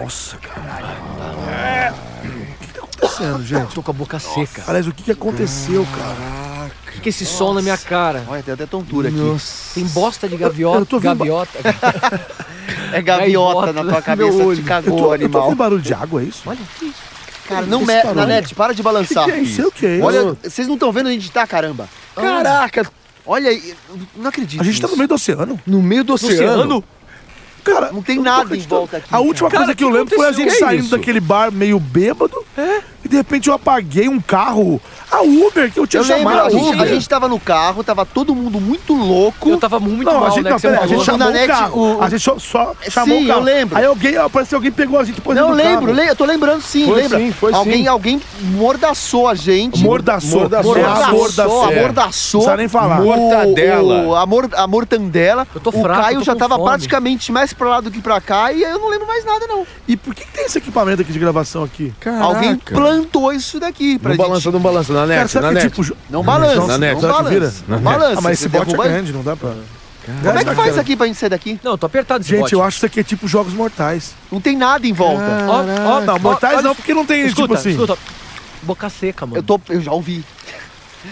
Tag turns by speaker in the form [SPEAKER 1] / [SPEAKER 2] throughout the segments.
[SPEAKER 1] Nossa, caralho.
[SPEAKER 2] O que tá acontecendo, gente?
[SPEAKER 1] Tô com a boca seca.
[SPEAKER 2] Aliás, o que, que aconteceu, cara?
[SPEAKER 1] O que é esse sol na minha cara?
[SPEAKER 3] Olha, tem até tontura aqui.
[SPEAKER 2] Nossa.
[SPEAKER 1] Tem bosta de
[SPEAKER 2] eu
[SPEAKER 1] gaviota,
[SPEAKER 2] tô vendo-
[SPEAKER 1] gaviota.
[SPEAKER 3] É gaviota
[SPEAKER 1] Gaivota
[SPEAKER 3] na
[SPEAKER 1] no
[SPEAKER 3] tua cabeça,
[SPEAKER 1] meu
[SPEAKER 3] te
[SPEAKER 1] olho.
[SPEAKER 2] Eu
[SPEAKER 3] cagou,
[SPEAKER 2] tô, eu tô
[SPEAKER 3] animal.
[SPEAKER 2] ouvindo barulho de água, é isso?
[SPEAKER 1] Olha aqui.
[SPEAKER 3] Cara, não
[SPEAKER 2] Esse
[SPEAKER 3] me...
[SPEAKER 2] barulho.
[SPEAKER 3] Nanete, para de balançar.
[SPEAKER 2] Não sei o que é isso.
[SPEAKER 3] Olha, vocês não estão vendo onde a gente tá, caramba.
[SPEAKER 2] Caraca,
[SPEAKER 3] Olha aí, eu não acredito.
[SPEAKER 2] a gente tá no
[SPEAKER 3] nisso.
[SPEAKER 2] meio do oceano.
[SPEAKER 3] No meio do
[SPEAKER 4] Oceano?
[SPEAKER 2] Cara,
[SPEAKER 3] Não tem
[SPEAKER 2] eu
[SPEAKER 3] nada
[SPEAKER 2] tô acreditando.
[SPEAKER 3] em volta aqui,
[SPEAKER 2] A última
[SPEAKER 4] cara. Cara,
[SPEAKER 2] coisa que eu
[SPEAKER 4] que
[SPEAKER 2] lembro foi a gente
[SPEAKER 4] aconteceu? Que
[SPEAKER 2] saindo
[SPEAKER 4] isso? É?
[SPEAKER 2] daquele bar meio bêbado. E de repente eu apaguei um carro, a Uber, que eu tinha
[SPEAKER 3] Eu lembro,
[SPEAKER 2] chamado.
[SPEAKER 3] a gente,
[SPEAKER 2] Uber.
[SPEAKER 3] a gente tá tava no carro, tava todo mundo muito louco.
[SPEAKER 1] Eu tava muito
[SPEAKER 2] não,
[SPEAKER 1] mal,
[SPEAKER 2] a gente,
[SPEAKER 1] né?
[SPEAKER 2] não,
[SPEAKER 1] que você
[SPEAKER 2] pera, a
[SPEAKER 1] falou.
[SPEAKER 2] gente chamou
[SPEAKER 3] Nanete,
[SPEAKER 2] o carro.
[SPEAKER 3] o-
[SPEAKER 2] A gente só, só
[SPEAKER 3] Sim,
[SPEAKER 2] chamou o
[SPEAKER 3] eu
[SPEAKER 2] carro.
[SPEAKER 3] lembro.
[SPEAKER 2] Aí alguém, ó, parece que alguém pegou a gente depois
[SPEAKER 3] Não, lembro, le- eu tô lembrando sim,
[SPEAKER 4] Foi
[SPEAKER 3] lembra?
[SPEAKER 4] sim, foi
[SPEAKER 3] alguém,
[SPEAKER 4] sim.
[SPEAKER 3] alguém mordaçou a gente.
[SPEAKER 2] Mordaçou.
[SPEAKER 4] Mordaçou.
[SPEAKER 2] É, a
[SPEAKER 3] Amordaçou,
[SPEAKER 2] mordaçou.
[SPEAKER 4] É.
[SPEAKER 2] Não
[SPEAKER 3] amordaçou.
[SPEAKER 2] precisa nem falar.
[SPEAKER 3] o-
[SPEAKER 4] Mortadela.
[SPEAKER 3] O, a, mor, a mortandela.
[SPEAKER 1] Eu tô
[SPEAKER 3] o
[SPEAKER 1] fraco,
[SPEAKER 3] Caio
[SPEAKER 1] tô
[SPEAKER 3] já
[SPEAKER 1] com
[SPEAKER 3] tava
[SPEAKER 1] fome.
[SPEAKER 3] praticamente mais pra lá do que pra cá e eu não lembro mais nada, não.
[SPEAKER 2] E por que, que tem esse equipamento aqui de gravação aqui?
[SPEAKER 4] Caraca.
[SPEAKER 3] Alguém plantou isso daqui pra
[SPEAKER 4] Não
[SPEAKER 3] gente.
[SPEAKER 4] balança, não balança. Na
[SPEAKER 2] Cara,
[SPEAKER 4] net,
[SPEAKER 2] será
[SPEAKER 4] na
[SPEAKER 2] que
[SPEAKER 4] net.
[SPEAKER 2] tipo. ju-
[SPEAKER 3] Não balança,
[SPEAKER 2] Não,
[SPEAKER 3] não,
[SPEAKER 4] Nanete,
[SPEAKER 2] só te vira.
[SPEAKER 3] balança. Não
[SPEAKER 4] Nanete.
[SPEAKER 3] balança.
[SPEAKER 2] Ah, mas esse
[SPEAKER 3] você
[SPEAKER 2] bote é
[SPEAKER 3] derruba ele.
[SPEAKER 2] grande, não dá pra.
[SPEAKER 3] Como é que
[SPEAKER 2] Cara,
[SPEAKER 3] faz aqui pra gente sair daqui?
[SPEAKER 1] Não, tô apertado esse
[SPEAKER 2] Gente,
[SPEAKER 1] bote.
[SPEAKER 2] eu acho que isso aqui é tipo jogos mortais.
[SPEAKER 3] Não tem nada em volta.
[SPEAKER 1] Ó, ó, tá,
[SPEAKER 2] Não,
[SPEAKER 1] ó,
[SPEAKER 2] mortais
[SPEAKER 1] olha
[SPEAKER 2] não,
[SPEAKER 1] isso.
[SPEAKER 2] porque não tem, tipo
[SPEAKER 1] Escuta,
[SPEAKER 2] assim.
[SPEAKER 1] escuta. Boca seca, mano.
[SPEAKER 3] Eu, tô, eu já ouvi.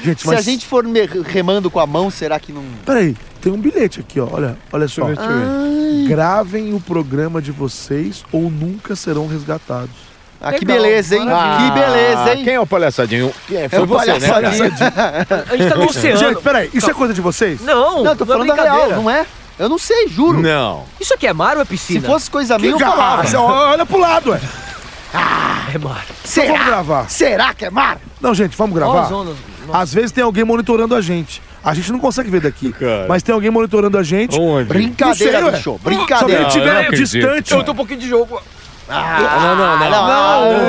[SPEAKER 2] Gente,
[SPEAKER 3] Se
[SPEAKER 2] mas.
[SPEAKER 3] a gente for me- remando com a mão, será que não.
[SPEAKER 2] Peraí, tem um bilhete aqui, ó. Olha, olha só.
[SPEAKER 4] Deixa eu ver.
[SPEAKER 2] Gravem o programa de vocês ou nunca serão resgatados.
[SPEAKER 3] Ah, que
[SPEAKER 1] Legal,
[SPEAKER 3] beleza, hein?
[SPEAKER 1] maravilha.
[SPEAKER 3] Que beleza, hein?
[SPEAKER 4] Quem é o palhaçadinho? Quem é? Foi
[SPEAKER 3] É o
[SPEAKER 4] você, né, cara?
[SPEAKER 3] palhaçadinho.
[SPEAKER 1] A gente tá no oceano.
[SPEAKER 2] Gente, peraí, isso é coisa de vocês?
[SPEAKER 1] Não,
[SPEAKER 3] Não, eu tô
[SPEAKER 1] não é
[SPEAKER 3] falando da
[SPEAKER 1] brincadeira.
[SPEAKER 3] real, não é? Eu não sei, juro.
[SPEAKER 4] Não.
[SPEAKER 1] Isso aqui é mar ou é
[SPEAKER 3] Se
[SPEAKER 1] piscina?
[SPEAKER 3] fosse coisa minha,
[SPEAKER 2] Que
[SPEAKER 3] eu falava. Ah,
[SPEAKER 2] garra, olha pro lado, ué.
[SPEAKER 5] Ah,
[SPEAKER 4] Então
[SPEAKER 2] Então
[SPEAKER 1] É mar.
[SPEAKER 2] Vamos
[SPEAKER 3] Será?
[SPEAKER 2] gravar.
[SPEAKER 3] Será que é mar?
[SPEAKER 2] Não, gente, vamos
[SPEAKER 1] Ó, as
[SPEAKER 2] gravar.
[SPEAKER 1] ondas. Nossa.
[SPEAKER 2] Às vezes tem alguém monitorando a gente. A gente não consegue ver daqui.
[SPEAKER 4] Cara.
[SPEAKER 2] Mas tem alguém monitorando a gente.
[SPEAKER 4] Onde?
[SPEAKER 3] Brincadeira,
[SPEAKER 2] ué.
[SPEAKER 3] bicho.
[SPEAKER 2] Se alguém
[SPEAKER 3] Brincadeira.
[SPEAKER 4] Não, eu não
[SPEAKER 2] estiver
[SPEAKER 4] acredito.
[SPEAKER 2] distante.
[SPEAKER 1] Eu tô um pouquinho de jogo.
[SPEAKER 4] Ah, não, não,
[SPEAKER 3] não,
[SPEAKER 4] não. não,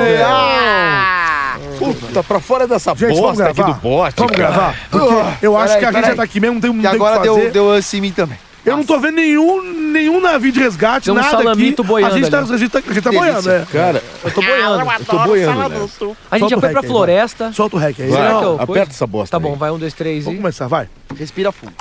[SPEAKER 3] velho.
[SPEAKER 5] é.
[SPEAKER 4] Puta, pra fora dessa
[SPEAKER 2] Gente, vamos
[SPEAKER 4] bosta aqui
[SPEAKER 2] gravar?
[SPEAKER 4] do bote.
[SPEAKER 2] Vamos
[SPEAKER 4] cara.
[SPEAKER 2] gravar? Porque eu acho
[SPEAKER 3] Peraí,
[SPEAKER 2] que a gente
[SPEAKER 3] peraí.
[SPEAKER 2] já tá aqui mesmo, não tem, não
[SPEAKER 3] E
[SPEAKER 2] tem o que
[SPEAKER 3] agora
[SPEAKER 2] fazer.
[SPEAKER 3] deu, deu ânsia em mim também.
[SPEAKER 2] Eu não tô vendo nenhum, nenhum navio de resgate,
[SPEAKER 1] Tem um
[SPEAKER 2] nada
[SPEAKER 1] salamito
[SPEAKER 2] aqui.
[SPEAKER 1] boiando
[SPEAKER 2] a gente tá,
[SPEAKER 1] ali.
[SPEAKER 2] a gente tá, a gente tá
[SPEAKER 3] Delícia.
[SPEAKER 2] boiando, é.
[SPEAKER 4] Cara,
[SPEAKER 1] Eu tô boiando.
[SPEAKER 4] eu tô
[SPEAKER 1] A
[SPEAKER 4] boiando, né?
[SPEAKER 1] gente
[SPEAKER 2] Solta
[SPEAKER 1] já
[SPEAKER 2] o
[SPEAKER 1] foi pra
[SPEAKER 2] rec aí,
[SPEAKER 1] floresta.
[SPEAKER 2] Solta o rec aí.
[SPEAKER 4] Vai,
[SPEAKER 1] Será que eu-
[SPEAKER 4] aperta
[SPEAKER 1] coisa?
[SPEAKER 4] essa bosta
[SPEAKER 1] Tá
[SPEAKER 4] aí.
[SPEAKER 1] bom, vai um, dois, três
[SPEAKER 2] Vamos
[SPEAKER 1] e...
[SPEAKER 2] começar, vai.
[SPEAKER 3] Respira fundo.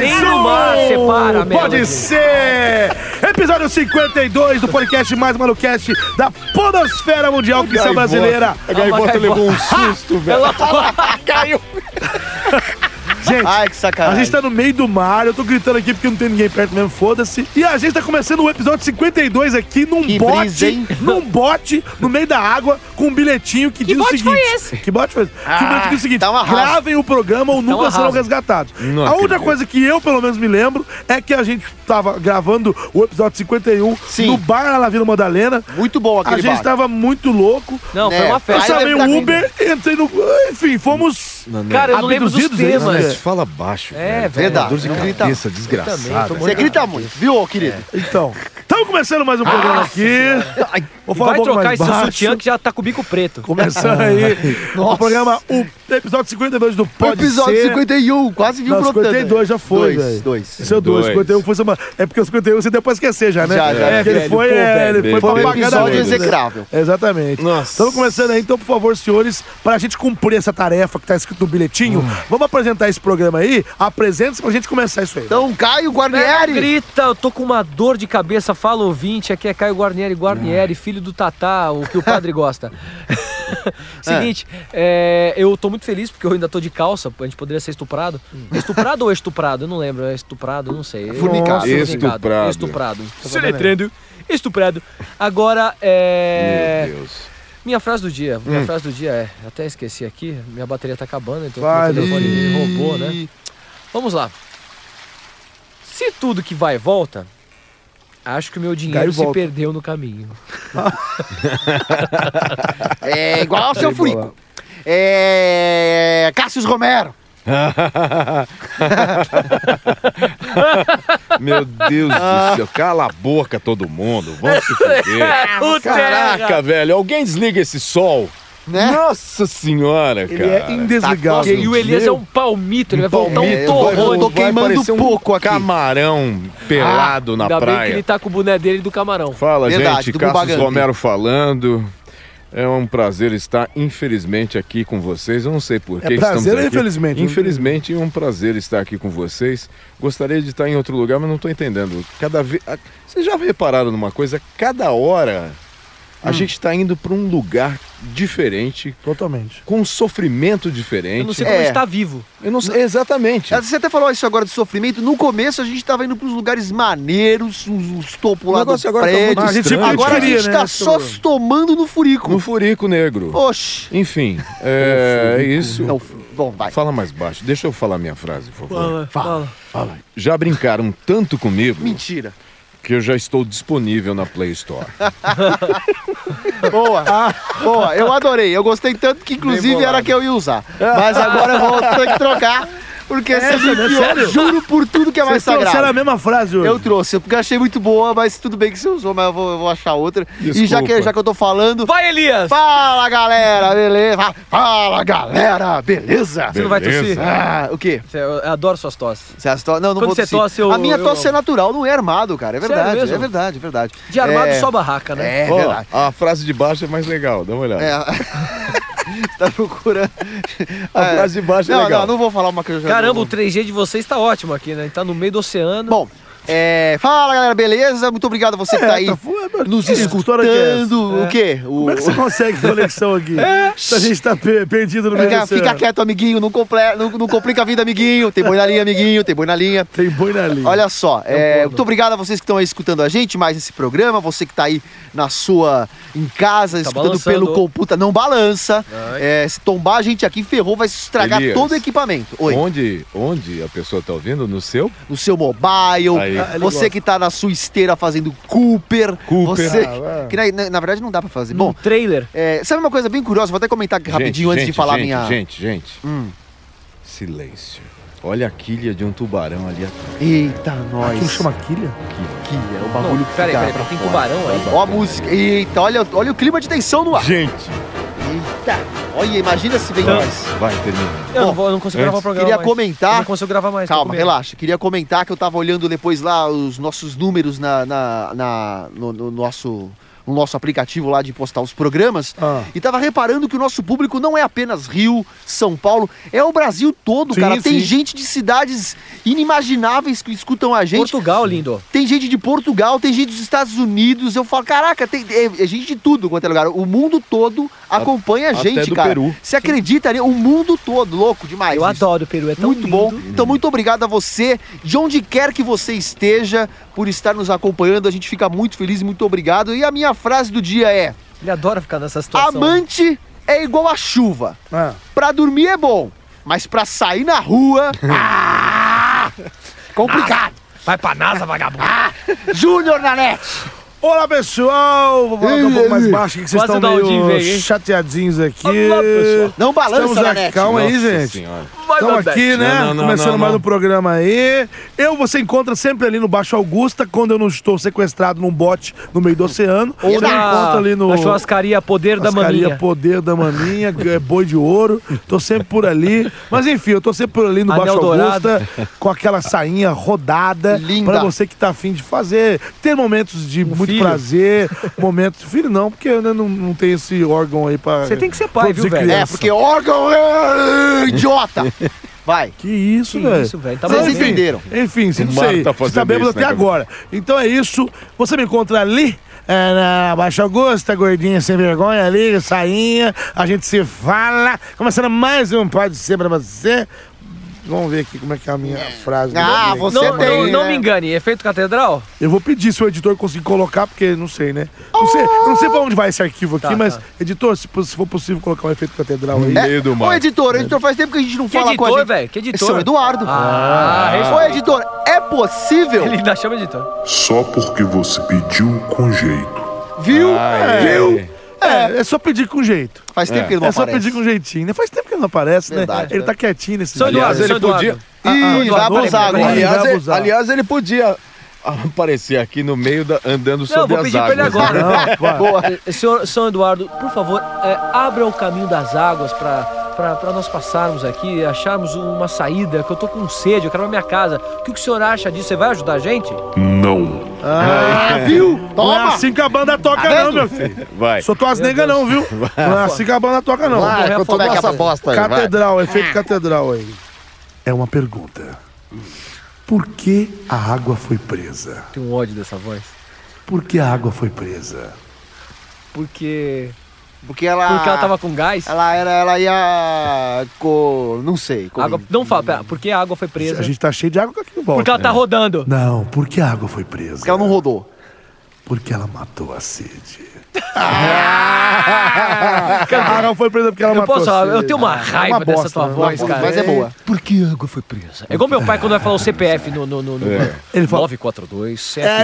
[SPEAKER 1] Nem no mar
[SPEAKER 5] um!
[SPEAKER 1] separa, a
[SPEAKER 2] Pode
[SPEAKER 1] melodia.
[SPEAKER 2] ser! Episódio 52 do podcast mais malucast da Podosfera Mundial
[SPEAKER 3] É
[SPEAKER 2] Cristã Brasileira. tá
[SPEAKER 4] A gaivota
[SPEAKER 1] gaivota.
[SPEAKER 4] levou um susto, velho.
[SPEAKER 1] É Ela tá caiu.
[SPEAKER 2] Gente,
[SPEAKER 3] Ai, que
[SPEAKER 2] a
[SPEAKER 3] sacanagem.
[SPEAKER 2] gente tá no meio do mar, eu tô gritando aqui porque não tem ninguém perto mesmo, foda-se. E a gente tá começando o episódio 52 aqui num
[SPEAKER 3] Que
[SPEAKER 2] bote,
[SPEAKER 3] brisa, hein?
[SPEAKER 2] num bote, no meio da água, com um bilhetinho que, diz o
[SPEAKER 1] bote
[SPEAKER 2] seguinte.
[SPEAKER 1] foi esse?
[SPEAKER 2] Que bote foi esse? que o bilhete diz o seguinte,
[SPEAKER 3] tá um arraso.
[SPEAKER 2] gravem o programa ou nunca
[SPEAKER 1] um arraso.
[SPEAKER 2] serão resgatados.
[SPEAKER 4] Não
[SPEAKER 2] a outra
[SPEAKER 4] acredito.
[SPEAKER 2] coisa que eu, pelo menos, me lembro é que a gente tava gravando o episódio 51
[SPEAKER 3] Sim.
[SPEAKER 2] no bar lá na Vila Madalena.
[SPEAKER 3] Muito bom
[SPEAKER 2] A
[SPEAKER 3] aquele
[SPEAKER 2] gente
[SPEAKER 3] bar.
[SPEAKER 2] tava muito louco.
[SPEAKER 1] Não,
[SPEAKER 3] Né,
[SPEAKER 1] foi
[SPEAKER 5] É.
[SPEAKER 1] uma
[SPEAKER 2] Eu
[SPEAKER 3] Aí
[SPEAKER 1] festa.
[SPEAKER 3] deve
[SPEAKER 2] chamei
[SPEAKER 3] tá
[SPEAKER 2] o Uber, entrei no... Enfim, fomos...
[SPEAKER 4] Nanete,
[SPEAKER 1] Cara, eu não lembro dos
[SPEAKER 2] Abduzidos, é isso,
[SPEAKER 1] temas.
[SPEAKER 2] né?
[SPEAKER 4] Nanete, fala baixo.
[SPEAKER 1] É,
[SPEAKER 4] velho.
[SPEAKER 1] velho.
[SPEAKER 4] Dor de
[SPEAKER 3] Não, grita.
[SPEAKER 4] cabeça,
[SPEAKER 1] também,
[SPEAKER 4] desgraçada. né?
[SPEAKER 3] Você
[SPEAKER 1] tô molhado.
[SPEAKER 4] cara.
[SPEAKER 3] grita muito, viu, ô, querido?
[SPEAKER 2] Então, estamos começando mais um
[SPEAKER 3] Ah,
[SPEAKER 2] programa aqui. Vou falar
[SPEAKER 1] Vai
[SPEAKER 2] um pouco
[SPEAKER 1] trocar
[SPEAKER 2] mais
[SPEAKER 1] esse
[SPEAKER 2] baixo.
[SPEAKER 1] sutiã que já tá com o bico preto.
[SPEAKER 2] Começando aí o
[SPEAKER 3] Ah. Nossa.
[SPEAKER 2] programa, o episódio 52 do Pode
[SPEAKER 3] Episódio
[SPEAKER 2] Ser.
[SPEAKER 3] 51, quase viu
[SPEAKER 2] Não,
[SPEAKER 3] brotando.
[SPEAKER 2] 52 já foi, velho.
[SPEAKER 3] Dois, dois.
[SPEAKER 2] Esse é o 2,
[SPEAKER 4] Dois.
[SPEAKER 2] 51 foi semana. É porque o 51 você deu pra esquecer já, né?
[SPEAKER 3] Já, já,
[SPEAKER 2] é,
[SPEAKER 3] já.
[SPEAKER 2] porque ele
[SPEAKER 1] Velho,
[SPEAKER 2] foi,
[SPEAKER 1] pô,
[SPEAKER 2] é, ele
[SPEAKER 4] velho,
[SPEAKER 2] foi pra
[SPEAKER 4] foi um
[SPEAKER 2] pagar da
[SPEAKER 3] Episódio
[SPEAKER 2] luz, né?
[SPEAKER 3] execrável.
[SPEAKER 2] Exatamente.
[SPEAKER 4] Nossa.
[SPEAKER 2] Estamos começando aí, então, por favor, senhores, pra gente cumprir essa tarefa que tá escrito no bilhetinho,
[SPEAKER 3] Hum.
[SPEAKER 2] vamos apresentar esse programa aí? Apresenta-se pra gente começar isso aí.
[SPEAKER 3] Então, Caio
[SPEAKER 1] Não
[SPEAKER 3] Guarnieri.
[SPEAKER 1] Grita, eu tô com uma dor de cabeça, fala ouvinte, aqui é Caio Guarnieri, Guarnieri,
[SPEAKER 3] Ah.
[SPEAKER 1] filho do Tatá, o que o padre gosta. Seguinte, é, eu tô muito feliz porque eu ainda tô de calça, a gente poderia ser estuprado.
[SPEAKER 3] Hum.
[SPEAKER 1] Estuprado ou estuprado? Eu não lembro, é estuprado, eu não sei.
[SPEAKER 3] Fornicado.
[SPEAKER 1] Nossa,
[SPEAKER 4] Estuprado.
[SPEAKER 1] Estuprado. Soletrando, estuprado. Agora, é...
[SPEAKER 4] Meu Deus.
[SPEAKER 1] Minha frase do dia, minha
[SPEAKER 3] Hum.
[SPEAKER 1] frase do dia é, até esqueci aqui, minha bateria tá acabando, então
[SPEAKER 2] Vai,
[SPEAKER 1] meu telefone me roubou, né? Vamos lá. Se tudo que vai e volta, acho que o meu
[SPEAKER 2] Vai
[SPEAKER 1] dinheiro
[SPEAKER 2] e
[SPEAKER 1] se
[SPEAKER 2] volta.
[SPEAKER 1] perdeu no caminho.
[SPEAKER 3] É igual ao seu Furico. É. Cássio Romero.
[SPEAKER 4] Meu Deus do céu, cala a boca todo mundo, vamos se fuder.
[SPEAKER 1] O
[SPEAKER 4] Caraca, velho, alguém desliga esse sol.
[SPEAKER 3] Né?
[SPEAKER 4] Nossa senhora,
[SPEAKER 2] ele
[SPEAKER 4] cara. Tá
[SPEAKER 2] é indesligável.
[SPEAKER 1] E o Elias é um palmito, ele vai voltar um
[SPEAKER 4] Palmito,
[SPEAKER 3] torrone.
[SPEAKER 4] vai-
[SPEAKER 3] Eu tô
[SPEAKER 1] torrão.
[SPEAKER 4] vai
[SPEAKER 3] queimando
[SPEAKER 4] parecer
[SPEAKER 3] pouco aqui.
[SPEAKER 4] Camarão pelado na
[SPEAKER 1] Ah, Ainda bem
[SPEAKER 4] praia.
[SPEAKER 1] que ele tá com o boné dele do camarão.
[SPEAKER 4] Fala,
[SPEAKER 3] Verdade,
[SPEAKER 4] gente,
[SPEAKER 3] do
[SPEAKER 4] Cassius
[SPEAKER 3] Bugagandi.
[SPEAKER 4] Romero falando. É um prazer estar, infelizmente, aqui com vocês. Eu não sei por
[SPEAKER 2] É
[SPEAKER 4] que
[SPEAKER 2] prazer
[SPEAKER 4] estamos
[SPEAKER 2] ou
[SPEAKER 4] aqui.
[SPEAKER 2] infelizmente?
[SPEAKER 4] Infelizmente, é um prazer estar aqui com vocês. Gostaria de estar em outro lugar, mas não estou entendendo. Cada vez... a- Vocês já repararam numa coisa? Cada hora
[SPEAKER 2] Hum.
[SPEAKER 4] a gente está indo para um lugar diferente,
[SPEAKER 2] Totalmente.
[SPEAKER 4] com um sofrimento diferente.
[SPEAKER 1] Eu não sei como
[SPEAKER 3] É.
[SPEAKER 1] está vivo.
[SPEAKER 4] Eu não sei- Exatamente.
[SPEAKER 3] Você até falou isso agora de sofrimento. No começo a gente tava indo pros lugares maneiros, uns, uns topos lá do
[SPEAKER 4] negócio agora tá
[SPEAKER 3] prédio.
[SPEAKER 4] muito
[SPEAKER 2] Mas a gente-
[SPEAKER 4] estranho.
[SPEAKER 3] Agora a
[SPEAKER 2] queria,
[SPEAKER 3] gente
[SPEAKER 2] né,
[SPEAKER 3] tá
[SPEAKER 2] esse
[SPEAKER 3] só
[SPEAKER 2] programa.
[SPEAKER 3] se tomando no furico.
[SPEAKER 4] No furico negro.
[SPEAKER 3] Oxi.
[SPEAKER 4] Enfim, é isso.
[SPEAKER 3] Não, bom, vai.
[SPEAKER 4] Fala mais baixo. Deixa eu falar minha frase, por favor.
[SPEAKER 1] Fala, fala.
[SPEAKER 4] Já brincaram tanto comigo
[SPEAKER 3] Mentira.
[SPEAKER 4] que eu já estou disponível na Play Store.
[SPEAKER 3] Boa. Ah, Boa, eu adorei. Eu gostei tanto que inclusive era a que eu ia usar.
[SPEAKER 1] Ah.
[SPEAKER 3] Mas agora eu vou ter que trocar. Porque
[SPEAKER 1] É,
[SPEAKER 3] você me enfiou, juro por tudo que é mais
[SPEAKER 2] Vocês trouxeram a
[SPEAKER 3] sagrado.
[SPEAKER 2] mesma frase hoje.
[SPEAKER 3] Eu trouxe, porque eu achei muito boa, mas tudo bem que você usou, mas eu vou, eu vou achar outra. E já que,
[SPEAKER 4] Desculpa.
[SPEAKER 3] já que eu tô falando,
[SPEAKER 1] Vai, Elias!
[SPEAKER 3] Fala galera, beleza? Fala galera, beleza?
[SPEAKER 1] Você não vai tossir?
[SPEAKER 3] Ah, o quê?
[SPEAKER 1] Você- Eu adoro suas tosses.
[SPEAKER 3] Você as to... Não, não
[SPEAKER 1] Quando
[SPEAKER 3] vou
[SPEAKER 1] você
[SPEAKER 3] tossir.
[SPEAKER 1] tosse, eu-
[SPEAKER 3] A minha
[SPEAKER 1] eu
[SPEAKER 3] tosse é
[SPEAKER 1] amo.
[SPEAKER 3] natural, não é armado, cara. É
[SPEAKER 1] Sério
[SPEAKER 3] verdade,
[SPEAKER 1] mesmo?
[SPEAKER 3] é verdade, é verdade.
[SPEAKER 1] De armado
[SPEAKER 3] é...
[SPEAKER 1] só barraca, né?
[SPEAKER 3] É,
[SPEAKER 4] Ó,
[SPEAKER 3] verdade.
[SPEAKER 4] a frase de baixo é mais legal, dá uma olhada.
[SPEAKER 3] É. tá procurando.
[SPEAKER 4] A
[SPEAKER 3] É.
[SPEAKER 4] frase de baixo é
[SPEAKER 3] Não,
[SPEAKER 4] legal.
[SPEAKER 3] não, não vou falar uma coisa.
[SPEAKER 1] Caramba, o 3G de vocês tá ótimo aqui, né? Tá no meio do oceano.
[SPEAKER 3] Bom, é, fala galera, beleza? Muito obrigado a você que tá
[SPEAKER 2] É,
[SPEAKER 3] aí.
[SPEAKER 2] nos
[SPEAKER 3] Escutando o quê? O... É.
[SPEAKER 2] Como é que você consegue conexão aqui? Se a gente tá pe- perdido no meio
[SPEAKER 3] Fica,
[SPEAKER 2] do oceano.
[SPEAKER 3] fica quieto, amiguinho, não, comple... não, não complica a vida, amiguinho. Tem boi na linha, amiguinho, tem boi na linha.
[SPEAKER 2] Tem boi na linha. um
[SPEAKER 3] Olha só, é, muito obrigado a vocês que estão aí escutando a gente, mais esse programa, você que tá aí na sua, em casa, escutando
[SPEAKER 1] balançando.
[SPEAKER 3] pelo computador, não balança. É, se tombar a gente aqui, ferrou, vai estragar
[SPEAKER 4] Elias.
[SPEAKER 3] todo o equipamento. Oi,
[SPEAKER 4] Onde, onde a pessoa tá ouvindo? No seu?
[SPEAKER 3] no seu mobile,
[SPEAKER 4] Aí. Ah,
[SPEAKER 2] ele
[SPEAKER 3] você
[SPEAKER 2] gosta.
[SPEAKER 3] que tá na sua esteira fazendo Cooper,
[SPEAKER 4] Cooper.
[SPEAKER 3] você,
[SPEAKER 2] Ah, vai.
[SPEAKER 3] que na, na- na verdade não dá pra fazer.
[SPEAKER 1] Bom,
[SPEAKER 3] Bom,
[SPEAKER 1] trailer.
[SPEAKER 3] é, sabe uma coisa bem curiosa, vou até comentar aqui rapidinho antes
[SPEAKER 4] gente,
[SPEAKER 3] de falar
[SPEAKER 4] gente,
[SPEAKER 3] minha...
[SPEAKER 4] Gente, gente.
[SPEAKER 3] Hum.
[SPEAKER 4] Silêncio. Olha a quilha de um tubarão ali atrás.
[SPEAKER 3] Eita, nós.
[SPEAKER 2] Aquilo chama quilha?
[SPEAKER 3] que é o
[SPEAKER 1] Não,
[SPEAKER 3] bagulho que
[SPEAKER 1] peraí,
[SPEAKER 3] fica
[SPEAKER 1] peraí,
[SPEAKER 3] pra
[SPEAKER 1] peraí, tem
[SPEAKER 3] fora.
[SPEAKER 1] tubarão aí.
[SPEAKER 3] Ó a música. Eita, olha, olha o clima de tensão no ar.
[SPEAKER 4] Gente,
[SPEAKER 3] Eita! Olha, imagina se vem
[SPEAKER 1] Então-
[SPEAKER 3] nós.
[SPEAKER 4] vai, termina.
[SPEAKER 1] Eu
[SPEAKER 3] Bom,
[SPEAKER 1] não, vou, eu não consigo gravar o
[SPEAKER 4] antes,
[SPEAKER 1] programa.
[SPEAKER 3] queria
[SPEAKER 1] mais.
[SPEAKER 3] comentar-
[SPEAKER 1] Eu não consigo gravar mais. tô com
[SPEAKER 3] Calma,
[SPEAKER 1] medo.
[SPEAKER 3] relaxa. Queria comentar que eu tava olhando depois lá os nossos números na, na- na- no, no nosso, no nosso aplicativo lá de postar os programas.
[SPEAKER 2] Ah.
[SPEAKER 3] E tava reparando que o nosso público não é apenas Rio, São Paulo, é o Brasil todo,
[SPEAKER 2] Sim,
[SPEAKER 3] cara. Tem
[SPEAKER 2] sim.
[SPEAKER 3] gente de cidades inimagináveis que escutam a gente.
[SPEAKER 1] Portugal, lindo.
[SPEAKER 3] Tem gente de Portugal, tem gente dos Estados Unidos. Eu falo, caraca, tem é, é gente de tudo quanto é lugar. O mundo todo acompanha a
[SPEAKER 4] até
[SPEAKER 3] gente,
[SPEAKER 4] do
[SPEAKER 3] cara.
[SPEAKER 4] Peru.
[SPEAKER 3] Você acredita ali? O mundo todo, louco demais.
[SPEAKER 1] Eu
[SPEAKER 3] isso.
[SPEAKER 1] adoro o Peru, é tão
[SPEAKER 3] Muito
[SPEAKER 1] lindo.
[SPEAKER 3] bom. Então, muito obrigado a você, de onde quer que você esteja, por estar nos acompanhando. A gente fica muito feliz, muito obrigado. E a minha frase do dia é:
[SPEAKER 1] Ele adora ficar nessa situação.
[SPEAKER 3] Amante é igual a chuva.
[SPEAKER 2] Ah.
[SPEAKER 3] Pra dormir é bom, mas pra sair na rua. ah, complicado.
[SPEAKER 1] Vai pra NASA, vagabundo.
[SPEAKER 6] Ah,
[SPEAKER 3] Júnior Nanete.
[SPEAKER 2] Olá, pessoal! Vou falar um pouco mais baixo, que vocês
[SPEAKER 1] Quase
[SPEAKER 2] estão
[SPEAKER 1] dá um dinho,
[SPEAKER 2] meio
[SPEAKER 1] veio, hein?
[SPEAKER 2] chateadinhos aqui.
[SPEAKER 1] Olá, pessoal.
[SPEAKER 3] Não
[SPEAKER 2] Estamos
[SPEAKER 3] balança,
[SPEAKER 2] aqui,
[SPEAKER 3] Nanete.
[SPEAKER 2] calma aí,
[SPEAKER 4] Nossa
[SPEAKER 2] gente.
[SPEAKER 4] Senhora.
[SPEAKER 1] Vai,
[SPEAKER 2] Estamos
[SPEAKER 1] Nanete.
[SPEAKER 2] aqui, né?
[SPEAKER 4] Não, não, não,
[SPEAKER 2] Começando
[SPEAKER 4] não,
[SPEAKER 2] mais
[SPEAKER 4] não.
[SPEAKER 2] um programa aí. Eu, você encontra sempre ali no Baixo Augusta, quando eu não estou sequestrado num bote no meio do oceano.
[SPEAKER 1] Ou
[SPEAKER 2] você me encontra
[SPEAKER 1] na,
[SPEAKER 2] ali no...
[SPEAKER 1] na churrascaria Poder da
[SPEAKER 2] Mascaria
[SPEAKER 1] Maminha.
[SPEAKER 2] Poder da Maminha, g- boi de ouro. Tô sempre por ali. Mas enfim, eu tô sempre por ali no
[SPEAKER 1] Anel
[SPEAKER 2] Baixo
[SPEAKER 1] dourado.
[SPEAKER 2] Augusta, com aquela sainha rodada.
[SPEAKER 3] Linda.
[SPEAKER 2] Pra você que tá afim de fazer. Ter momentos de muito
[SPEAKER 1] Um filho.
[SPEAKER 2] prazer, momentos. Filho, não, porque eu ainda não, não tenho esse órgão aí pra.
[SPEAKER 1] Você tem que ser pai,
[SPEAKER 2] produzir
[SPEAKER 1] viu, velho?
[SPEAKER 2] criança.
[SPEAKER 3] É, porque órgão é idiota. Vai.
[SPEAKER 2] Que isso,
[SPEAKER 1] Que
[SPEAKER 2] velho.
[SPEAKER 1] isso, velho. Tá
[SPEAKER 3] Vocês
[SPEAKER 1] bom,
[SPEAKER 2] enfim,
[SPEAKER 1] né?
[SPEAKER 3] entenderam.
[SPEAKER 2] Enfim, se
[SPEAKER 4] O
[SPEAKER 2] não
[SPEAKER 4] Mário
[SPEAKER 2] sei.
[SPEAKER 4] tá
[SPEAKER 2] Você tá
[SPEAKER 4] fazendo
[SPEAKER 2] bêbado
[SPEAKER 4] isso,
[SPEAKER 2] até
[SPEAKER 4] né,
[SPEAKER 2] agora. Então é isso. Você me encontra ali. é, na Baixa Augusta, gordinha sem vergonha ali, sainha. A gente se fala. Começando mais um Pode Ser pra você. Vamos ver aqui como é que é a minha frase. do
[SPEAKER 3] Ah,
[SPEAKER 2] meu
[SPEAKER 3] Você
[SPEAKER 1] Não,
[SPEAKER 2] amigo.
[SPEAKER 3] tem,
[SPEAKER 1] não, não
[SPEAKER 3] né?
[SPEAKER 1] me engane, efeito catedral?
[SPEAKER 2] Eu vou pedir se o editor conseguir colocar, porque não sei, né? Não sei, eu não sei pra onde vai esse arquivo aqui,
[SPEAKER 1] Tá,
[SPEAKER 2] mas,
[SPEAKER 1] tá.
[SPEAKER 2] editor, se, po- se for possível colocar um efeito catedral aí.
[SPEAKER 4] É. meio do
[SPEAKER 3] Ô,
[SPEAKER 4] mato.
[SPEAKER 3] editor, o editor faz tempo que a gente não
[SPEAKER 1] Que
[SPEAKER 3] fala com a
[SPEAKER 1] editor,
[SPEAKER 3] gente.
[SPEAKER 1] velho? Que editor?
[SPEAKER 3] São Eduardo.
[SPEAKER 1] Ah,
[SPEAKER 3] Ô, editor, é possível?
[SPEAKER 1] Ele ainda chama editor.
[SPEAKER 7] Só porque você pediu com jeito.
[SPEAKER 3] Viu?
[SPEAKER 4] Ai,
[SPEAKER 3] Viu?
[SPEAKER 4] ai.
[SPEAKER 2] É, é só pedir com jeito.
[SPEAKER 3] Faz tempo
[SPEAKER 4] É.
[SPEAKER 3] que ele não
[SPEAKER 2] É só
[SPEAKER 3] aparece.
[SPEAKER 2] pedir com jeitinho, né? Faz tempo que ele não aparece,
[SPEAKER 3] Verdade,
[SPEAKER 2] né? Ele tá quietinho nesse
[SPEAKER 1] São
[SPEAKER 4] Aliás,
[SPEAKER 1] Eduardo,
[SPEAKER 4] ele
[SPEAKER 1] São
[SPEAKER 4] podia-
[SPEAKER 1] Eduardo.
[SPEAKER 3] Ih, vai
[SPEAKER 2] Ah, Eduardo,
[SPEAKER 3] abusar
[SPEAKER 2] Eduardo.
[SPEAKER 3] agora.
[SPEAKER 2] Ele
[SPEAKER 4] Aliás,
[SPEAKER 2] vai
[SPEAKER 4] ele,
[SPEAKER 2] abusar.
[SPEAKER 4] aliás, ele podia aparecer aqui no meio da, andando
[SPEAKER 1] vou
[SPEAKER 4] sobre as
[SPEAKER 1] pedir pra ele
[SPEAKER 4] águas. né?
[SPEAKER 1] agora.
[SPEAKER 2] Não, vai.
[SPEAKER 3] Boa.
[SPEAKER 1] Eh, Senhor São Eduardo, por favor, eh, abra o caminho das águas para nós passarmos aqui, acharmos uma saída, que eu tô com sede, eu quero ir pra minha casa. O que, que o senhor acha disso? Você vai ajudar a gente?
[SPEAKER 7] Não.
[SPEAKER 2] Ah,
[SPEAKER 6] Viu?
[SPEAKER 2] Não é
[SPEAKER 6] Toma!
[SPEAKER 2] assim que a banda toca,
[SPEAKER 6] Tá
[SPEAKER 2] não,
[SPEAKER 6] vendo?
[SPEAKER 2] meu filho.
[SPEAKER 4] Vai.
[SPEAKER 2] Sou tuas negas, não, viu? Não é assim que a banda toca, não.
[SPEAKER 6] Vai,
[SPEAKER 1] Vou
[SPEAKER 6] continua
[SPEAKER 1] reafundar
[SPEAKER 6] essa
[SPEAKER 1] essa
[SPEAKER 6] bosta aí, vai.
[SPEAKER 2] Catedral, efeito catedral aí. É uma pergunta. Por que a água foi presa?
[SPEAKER 1] Tem um ódio dessa voz.
[SPEAKER 2] Por que a água foi presa?
[SPEAKER 1] Porque.
[SPEAKER 6] Porque ela...
[SPEAKER 1] Porque ela tava com gás.
[SPEAKER 6] Ela era... Ela ia... Co... Não sei. co-
[SPEAKER 1] água... Não fala, pera, porque a água foi presa.
[SPEAKER 2] A gente tá cheio de água aqui em volta. É.
[SPEAKER 1] Porque ela tá rodando.
[SPEAKER 2] Não, por que a água foi presa?
[SPEAKER 6] Porque ela não rodou.
[SPEAKER 2] Porque ela matou a sede.
[SPEAKER 1] Ah.
[SPEAKER 2] a água foi presa porque ela
[SPEAKER 1] Eu
[SPEAKER 2] matou
[SPEAKER 1] posso
[SPEAKER 2] a
[SPEAKER 1] falar,
[SPEAKER 2] sede.
[SPEAKER 1] eu tenho uma
[SPEAKER 2] É
[SPEAKER 1] raiva
[SPEAKER 2] bosta,
[SPEAKER 1] dessa tua
[SPEAKER 2] né?
[SPEAKER 1] voz,
[SPEAKER 2] Uma
[SPEAKER 1] cara.
[SPEAKER 6] Mas é boa.
[SPEAKER 1] Por que a água foi presa? É igual meu pai quando vai falar o CPF no. no, no, no
[SPEAKER 4] É.
[SPEAKER 2] Ele fala-
[SPEAKER 1] 942
[SPEAKER 2] É,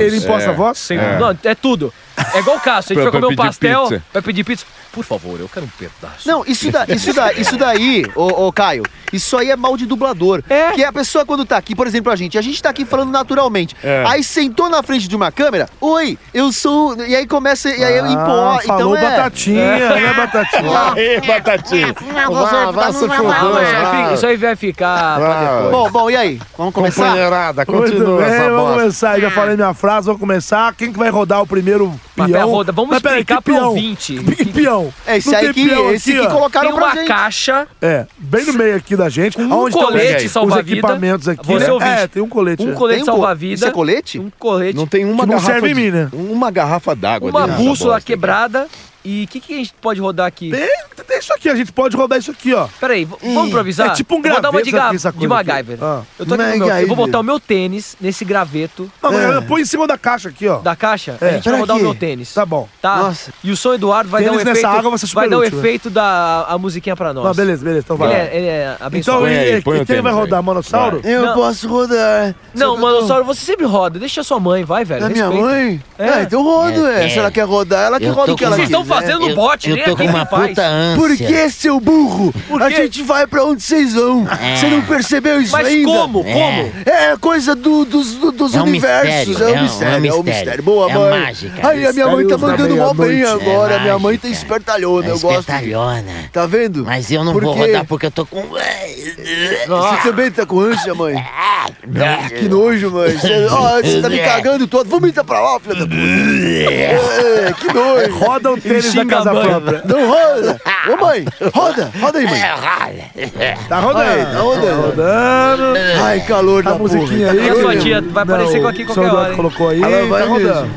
[SPEAKER 1] 792.
[SPEAKER 2] ele imposta a voz?
[SPEAKER 1] Sem- Não, é tudo. É igual o Cássio, a gente
[SPEAKER 4] Pra-
[SPEAKER 1] vai
[SPEAKER 4] pra
[SPEAKER 1] comer um
[SPEAKER 4] pedir
[SPEAKER 1] pastel,
[SPEAKER 4] pizza.
[SPEAKER 1] vai pedir pizza. Por favor, eu quero um pedaço.
[SPEAKER 6] Não, isso, da, isso, da, isso daí, ô, ô, Caio, isso aí é mal de dublador.
[SPEAKER 1] É.
[SPEAKER 6] Porque a pessoa quando tá aqui, por exemplo, a gente, a gente tá aqui falando naturalmente.
[SPEAKER 4] É.
[SPEAKER 6] Aí sentou na frente de uma câmera, oi, eu sou. E aí começa. E aí eu
[SPEAKER 2] Ah,
[SPEAKER 6] impor. Então
[SPEAKER 2] falou
[SPEAKER 6] é.
[SPEAKER 2] batatinha, né, batatinha?
[SPEAKER 4] Aê, batatinha.
[SPEAKER 6] Vá,
[SPEAKER 2] Tá
[SPEAKER 6] vá se
[SPEAKER 2] é.
[SPEAKER 1] Não, isso,
[SPEAKER 6] fudendo.
[SPEAKER 1] aí fica- isso aí vai ficar pra
[SPEAKER 4] né? Ah,
[SPEAKER 1] depois.
[SPEAKER 6] Bom, bom, e aí? Vamos começar?
[SPEAKER 4] Companheirada,
[SPEAKER 2] Muito
[SPEAKER 4] continua
[SPEAKER 2] bem,
[SPEAKER 4] essa
[SPEAKER 2] vamos
[SPEAKER 4] bosta.
[SPEAKER 2] começar. aí. Já falei minha frase, vou começar. Quem que vai rodar o primeiro peão?
[SPEAKER 1] Papel roda. Vamos
[SPEAKER 2] Mas peraí,
[SPEAKER 1] explicar
[SPEAKER 2] que
[SPEAKER 1] pro
[SPEAKER 2] peão?
[SPEAKER 1] ouvinte.
[SPEAKER 2] Que- Que peão?
[SPEAKER 6] É esse
[SPEAKER 2] Não
[SPEAKER 6] aí
[SPEAKER 2] tem
[SPEAKER 6] que,
[SPEAKER 2] peão
[SPEAKER 6] esse
[SPEAKER 2] aqui,
[SPEAKER 6] que
[SPEAKER 2] ó.
[SPEAKER 6] colocaram
[SPEAKER 1] Tem
[SPEAKER 6] pra
[SPEAKER 1] uma
[SPEAKER 6] gente.
[SPEAKER 1] caixa,
[SPEAKER 2] É, bem no meio aqui da gente.
[SPEAKER 1] um
[SPEAKER 2] aonde estão
[SPEAKER 1] colete
[SPEAKER 2] os
[SPEAKER 1] salva-vida.
[SPEAKER 2] equipamentos aqui.
[SPEAKER 1] Você
[SPEAKER 2] né?
[SPEAKER 1] ouvinte.
[SPEAKER 2] É, tem um colete.
[SPEAKER 1] um
[SPEAKER 2] é.
[SPEAKER 1] colete
[SPEAKER 6] Tem um co-
[SPEAKER 1] salva-vida.
[SPEAKER 6] Isso é colete?
[SPEAKER 1] Um colete.
[SPEAKER 4] Não tem uma
[SPEAKER 2] Que não
[SPEAKER 4] garrafa
[SPEAKER 2] serve em
[SPEAKER 4] de-
[SPEAKER 2] mim, né?
[SPEAKER 4] Uma garrafa d'água.
[SPEAKER 1] uma
[SPEAKER 4] dentro dessa
[SPEAKER 1] bússola
[SPEAKER 4] bosta.
[SPEAKER 1] quebrada. E o que, que a gente pode rodar aqui?
[SPEAKER 2] Tem, tem isso aqui, a gente pode rodar isso aqui, ó.
[SPEAKER 1] Peraí, v- vamos improvisar?
[SPEAKER 2] É tipo um
[SPEAKER 1] Vou dar uma de,
[SPEAKER 2] graveto
[SPEAKER 1] ga-
[SPEAKER 2] aqui, essa
[SPEAKER 1] de
[SPEAKER 2] coisa aqui.
[SPEAKER 1] MacGyver.
[SPEAKER 2] Ah.
[SPEAKER 1] Eu tô aqui no meu, eu vou botar o meu tênis nesse graveto É.
[SPEAKER 2] Não, mas põe em cima da caixa aqui, ó.
[SPEAKER 1] da caixa.
[SPEAKER 2] É.
[SPEAKER 1] A gente
[SPEAKER 6] Pera
[SPEAKER 1] vai rodar
[SPEAKER 6] aqui.
[SPEAKER 1] o meu tênis.
[SPEAKER 2] Tá bom.
[SPEAKER 1] Tá?
[SPEAKER 6] Nossa.
[SPEAKER 1] E o São Eduardo vai
[SPEAKER 2] Tênis
[SPEAKER 1] dar um
[SPEAKER 2] nessa
[SPEAKER 1] efeito.
[SPEAKER 2] água vai ser super
[SPEAKER 1] vai dar o
[SPEAKER 2] útil, né?
[SPEAKER 1] efeito da a musiquinha pra nós.
[SPEAKER 2] Não, beleza, beleza, então
[SPEAKER 1] Ele
[SPEAKER 2] vai.
[SPEAKER 1] é, ele é
[SPEAKER 2] Então,
[SPEAKER 1] abençoado.
[SPEAKER 4] Põe aí, põe
[SPEAKER 2] e-
[SPEAKER 4] o
[SPEAKER 2] quem vai
[SPEAKER 4] tênis aí.
[SPEAKER 2] rodar? Monossauro?
[SPEAKER 6] Eu
[SPEAKER 1] Não.
[SPEAKER 6] posso rodar.
[SPEAKER 1] Não,
[SPEAKER 6] Só que
[SPEAKER 1] mano,
[SPEAKER 6] eu-
[SPEAKER 1] Sauro, você sempre roda. Deixa sua mãe, vai, velho.
[SPEAKER 6] É minha
[SPEAKER 1] respeita.
[SPEAKER 6] mãe?
[SPEAKER 1] É.
[SPEAKER 6] É, então eu rodo, é. Se ela quer rodar, ela que
[SPEAKER 8] Eu
[SPEAKER 6] roda
[SPEAKER 8] tô
[SPEAKER 6] o que
[SPEAKER 8] com-
[SPEAKER 6] ela
[SPEAKER 1] Vocês estão
[SPEAKER 6] quiser.
[SPEAKER 1] fazendo
[SPEAKER 8] eu-
[SPEAKER 1] bote,
[SPEAKER 8] Eu
[SPEAKER 1] né?
[SPEAKER 8] tô com
[SPEAKER 1] Quem
[SPEAKER 8] uma
[SPEAKER 1] faz?
[SPEAKER 8] puta ânsia.
[SPEAKER 6] Por que, seu burro?
[SPEAKER 1] Por
[SPEAKER 6] A
[SPEAKER 1] quê?
[SPEAKER 6] gente vai pra onde vocês vão.
[SPEAKER 8] É.
[SPEAKER 6] Você não percebeu isso
[SPEAKER 1] Mas
[SPEAKER 6] ainda?
[SPEAKER 1] como?
[SPEAKER 8] É.
[SPEAKER 1] Como?
[SPEAKER 6] É coisa do- dos, do- dos
[SPEAKER 8] É um
[SPEAKER 6] universos.
[SPEAKER 8] mistério,
[SPEAKER 6] é, um mistério, é um mistério. Boa,
[SPEAKER 8] É
[SPEAKER 6] mãe.
[SPEAKER 8] mágica.
[SPEAKER 6] Aí, a minha mãe tá
[SPEAKER 2] Mistérios da
[SPEAKER 6] mandando mó bem
[SPEAKER 2] meia-noite.
[SPEAKER 6] agora.
[SPEAKER 8] É
[SPEAKER 6] minha mãe tá
[SPEAKER 8] mágica.
[SPEAKER 6] espertalhona.
[SPEAKER 8] É
[SPEAKER 6] Eu gosto.
[SPEAKER 8] Espertalhona.
[SPEAKER 6] Tá vendo?
[SPEAKER 8] Mas eu não vou
[SPEAKER 6] Porque
[SPEAKER 8] rodar porque eu tô com.
[SPEAKER 1] Ah.
[SPEAKER 8] É.
[SPEAKER 6] Você também tá com ânsia, mãe?
[SPEAKER 2] É.
[SPEAKER 6] Que nojo, mãe. Você, ó, você tá
[SPEAKER 1] É.
[SPEAKER 6] me cagando todo. Vomita pra lá, filha da puta. É, que nojo.
[SPEAKER 2] Roda o tênis da
[SPEAKER 1] xinga
[SPEAKER 2] casa
[SPEAKER 1] a mãe.
[SPEAKER 2] própria.
[SPEAKER 6] Não roda. Ô, mãe, roda. Roda aí,
[SPEAKER 1] É,
[SPEAKER 6] mãe.
[SPEAKER 2] Tá
[SPEAKER 6] Aí, tá
[SPEAKER 2] rodando. Tá
[SPEAKER 6] rodando.
[SPEAKER 2] Rodando.
[SPEAKER 6] Ai, calor
[SPEAKER 2] Tá
[SPEAKER 6] da
[SPEAKER 2] a
[SPEAKER 6] porra.
[SPEAKER 2] musiquinha aí.
[SPEAKER 1] E a sua tia? Vai aparecer com aqui
[SPEAKER 2] o
[SPEAKER 1] qualquer
[SPEAKER 2] São
[SPEAKER 1] hora,
[SPEAKER 2] Eduardo
[SPEAKER 1] hein?
[SPEAKER 2] colocou aí,
[SPEAKER 6] Ela vai
[SPEAKER 2] tá rodando.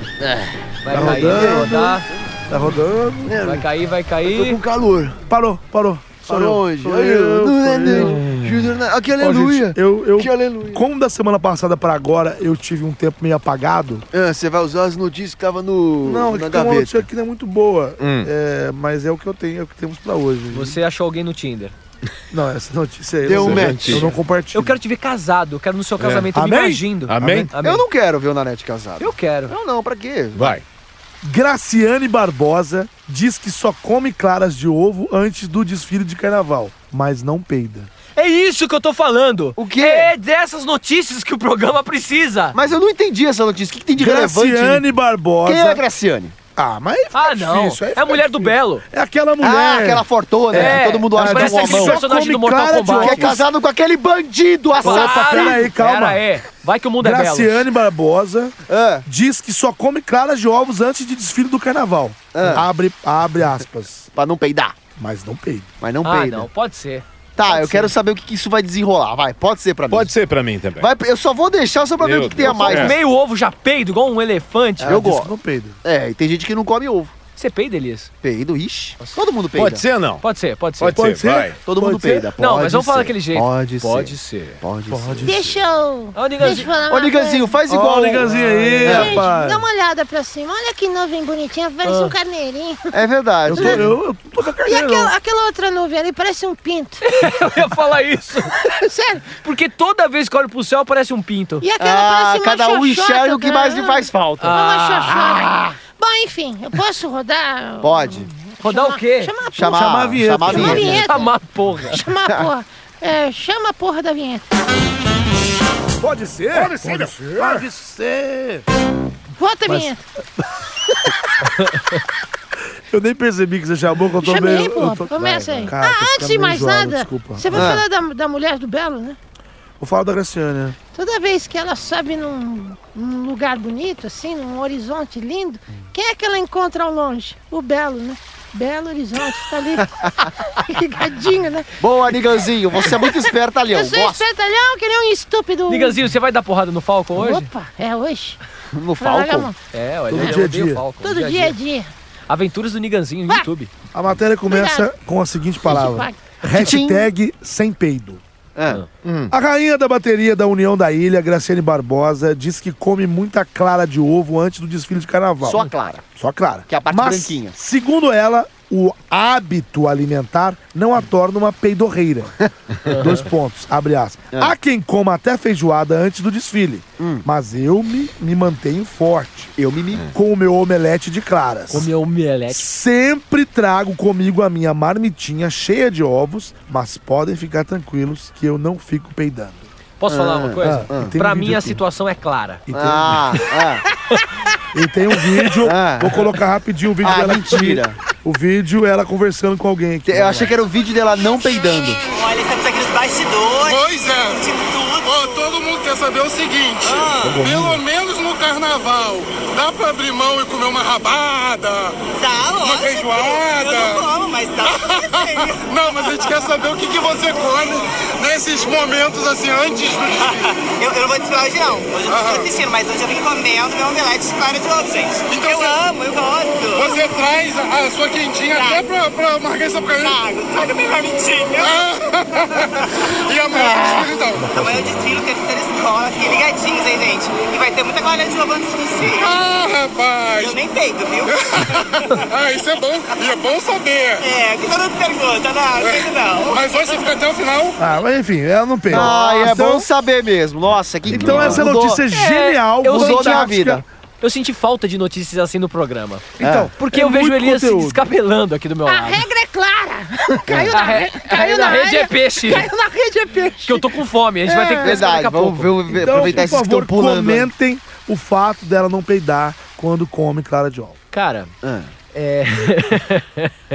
[SPEAKER 1] Vai cair, vai rodar.
[SPEAKER 2] Tá rodando.
[SPEAKER 1] Vai cair, vai
[SPEAKER 6] Tô com
[SPEAKER 1] cair.
[SPEAKER 6] calor.
[SPEAKER 2] Parou, parou. Sou eu,
[SPEAKER 6] Parou onde?
[SPEAKER 2] sou eu,
[SPEAKER 6] Não é,
[SPEAKER 2] sou
[SPEAKER 6] não. Júnior, não. Aqui, é
[SPEAKER 2] Ó,
[SPEAKER 6] aleluia.
[SPEAKER 2] gente, eu, eu,
[SPEAKER 6] Que aleluia.
[SPEAKER 2] como da semana passada pra agora eu tive um tempo meio apagado.
[SPEAKER 6] Ah, Você vai usar as notícias que tava no,
[SPEAKER 2] Não,
[SPEAKER 6] na
[SPEAKER 2] é que tem uma
[SPEAKER 6] gaveta.
[SPEAKER 2] notícia que não é muito boa.
[SPEAKER 4] Hum.
[SPEAKER 2] É, mas é o que eu tenho, é o que temos pra hoje.
[SPEAKER 1] Você achou alguém no Tinder.
[SPEAKER 2] Não, essa notícia aí.
[SPEAKER 6] Deu
[SPEAKER 2] eu,
[SPEAKER 6] um É.
[SPEAKER 2] não-
[SPEAKER 6] match.
[SPEAKER 2] Eu não compartilho.
[SPEAKER 1] Eu quero te ver casado. Eu quero no seu casamento. Eu me
[SPEAKER 2] Amém?
[SPEAKER 1] imagino.
[SPEAKER 4] Amém?
[SPEAKER 1] Amém.
[SPEAKER 6] Eu não quero ver o Nanete casado.
[SPEAKER 1] Eu quero.
[SPEAKER 6] Não, não, pra quê?
[SPEAKER 4] Vai.
[SPEAKER 2] Graciane Barbosa diz que só come claras de ovo antes do desfile de carnaval, mas não peida.
[SPEAKER 1] É isso que eu tô falando.
[SPEAKER 6] O quê?
[SPEAKER 1] É dessas notícias que o programa precisa.
[SPEAKER 6] Mas eu não entendi essa notícia. O que, que tem de relevante?
[SPEAKER 2] Graciane Barbosa.
[SPEAKER 6] Quem é a Graciane?
[SPEAKER 2] Ah, mas aí fica
[SPEAKER 1] Ah, não.
[SPEAKER 2] difícil, aí
[SPEAKER 1] é a
[SPEAKER 2] fica
[SPEAKER 1] mulher do
[SPEAKER 2] difícil.
[SPEAKER 1] Belo.
[SPEAKER 2] É aquela mulher.
[SPEAKER 6] Ah, aquela fortona.
[SPEAKER 1] É.
[SPEAKER 6] que Todo mundo
[SPEAKER 1] Ah,
[SPEAKER 6] acha que é
[SPEAKER 1] parece
[SPEAKER 6] um
[SPEAKER 1] aquele
[SPEAKER 6] homão.
[SPEAKER 2] só
[SPEAKER 1] personagem
[SPEAKER 2] come
[SPEAKER 1] do Mortal
[SPEAKER 2] clara de
[SPEAKER 1] Kombat.
[SPEAKER 6] Que é
[SPEAKER 2] ovo.
[SPEAKER 6] casado com aquele bandido
[SPEAKER 1] Para.
[SPEAKER 6] assassino.
[SPEAKER 2] peraí, calma.
[SPEAKER 1] Pera aí. Vai que o mundo é belo.
[SPEAKER 2] Graciane Barbosa
[SPEAKER 6] Ah,
[SPEAKER 2] diz que só come claras de ovos antes de desfile do carnaval.
[SPEAKER 6] Ah.
[SPEAKER 2] Abre, abre aspas.
[SPEAKER 6] pra não peidar.
[SPEAKER 2] Mas não peida.
[SPEAKER 3] é
[SPEAKER 6] Mas
[SPEAKER 3] um
[SPEAKER 6] não
[SPEAKER 1] Ah,
[SPEAKER 6] peida.
[SPEAKER 1] não. Pode ser.
[SPEAKER 6] Tá, eu quero saber o que, que isso vai desenrolar. Vai, pode ser pra mim.
[SPEAKER 4] Pode ser pra mim também.
[SPEAKER 6] Vai, eu só vou deixar só pra ver
[SPEAKER 4] Meu
[SPEAKER 6] o que, que tem a
[SPEAKER 4] Deus,
[SPEAKER 6] mais. Ah,
[SPEAKER 4] é.
[SPEAKER 1] Meio ovo já peido, igual um elefante.
[SPEAKER 6] Eu gosto.
[SPEAKER 2] Não peida.
[SPEAKER 6] É, e tem gente que não come ovo.
[SPEAKER 1] Você peida, Elias?
[SPEAKER 6] Peido, ixi. Todo mundo peida.
[SPEAKER 4] Pode ser ou não?
[SPEAKER 1] Pode ser, pode ser.
[SPEAKER 4] Pode,
[SPEAKER 2] Pode
[SPEAKER 4] ser,
[SPEAKER 2] ser?
[SPEAKER 4] vai.
[SPEAKER 6] Todo mundo
[SPEAKER 2] Pode ser?
[SPEAKER 6] peida.
[SPEAKER 1] Não,
[SPEAKER 6] pode
[SPEAKER 1] mas vamos falar
[SPEAKER 6] ser.
[SPEAKER 1] daquele jeito.
[SPEAKER 6] Pode,
[SPEAKER 1] Pode
[SPEAKER 6] ser.
[SPEAKER 1] ser.
[SPEAKER 6] Pode, ser.
[SPEAKER 9] Deixa eu.
[SPEAKER 1] Olha
[SPEAKER 9] Deixa eu
[SPEAKER 1] o Niganzinho.
[SPEAKER 9] falar
[SPEAKER 6] Ô,
[SPEAKER 9] uma
[SPEAKER 6] Niganzinho, faz igual.
[SPEAKER 2] Ó, o Niganzinho aí,
[SPEAKER 6] É.
[SPEAKER 9] coisa. Gente,
[SPEAKER 2] rapaz.
[SPEAKER 9] dá uma olhada pra cima. Olha que nuvem bonitinha. Parece um carneirinho.
[SPEAKER 6] É
[SPEAKER 2] Eu
[SPEAKER 6] verdade.
[SPEAKER 2] tô, eu, eu tô com a
[SPEAKER 9] E
[SPEAKER 2] carneira, não.
[SPEAKER 9] aquela, aquela outra nuvem ali parece um pinto.
[SPEAKER 1] Eu ia falar isso.
[SPEAKER 9] Sério.
[SPEAKER 1] Porque toda vez que eu olho pro céu, aparece um pinto.
[SPEAKER 9] E aquela
[SPEAKER 6] Ah,
[SPEAKER 9] parece uma
[SPEAKER 6] cada um
[SPEAKER 9] xoxota,
[SPEAKER 6] enxerga o que
[SPEAKER 9] cara.
[SPEAKER 6] mais lhe faz falta.
[SPEAKER 9] É uma
[SPEAKER 1] Ah.
[SPEAKER 9] xoxota. Bom, enfim, eu posso rodar.
[SPEAKER 6] Pode.
[SPEAKER 1] Rodar o quê?
[SPEAKER 9] Chama a porra.
[SPEAKER 6] Chamar,
[SPEAKER 2] Chamar a vinheta.
[SPEAKER 6] Chamar
[SPEAKER 9] Chama a vinheta.
[SPEAKER 2] Tá
[SPEAKER 1] Chamar porra.
[SPEAKER 9] Chama a porra. É, chama a porra da vinheta.
[SPEAKER 2] Pode ser? Pode ser. Pode ser.
[SPEAKER 9] Volta a vinheta.
[SPEAKER 2] Eu nem percebi que você chamou, que eu tô
[SPEAKER 9] Chamei,
[SPEAKER 2] meio...
[SPEAKER 9] pô.
[SPEAKER 2] eu tô-
[SPEAKER 9] Começa
[SPEAKER 2] Vai,
[SPEAKER 9] aí. ah,
[SPEAKER 2] cara, tô
[SPEAKER 9] antes
[SPEAKER 2] ficando
[SPEAKER 9] de
[SPEAKER 2] meio
[SPEAKER 9] mais
[SPEAKER 2] zoado,
[SPEAKER 9] nada,
[SPEAKER 2] Desculpa.
[SPEAKER 9] você vai
[SPEAKER 6] Ah.
[SPEAKER 9] falar da, da mulher do Belo, né?
[SPEAKER 2] Eu falo da Graciane.
[SPEAKER 9] Toda vez que ela sobe num, num lugar bonito, assim, num horizonte lindo, quem é que ela encontra ao longe? O Belo, né? Belo Horizonte, tá ali. Ligadinho, né?
[SPEAKER 6] Boa, Niganzinho, você é muito esperto ali, eu,
[SPEAKER 9] Eu sou
[SPEAKER 6] gosto.
[SPEAKER 9] espertalhão que nem um estúpido.
[SPEAKER 1] Niganzinho, você vai dar porrada no Falcon hoje?
[SPEAKER 9] Opa, é hoje.
[SPEAKER 6] No
[SPEAKER 9] Trabalha
[SPEAKER 6] Falcon.
[SPEAKER 9] muito.
[SPEAKER 1] É, olha,
[SPEAKER 2] Todo
[SPEAKER 1] ele
[SPEAKER 2] dia a
[SPEAKER 1] odeia o
[SPEAKER 2] dia.
[SPEAKER 1] Falcon.
[SPEAKER 9] Todo dia é dia.
[SPEAKER 1] Aventuras do Niganzinho no
[SPEAKER 9] Ah!
[SPEAKER 1] YouTube.
[SPEAKER 2] A matéria começa com a seguinte palavra: hashtag sem peido.
[SPEAKER 6] É.
[SPEAKER 9] Hum.
[SPEAKER 2] A rainha da bateria da União da Ilha, Graciane Barbosa, diz que come muita clara de ovo antes do desfile de carnaval.
[SPEAKER 6] Só a Clara.
[SPEAKER 2] Só clara.
[SPEAKER 6] Que é a parte
[SPEAKER 2] Mas,
[SPEAKER 6] branquinha.
[SPEAKER 2] Segundo ela, o hábito alimentar não a torna uma peidorreira. Dois pontos, abre aspas.
[SPEAKER 6] É.
[SPEAKER 2] Há quem coma até feijoada antes do desfile,
[SPEAKER 6] Hum.
[SPEAKER 2] mas eu me, me mantenho forte
[SPEAKER 6] Eu mimi.
[SPEAKER 2] com o meu omelete de claras.
[SPEAKER 1] Comeu omelete.
[SPEAKER 2] Sempre trago comigo a minha marmitinha cheia de ovos, mas podem ficar tranquilos que eu não fico peidando.
[SPEAKER 1] Posso falar uma coisa?
[SPEAKER 2] ah, ah. Tem
[SPEAKER 1] pra
[SPEAKER 2] um vídeo
[SPEAKER 1] mim a
[SPEAKER 2] aqui.
[SPEAKER 1] situação é clara.
[SPEAKER 2] E tem, um
[SPEAKER 6] Ah, ah.
[SPEAKER 2] e tem um vídeo,
[SPEAKER 6] Ah.
[SPEAKER 2] vou colocar rapidinho o vídeo
[SPEAKER 6] Ah,
[SPEAKER 2] dela.
[SPEAKER 6] mentira.
[SPEAKER 2] O vídeo ela conversando com alguém aqui.
[SPEAKER 6] Eu achei que era o vídeo dela não peidando.
[SPEAKER 8] Olha, estamos aqui nos bastidores.
[SPEAKER 10] Pois é.
[SPEAKER 8] de tudo.
[SPEAKER 10] Ô, todo mundo quer saber o seguinte: Ah, pelo menos no carnaval, dá pra abrir mão e comer uma rabada?
[SPEAKER 8] Tá, lógico.
[SPEAKER 10] feijoada.
[SPEAKER 8] Eu não como, mas tá acontecendo.
[SPEAKER 10] Não, mas a gente quer saber o que, que você come nesses momentos assim, antes do desfile.
[SPEAKER 8] eu, eu não vou desfilar hoje, não. Hoje eu não
[SPEAKER 10] Aham.
[SPEAKER 8] tô assistindo, mas hoje eu vim comendo meu omelete de clara de ovo, gente.
[SPEAKER 10] Então
[SPEAKER 8] eu
[SPEAKER 10] você-
[SPEAKER 8] amo, eu gosto.
[SPEAKER 10] Você traz a, a sua quentinha
[SPEAKER 8] Tá.
[SPEAKER 10] até pra, pra Marquês Sapucaí.
[SPEAKER 8] Trago, trago minha marmitinha.
[SPEAKER 10] Ah. e amanhã é desfile então.
[SPEAKER 8] Amanhã eu desfilo, terceira escola. Fiquem ligadinhos aí, gente. E vai ter muita clara de ovo antes do desfile.
[SPEAKER 10] Ah,
[SPEAKER 8] Eu
[SPEAKER 10] rapaz.
[SPEAKER 8] nem peido, viu?
[SPEAKER 10] ah, isso é bom. E é bom saber.
[SPEAKER 8] é, que todo mundo pergunta, não, não peido não.
[SPEAKER 10] Mas hoje você fica até o final.
[SPEAKER 2] Ah, mas enfim, ela não peida.
[SPEAKER 6] Ah, e é
[SPEAKER 2] então,
[SPEAKER 6] bom saber mesmo. Nossa, que
[SPEAKER 2] então essa
[SPEAKER 6] mudou.
[SPEAKER 2] notícia é genial.
[SPEAKER 1] eu
[SPEAKER 6] Mudou
[SPEAKER 1] senti
[SPEAKER 6] da
[SPEAKER 1] a
[SPEAKER 6] vida.
[SPEAKER 1] Eu senti falta de notícias assim no programa.
[SPEAKER 2] Então,
[SPEAKER 1] Porque
[SPEAKER 2] é
[SPEAKER 1] eu vejo
[SPEAKER 2] muito
[SPEAKER 1] Elias se
[SPEAKER 2] conteúdo.
[SPEAKER 1] descabelando aqui do meu
[SPEAKER 9] A
[SPEAKER 1] lado.
[SPEAKER 9] regra é clara. Caiu
[SPEAKER 1] A
[SPEAKER 9] na,
[SPEAKER 1] re-
[SPEAKER 9] re...
[SPEAKER 1] a
[SPEAKER 9] caiu
[SPEAKER 1] na
[SPEAKER 9] na
[SPEAKER 1] rede é
[SPEAKER 9] área,
[SPEAKER 1] peixe.
[SPEAKER 9] Caiu na rede é peixe.
[SPEAKER 1] Que eu tô com fome, a gente vai ter que pescar
[SPEAKER 6] É. Verdade,
[SPEAKER 1] daqui a pouco.
[SPEAKER 6] vamos ver, ver-
[SPEAKER 2] Então,
[SPEAKER 6] aproveitar
[SPEAKER 2] por
[SPEAKER 6] esses que estão
[SPEAKER 2] favor,
[SPEAKER 6] pulando. né?
[SPEAKER 2] comentem o fato dela não peidar quando come clara de ovo.
[SPEAKER 1] Cara,
[SPEAKER 6] Ah.
[SPEAKER 1] é.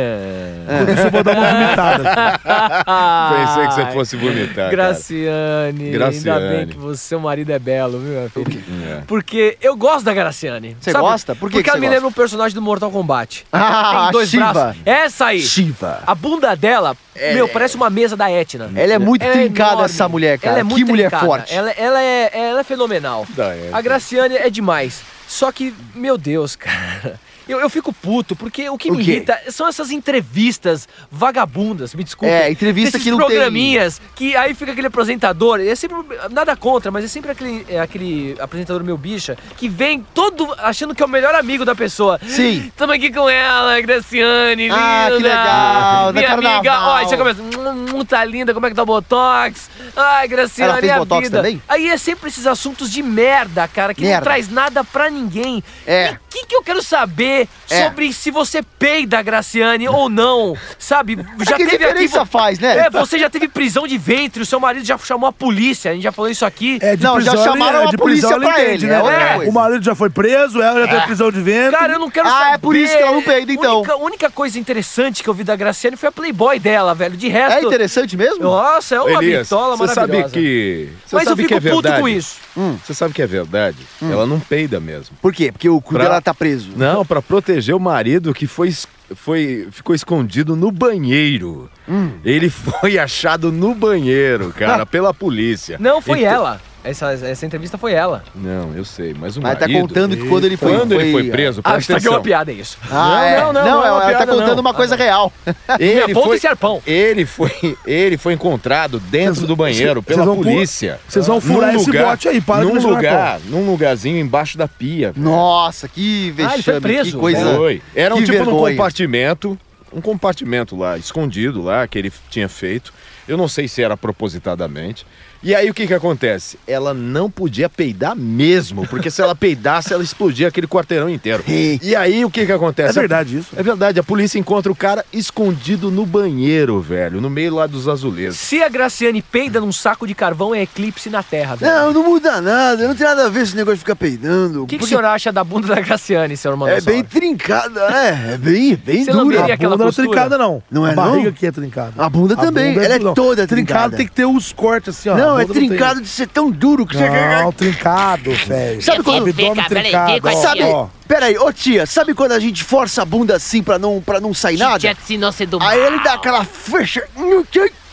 [SPEAKER 2] Por isso eu vou dar uma vomitada. assim.
[SPEAKER 4] Pensei que você fosse vomitar.
[SPEAKER 1] Graciane, ainda
[SPEAKER 4] Graciane.
[SPEAKER 1] bem que você, seu marido é belo, viu, minha filha?
[SPEAKER 4] Cara.
[SPEAKER 1] Porque eu gosto da Graciane.
[SPEAKER 6] Você
[SPEAKER 1] sabe?
[SPEAKER 6] gosta? Por que
[SPEAKER 1] Porque
[SPEAKER 6] que
[SPEAKER 1] ela
[SPEAKER 6] você
[SPEAKER 1] me
[SPEAKER 6] gosta?
[SPEAKER 1] lembra um personagem do Mortal Kombat.
[SPEAKER 6] Ah,
[SPEAKER 1] Tem dois
[SPEAKER 6] Shiva.
[SPEAKER 1] braços. Essa aí.
[SPEAKER 6] Shiva. É.
[SPEAKER 1] A bunda dela, meu, parece uma mesa da Etna.
[SPEAKER 6] Ela é muito trincada,
[SPEAKER 1] enorme.
[SPEAKER 6] essa mulher, cara.
[SPEAKER 1] Ela é
[SPEAKER 6] Que
[SPEAKER 1] muito
[SPEAKER 6] mulher
[SPEAKER 1] trincada.
[SPEAKER 6] forte.
[SPEAKER 1] Ela, ela é, ela é fenomenal.
[SPEAKER 4] Da Etna.
[SPEAKER 1] A Graciane é demais. Só que, meu Deus, cara. Eu, eu fico puto, porque o que
[SPEAKER 6] O
[SPEAKER 1] me
[SPEAKER 6] quê?
[SPEAKER 1] irrita são essas entrevistas vagabundas, me desculpe.
[SPEAKER 6] É, entrevista
[SPEAKER 1] desses
[SPEAKER 6] que não tem-
[SPEAKER 1] programinhas, que aí fica aquele apresentador, é sempre, nada contra, mas é sempre aquele, é aquele apresentador meu bicha, que vem todo achando que é o melhor amigo da pessoa.
[SPEAKER 6] Sim.
[SPEAKER 1] Tamo aqui com ela, Graciane,
[SPEAKER 6] Ah, que
[SPEAKER 1] linda.
[SPEAKER 6] legal, da
[SPEAKER 1] Minha amiga,
[SPEAKER 6] Carnaval.
[SPEAKER 1] ó, já começa, "Hum, tá linda, como é que tá o Botox? Ai, Graciane,
[SPEAKER 6] Ela fez
[SPEAKER 1] é a
[SPEAKER 6] Botox
[SPEAKER 1] vida.
[SPEAKER 6] também?
[SPEAKER 1] Aí é sempre esses assuntos de merda, cara, que não
[SPEAKER 6] Merda.
[SPEAKER 1] traz nada pra ninguém.
[SPEAKER 6] É.
[SPEAKER 1] E o que, que eu quero saber
[SPEAKER 6] É.
[SPEAKER 1] sobre se você peida, Graciane, ou não? Sabe? Já
[SPEAKER 6] É que diferença
[SPEAKER 1] vo-
[SPEAKER 6] faz, né?
[SPEAKER 1] É, você já teve prisão de ventre, o seu marido já chamou a polícia, a gente já falou isso aqui.
[SPEAKER 2] É de
[SPEAKER 6] Não, já
[SPEAKER 2] prisão, ela-
[SPEAKER 6] chamaram a
[SPEAKER 2] é de prisão,
[SPEAKER 6] polícia
[SPEAKER 2] ela
[SPEAKER 6] pra
[SPEAKER 2] entende,
[SPEAKER 6] ele, é outra
[SPEAKER 2] né?
[SPEAKER 6] coisa. É.
[SPEAKER 2] O marido já foi preso, ela já tem prisão de ventre.
[SPEAKER 1] Cara, eu não quero saber.
[SPEAKER 6] Ah, é por isso que ela não peida, então.
[SPEAKER 1] A única, única coisa interessante que eu vi da Graciane foi a Playboy dela, velho. De resto.
[SPEAKER 6] É interessante mesmo?
[SPEAKER 1] Nossa, é uma
[SPEAKER 4] Elias,
[SPEAKER 1] bitola
[SPEAKER 4] você
[SPEAKER 1] maravilhosa.
[SPEAKER 4] sabe que. Você
[SPEAKER 1] Mas eu
[SPEAKER 4] sabe
[SPEAKER 1] fico
[SPEAKER 4] que é
[SPEAKER 1] puto
[SPEAKER 4] verdade?
[SPEAKER 1] com isso.
[SPEAKER 6] Hum.
[SPEAKER 4] Você sabe que é verdade? Ela não peida mesmo.
[SPEAKER 6] Por quê? Hum. Porque o cu
[SPEAKER 4] Pra-
[SPEAKER 6] dela tá preso.
[SPEAKER 4] Não, pra proteger o marido que foi, es- foi ficou escondido no banheiro.
[SPEAKER 6] Hum.
[SPEAKER 4] Ele foi achado no banheiro, cara, pela polícia.
[SPEAKER 1] Não, foi
[SPEAKER 4] Então-
[SPEAKER 1] ela. Essa, essa entrevista foi ela.
[SPEAKER 4] Não, eu sei, mas o
[SPEAKER 6] Mas tá
[SPEAKER 4] marido.
[SPEAKER 6] contando que quando ele foi.
[SPEAKER 4] Quando ele foi preso,
[SPEAKER 1] Ah,
[SPEAKER 4] presta
[SPEAKER 1] isso aqui é uma
[SPEAKER 4] atenção.
[SPEAKER 1] piada, é isso.
[SPEAKER 6] Ah, é. não, não,
[SPEAKER 1] é uma
[SPEAKER 6] ela
[SPEAKER 1] piada,
[SPEAKER 6] tá contando
[SPEAKER 1] não.
[SPEAKER 6] uma coisa real.
[SPEAKER 1] Minha
[SPEAKER 4] Ele
[SPEAKER 1] ponta
[SPEAKER 4] foi,
[SPEAKER 1] esse arpão.
[SPEAKER 4] ele foi, ele foi encontrado dentro
[SPEAKER 2] Vocês-
[SPEAKER 4] do banheiro
[SPEAKER 2] vocês-
[SPEAKER 4] pela
[SPEAKER 2] vocês vão pu-
[SPEAKER 4] polícia.
[SPEAKER 2] vocês vão furar esse bote aí, para de
[SPEAKER 4] num
[SPEAKER 2] mexer no
[SPEAKER 4] lugar, num lugarzinho embaixo da pia. velho.
[SPEAKER 6] Nossa, que vexame,
[SPEAKER 1] Ah, ele foi preso.
[SPEAKER 6] que coisa.
[SPEAKER 4] Foi. Era um
[SPEAKER 6] que
[SPEAKER 4] tipo num
[SPEAKER 6] vergonha.
[SPEAKER 4] compartimento, um compartimento lá, escondido lá, que ele tinha feito. Eu não sei se era propositadamente. E aí o que que acontece? Ela não podia peidar mesmo, porque se ela peidasse, ela explodia aquele quarteirão inteiro.
[SPEAKER 6] Ei.
[SPEAKER 4] E aí o que que
[SPEAKER 2] É
[SPEAKER 4] acontece?
[SPEAKER 2] verdade isso.
[SPEAKER 4] É verdade, a polícia encontra o cara escondido no banheiro, velho, no meio lá dos azulejos.
[SPEAKER 1] Se a Graciane peida num saco de carvão, é eclipse na Terra, velho.
[SPEAKER 6] Não, não muda nada, não tem nada a ver esse negócio de ficar peidando.
[SPEAKER 1] O que, que o
[SPEAKER 6] porque
[SPEAKER 1] senhor acha da bunda da Graciane, senhor
[SPEAKER 6] é
[SPEAKER 1] Manossauro?
[SPEAKER 6] bem trincada, né? É bem, bem
[SPEAKER 1] Você
[SPEAKER 6] dura.
[SPEAKER 1] lamberia- E
[SPEAKER 2] A
[SPEAKER 1] aquela
[SPEAKER 2] bunda não é
[SPEAKER 1] costura?
[SPEAKER 2] trincada, não.
[SPEAKER 6] Não é,
[SPEAKER 2] A barriga
[SPEAKER 6] não?
[SPEAKER 2] que é trincada.
[SPEAKER 6] A bunda também, ela é
[SPEAKER 2] não.
[SPEAKER 6] toda
[SPEAKER 2] Trincada
[SPEAKER 6] trincada.
[SPEAKER 2] tem que ter os cortes assim, ó.
[SPEAKER 6] Não, Não, é
[SPEAKER 4] boca tem-
[SPEAKER 6] trincado de ser tão duro que você.
[SPEAKER 2] Não, trincado, velho.
[SPEAKER 1] É
[SPEAKER 6] Sabe quando-
[SPEAKER 2] Abdômen
[SPEAKER 3] Fica, peraí,
[SPEAKER 2] trincado,
[SPEAKER 3] fica
[SPEAKER 2] ó,
[SPEAKER 6] Sabe?
[SPEAKER 2] ó.
[SPEAKER 6] Peraí, ô tia, sabe quando a gente força a bunda assim pra não, pra não sair nada?
[SPEAKER 3] Gente, se não se do
[SPEAKER 6] Aí ele dá aquela fecha. hum,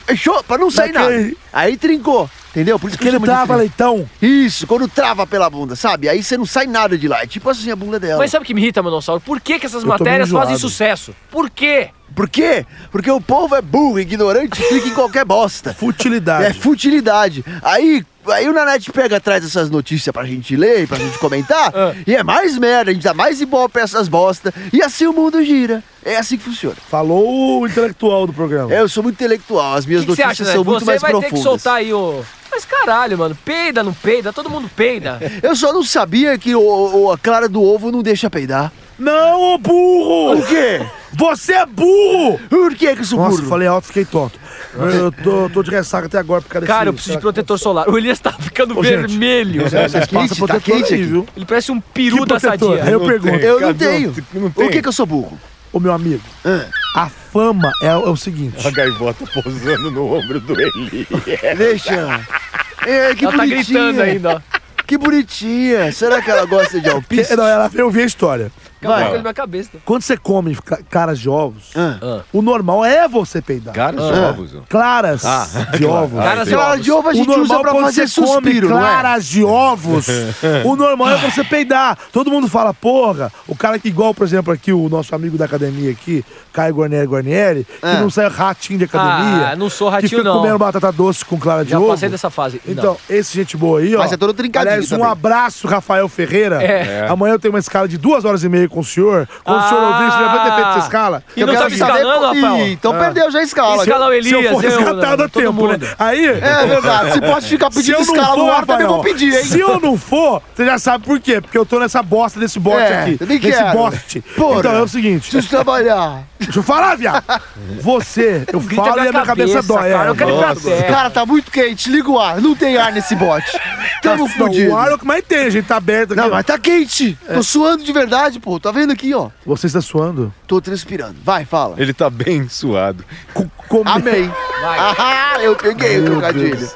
[SPEAKER 6] Fechou? Pra não sair
[SPEAKER 2] Daquele-
[SPEAKER 6] nada. Aí trincou. Entendeu? Por isso que
[SPEAKER 2] Que ele
[SPEAKER 6] chama de
[SPEAKER 2] trava
[SPEAKER 6] trinco.
[SPEAKER 2] leitão.
[SPEAKER 6] Isso, quando trava pela bunda, sabe? Aí você não sai nada de lá. É tipo assim a bunda dela.
[SPEAKER 1] Mas sabe o que me irrita, Manossauro? Por que, que essas
[SPEAKER 2] Eu tô meio
[SPEAKER 1] matérias fazem
[SPEAKER 2] enjoado.
[SPEAKER 1] sucesso? Por quê?
[SPEAKER 6] Por quê? Porque o povo é burro, ignorante, fica em qualquer bosta. É
[SPEAKER 2] Futilidade.
[SPEAKER 6] futilidade. Aí, aí o Nanete pega atrás dessas notícias pra gente ler, pra gente comentar,
[SPEAKER 1] Ah.
[SPEAKER 6] e é mais merda, a gente dá mais ibope pra essas bosta, e assim o mundo gira. É assim que funciona.
[SPEAKER 2] Falou o intelectual do programa.
[SPEAKER 6] É, eu sou muito intelectual, as
[SPEAKER 1] O
[SPEAKER 6] minhas
[SPEAKER 1] que, que você
[SPEAKER 6] notícias
[SPEAKER 1] acha, né?
[SPEAKER 6] são muito
[SPEAKER 1] Você
[SPEAKER 6] mais
[SPEAKER 1] vai ter
[SPEAKER 6] profundas.
[SPEAKER 1] que soltar aí o. Mas caralho, mano, peida, não peida, todo mundo peida.
[SPEAKER 6] Eu só não sabia que o, o- a clara do ovo não deixa peidar.
[SPEAKER 2] Não, ô burro!
[SPEAKER 6] Por quê?
[SPEAKER 2] Você é burro!
[SPEAKER 6] Por que que eu sou
[SPEAKER 2] Nossa,
[SPEAKER 6] burro?
[SPEAKER 2] falei alto, fiquei tonto. Eu tô, tô de ressaca até agora por causa desse-
[SPEAKER 1] Cara, eu preciso de protetor solar. O Elias tá ficando
[SPEAKER 2] Ô, gente.
[SPEAKER 1] vermelho.
[SPEAKER 2] Vocês
[SPEAKER 6] Tá
[SPEAKER 2] passam
[SPEAKER 6] quente, tá
[SPEAKER 2] protetor
[SPEAKER 6] quente
[SPEAKER 2] aí,
[SPEAKER 6] aqui.
[SPEAKER 2] viu?
[SPEAKER 1] Ele parece um peru
[SPEAKER 2] Que
[SPEAKER 1] da
[SPEAKER 2] protetor?
[SPEAKER 1] sadia.
[SPEAKER 2] Aí eu pergunto,
[SPEAKER 4] tenho.
[SPEAKER 6] Eu não
[SPEAKER 4] Cadê?
[SPEAKER 6] tenho.
[SPEAKER 4] Não
[SPEAKER 6] Por que
[SPEAKER 4] tem.
[SPEAKER 6] que eu sou burro?
[SPEAKER 2] ô meu amigo, Ah. a fama é, é o seguinte.
[SPEAKER 4] A gaivota posando no ombro do Eli.
[SPEAKER 6] Deixa. É, que
[SPEAKER 1] Ela tá
[SPEAKER 6] bonitinha.
[SPEAKER 1] gritando ainda, ó.
[SPEAKER 6] Que bonitinha. Será que ela gosta de alpiste?
[SPEAKER 2] Não, ela, eu vi a história.
[SPEAKER 1] Acabou
[SPEAKER 4] Vai.
[SPEAKER 1] com a minha cabeça. né?
[SPEAKER 2] Quando você come ca- caras de ovos,
[SPEAKER 6] Ah.
[SPEAKER 2] o normal é você peidar.
[SPEAKER 4] Caras novos. ó.
[SPEAKER 2] Claras de ovos.
[SPEAKER 1] Cara,
[SPEAKER 4] entendi.
[SPEAKER 1] seu
[SPEAKER 6] Clara Ah. de ovo a gente usa pra
[SPEAKER 2] quando
[SPEAKER 6] fazer
[SPEAKER 2] você come
[SPEAKER 6] suspiro, não é?
[SPEAKER 2] claras de ovos, o normal é você peidar. Todo mundo fala, porra, o cara que igual, por exemplo, aqui o nosso amigo da academia aqui, Caio Guarnieri Guarnieri,
[SPEAKER 6] Ah.
[SPEAKER 2] que não sai ratinho de academia.
[SPEAKER 1] Ah, não sou
[SPEAKER 2] que
[SPEAKER 1] ratinho,
[SPEAKER 2] fica
[SPEAKER 1] não.
[SPEAKER 2] comendo batata doce com clara de
[SPEAKER 1] Já
[SPEAKER 2] ovo.
[SPEAKER 1] passei dessa fase. Não.
[SPEAKER 2] Então, esse gente boa aí, ó.
[SPEAKER 6] Mas é todo trincadinho
[SPEAKER 2] Aliás, um
[SPEAKER 6] também.
[SPEAKER 2] abraço, Rafael Ferreira.
[SPEAKER 1] É.
[SPEAKER 2] Amanhã eu tenho uma escala de duas horas e meia com o senhor. Quando o senhor
[SPEAKER 1] Ah.
[SPEAKER 2] ouvir, o senhor já vai ter feito essa escala.
[SPEAKER 1] E não
[SPEAKER 6] quero
[SPEAKER 1] tava
[SPEAKER 6] saber
[SPEAKER 1] escalando,
[SPEAKER 6] qual-
[SPEAKER 1] Rafael?
[SPEAKER 6] Ih, então perdeu já a escala.
[SPEAKER 1] Escala o Elias,
[SPEAKER 2] Ah. Se eu for
[SPEAKER 1] não,
[SPEAKER 2] resgatado a
[SPEAKER 1] todo
[SPEAKER 2] tempo, né?
[SPEAKER 1] mundo.
[SPEAKER 2] Aí,
[SPEAKER 6] É verdade. Se pode ficar
[SPEAKER 2] se
[SPEAKER 6] pedindo
[SPEAKER 2] eu não
[SPEAKER 6] escala
[SPEAKER 2] for,
[SPEAKER 6] no ar, também
[SPEAKER 2] Rafael,
[SPEAKER 6] vou pedir, hein?
[SPEAKER 2] Se eu não for, você já sabe por quê. Porque eu tô nessa bosta desse bote
[SPEAKER 6] É,
[SPEAKER 2] aqui.
[SPEAKER 6] eu nem
[SPEAKER 2] Nesse
[SPEAKER 6] quero.
[SPEAKER 2] bote.
[SPEAKER 6] Porra.
[SPEAKER 2] Então é o seguinte.
[SPEAKER 6] Preciso trabalhar.
[SPEAKER 2] Deixa eu falar, viado. Você, eu
[SPEAKER 1] Grita
[SPEAKER 2] falo e a minha cabeça, dói.
[SPEAKER 1] Cara,
[SPEAKER 2] é.
[SPEAKER 1] eu quero ir pra
[SPEAKER 6] Nossa.
[SPEAKER 1] terra.
[SPEAKER 6] Cara, tá muito quente. Liga o ar. Não tem ar nesse bote. Tamo
[SPEAKER 2] Não, o ar é
[SPEAKER 6] fudido.
[SPEAKER 2] o que mais tem, a gente tá aberto aqui.
[SPEAKER 6] Não, mas tá quente. Tô suando de verdade, pô. Tá vendo aqui, ó?
[SPEAKER 2] Você está suando?
[SPEAKER 6] Tô transpirando. Vai, fala.
[SPEAKER 4] Ele tá bem suado.
[SPEAKER 2] Co- come-
[SPEAKER 6] Amém. Ah, eu peguei o trocadilho.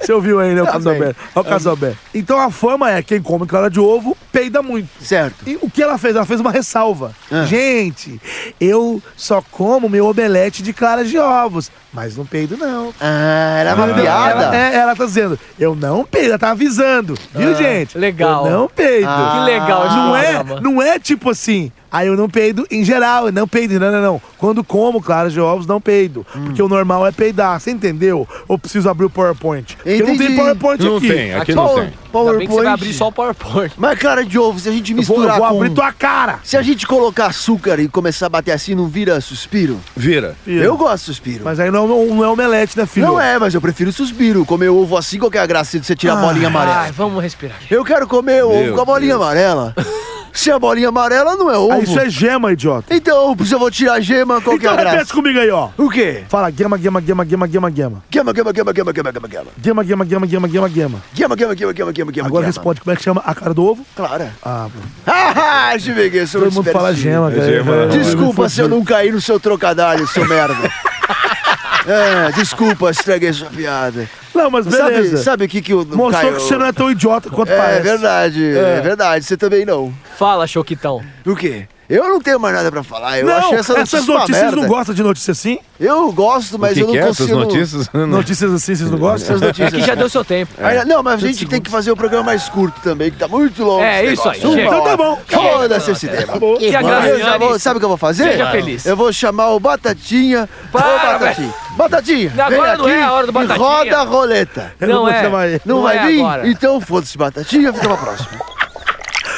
[SPEAKER 2] Você ouviu aí, né, o Casalberto?
[SPEAKER 6] Tá bem.
[SPEAKER 2] Olha o Casalberto. Então a fama é quem come clara de ovo peida muito.
[SPEAKER 6] Certo.
[SPEAKER 2] E o que ela fez? Ela fez uma ressalva.
[SPEAKER 6] Ah.
[SPEAKER 2] Gente, eu só como meu omelete de claras de ovos, mas não peido não.
[SPEAKER 6] Ah, era uma
[SPEAKER 2] Ela,
[SPEAKER 6] piada?
[SPEAKER 2] é, ela tá dizendo, eu não peido, ela tá avisando. Viu, gente?
[SPEAKER 1] Ah, legal.
[SPEAKER 2] Eu não peido.
[SPEAKER 6] Ah.
[SPEAKER 1] Que legal esse
[SPEAKER 2] Não é,
[SPEAKER 1] programa.
[SPEAKER 2] não é tipo assim, aí eu não peido em geral, eu não peido, não, não, não. Quando como claras de ovos, não peido.
[SPEAKER 6] Hum.
[SPEAKER 2] Porque o normal é peidar, você entendeu? Ou preciso abrir o PowerPoint? Porque não
[SPEAKER 6] Entendi.
[SPEAKER 2] tem PowerPoint
[SPEAKER 4] Não
[SPEAKER 2] aqui. é
[SPEAKER 4] tem, aqui
[SPEAKER 1] Aqui
[SPEAKER 4] não
[SPEAKER 6] Power-
[SPEAKER 4] tem.
[SPEAKER 1] Ainda bem que você vai
[SPEAKER 6] PowerPoint.
[SPEAKER 1] abrir só o PowerPoint.
[SPEAKER 6] Mas cara de ovo, se a gente
[SPEAKER 2] Eu vou, eu
[SPEAKER 6] misturar
[SPEAKER 2] vou
[SPEAKER 6] com...
[SPEAKER 2] abrir tua cara.
[SPEAKER 6] Se a gente colocar açúcar e começar a bater assim, não vira suspiro?
[SPEAKER 4] Vira.
[SPEAKER 6] Eu gosto de suspiro.
[SPEAKER 2] Mas aí não, não é omelete, né, filho?
[SPEAKER 6] Não é, mas eu prefiro suspiro. Comer ovo assim, qual que é a graça de você tirar a bolinha amarela?
[SPEAKER 1] Ai, vamos respirar.
[SPEAKER 6] Eu quero comer ovo
[SPEAKER 4] Meu
[SPEAKER 6] com a bolinha
[SPEAKER 4] Deus.
[SPEAKER 6] amarela. Se a bolinha amarela não é ovo.
[SPEAKER 2] Ah, isso é gema, idiota.
[SPEAKER 6] Então, se eu vou tirar a gema, qual que é
[SPEAKER 2] Então
[SPEAKER 6] a
[SPEAKER 2] repete
[SPEAKER 6] graça?
[SPEAKER 2] comigo aí, ó.
[SPEAKER 6] O quê?
[SPEAKER 2] Fala gema, gema, gema, gema, gema, gema.
[SPEAKER 6] Gema, gema, gema, gema, gema, gema, gema.
[SPEAKER 2] Gema, gema, gema, gema, gema, gema.
[SPEAKER 6] Gema, gema, gema, gema, gema, gema.
[SPEAKER 2] Agora
[SPEAKER 6] gema.
[SPEAKER 2] responde, como é que chama a cara do ovo?
[SPEAKER 6] Clara.
[SPEAKER 2] Ah,
[SPEAKER 6] Ah, Chimeguê, sou
[SPEAKER 2] todo mundo fala
[SPEAKER 6] espertinho.
[SPEAKER 2] gema, cara. É,
[SPEAKER 4] gema,
[SPEAKER 2] Eu- eu-
[SPEAKER 6] Desculpa
[SPEAKER 2] me
[SPEAKER 6] se eu
[SPEAKER 2] fudi.
[SPEAKER 6] não caí no seu trocadilho, seu merda. É, desculpa, estraguei sua piada.
[SPEAKER 2] Não, mas beleza.
[SPEAKER 6] Sabe, sabe o que que Tá, eu não
[SPEAKER 2] Mostrou
[SPEAKER 6] caio?
[SPEAKER 2] que você não é tão idiota quanto
[SPEAKER 6] É
[SPEAKER 2] parece.
[SPEAKER 6] verdade, é. verdade, você também não.
[SPEAKER 1] Fala, Choquitão.
[SPEAKER 6] O quê? Eu não tenho mais nada pra falar. Eu
[SPEAKER 2] Não,
[SPEAKER 6] achei essa notícia
[SPEAKER 2] essas
[SPEAKER 6] uma
[SPEAKER 2] notícias
[SPEAKER 6] merda.
[SPEAKER 2] não gostam de notícias assim?
[SPEAKER 6] Eu gosto, mas
[SPEAKER 4] o que,
[SPEAKER 6] eu não
[SPEAKER 4] que é
[SPEAKER 6] consigo.
[SPEAKER 4] essas notícias?
[SPEAKER 2] Notícias assim vocês não gostam?
[SPEAKER 6] Essas notícias.
[SPEAKER 1] Aqui já deu seu tempo.
[SPEAKER 6] É. Ainda- Não, mas a gente tem que fazer o programa mais curto também, que tá muito longo.
[SPEAKER 1] É,
[SPEAKER 6] esse
[SPEAKER 1] isso aí,
[SPEAKER 6] negócio. Uma
[SPEAKER 1] chega.
[SPEAKER 2] Então tá
[SPEAKER 6] hora.
[SPEAKER 2] bom.
[SPEAKER 6] Foda-se esse tema.
[SPEAKER 1] Que a
[SPEAKER 6] Eu já vou-
[SPEAKER 1] Graziane...
[SPEAKER 6] sabe o que eu vou fazer?
[SPEAKER 1] Seja feliz.
[SPEAKER 6] Eu vou chamar o Batatinha.
[SPEAKER 1] Para,
[SPEAKER 6] Ô, Batatinha. Batatinha,
[SPEAKER 1] Não,
[SPEAKER 6] vem
[SPEAKER 1] agora
[SPEAKER 6] aqui
[SPEAKER 1] não é a hora do
[SPEAKER 6] e
[SPEAKER 1] Batatinha.
[SPEAKER 6] roda a roleta.
[SPEAKER 2] Eu não
[SPEAKER 1] Não
[SPEAKER 2] vou
[SPEAKER 1] é.
[SPEAKER 2] chamar ele.
[SPEAKER 6] Não,
[SPEAKER 1] Não
[SPEAKER 6] vai
[SPEAKER 1] é
[SPEAKER 6] vir?
[SPEAKER 1] agora.
[SPEAKER 6] Então foda-se, Batatinha, fica pra próxima.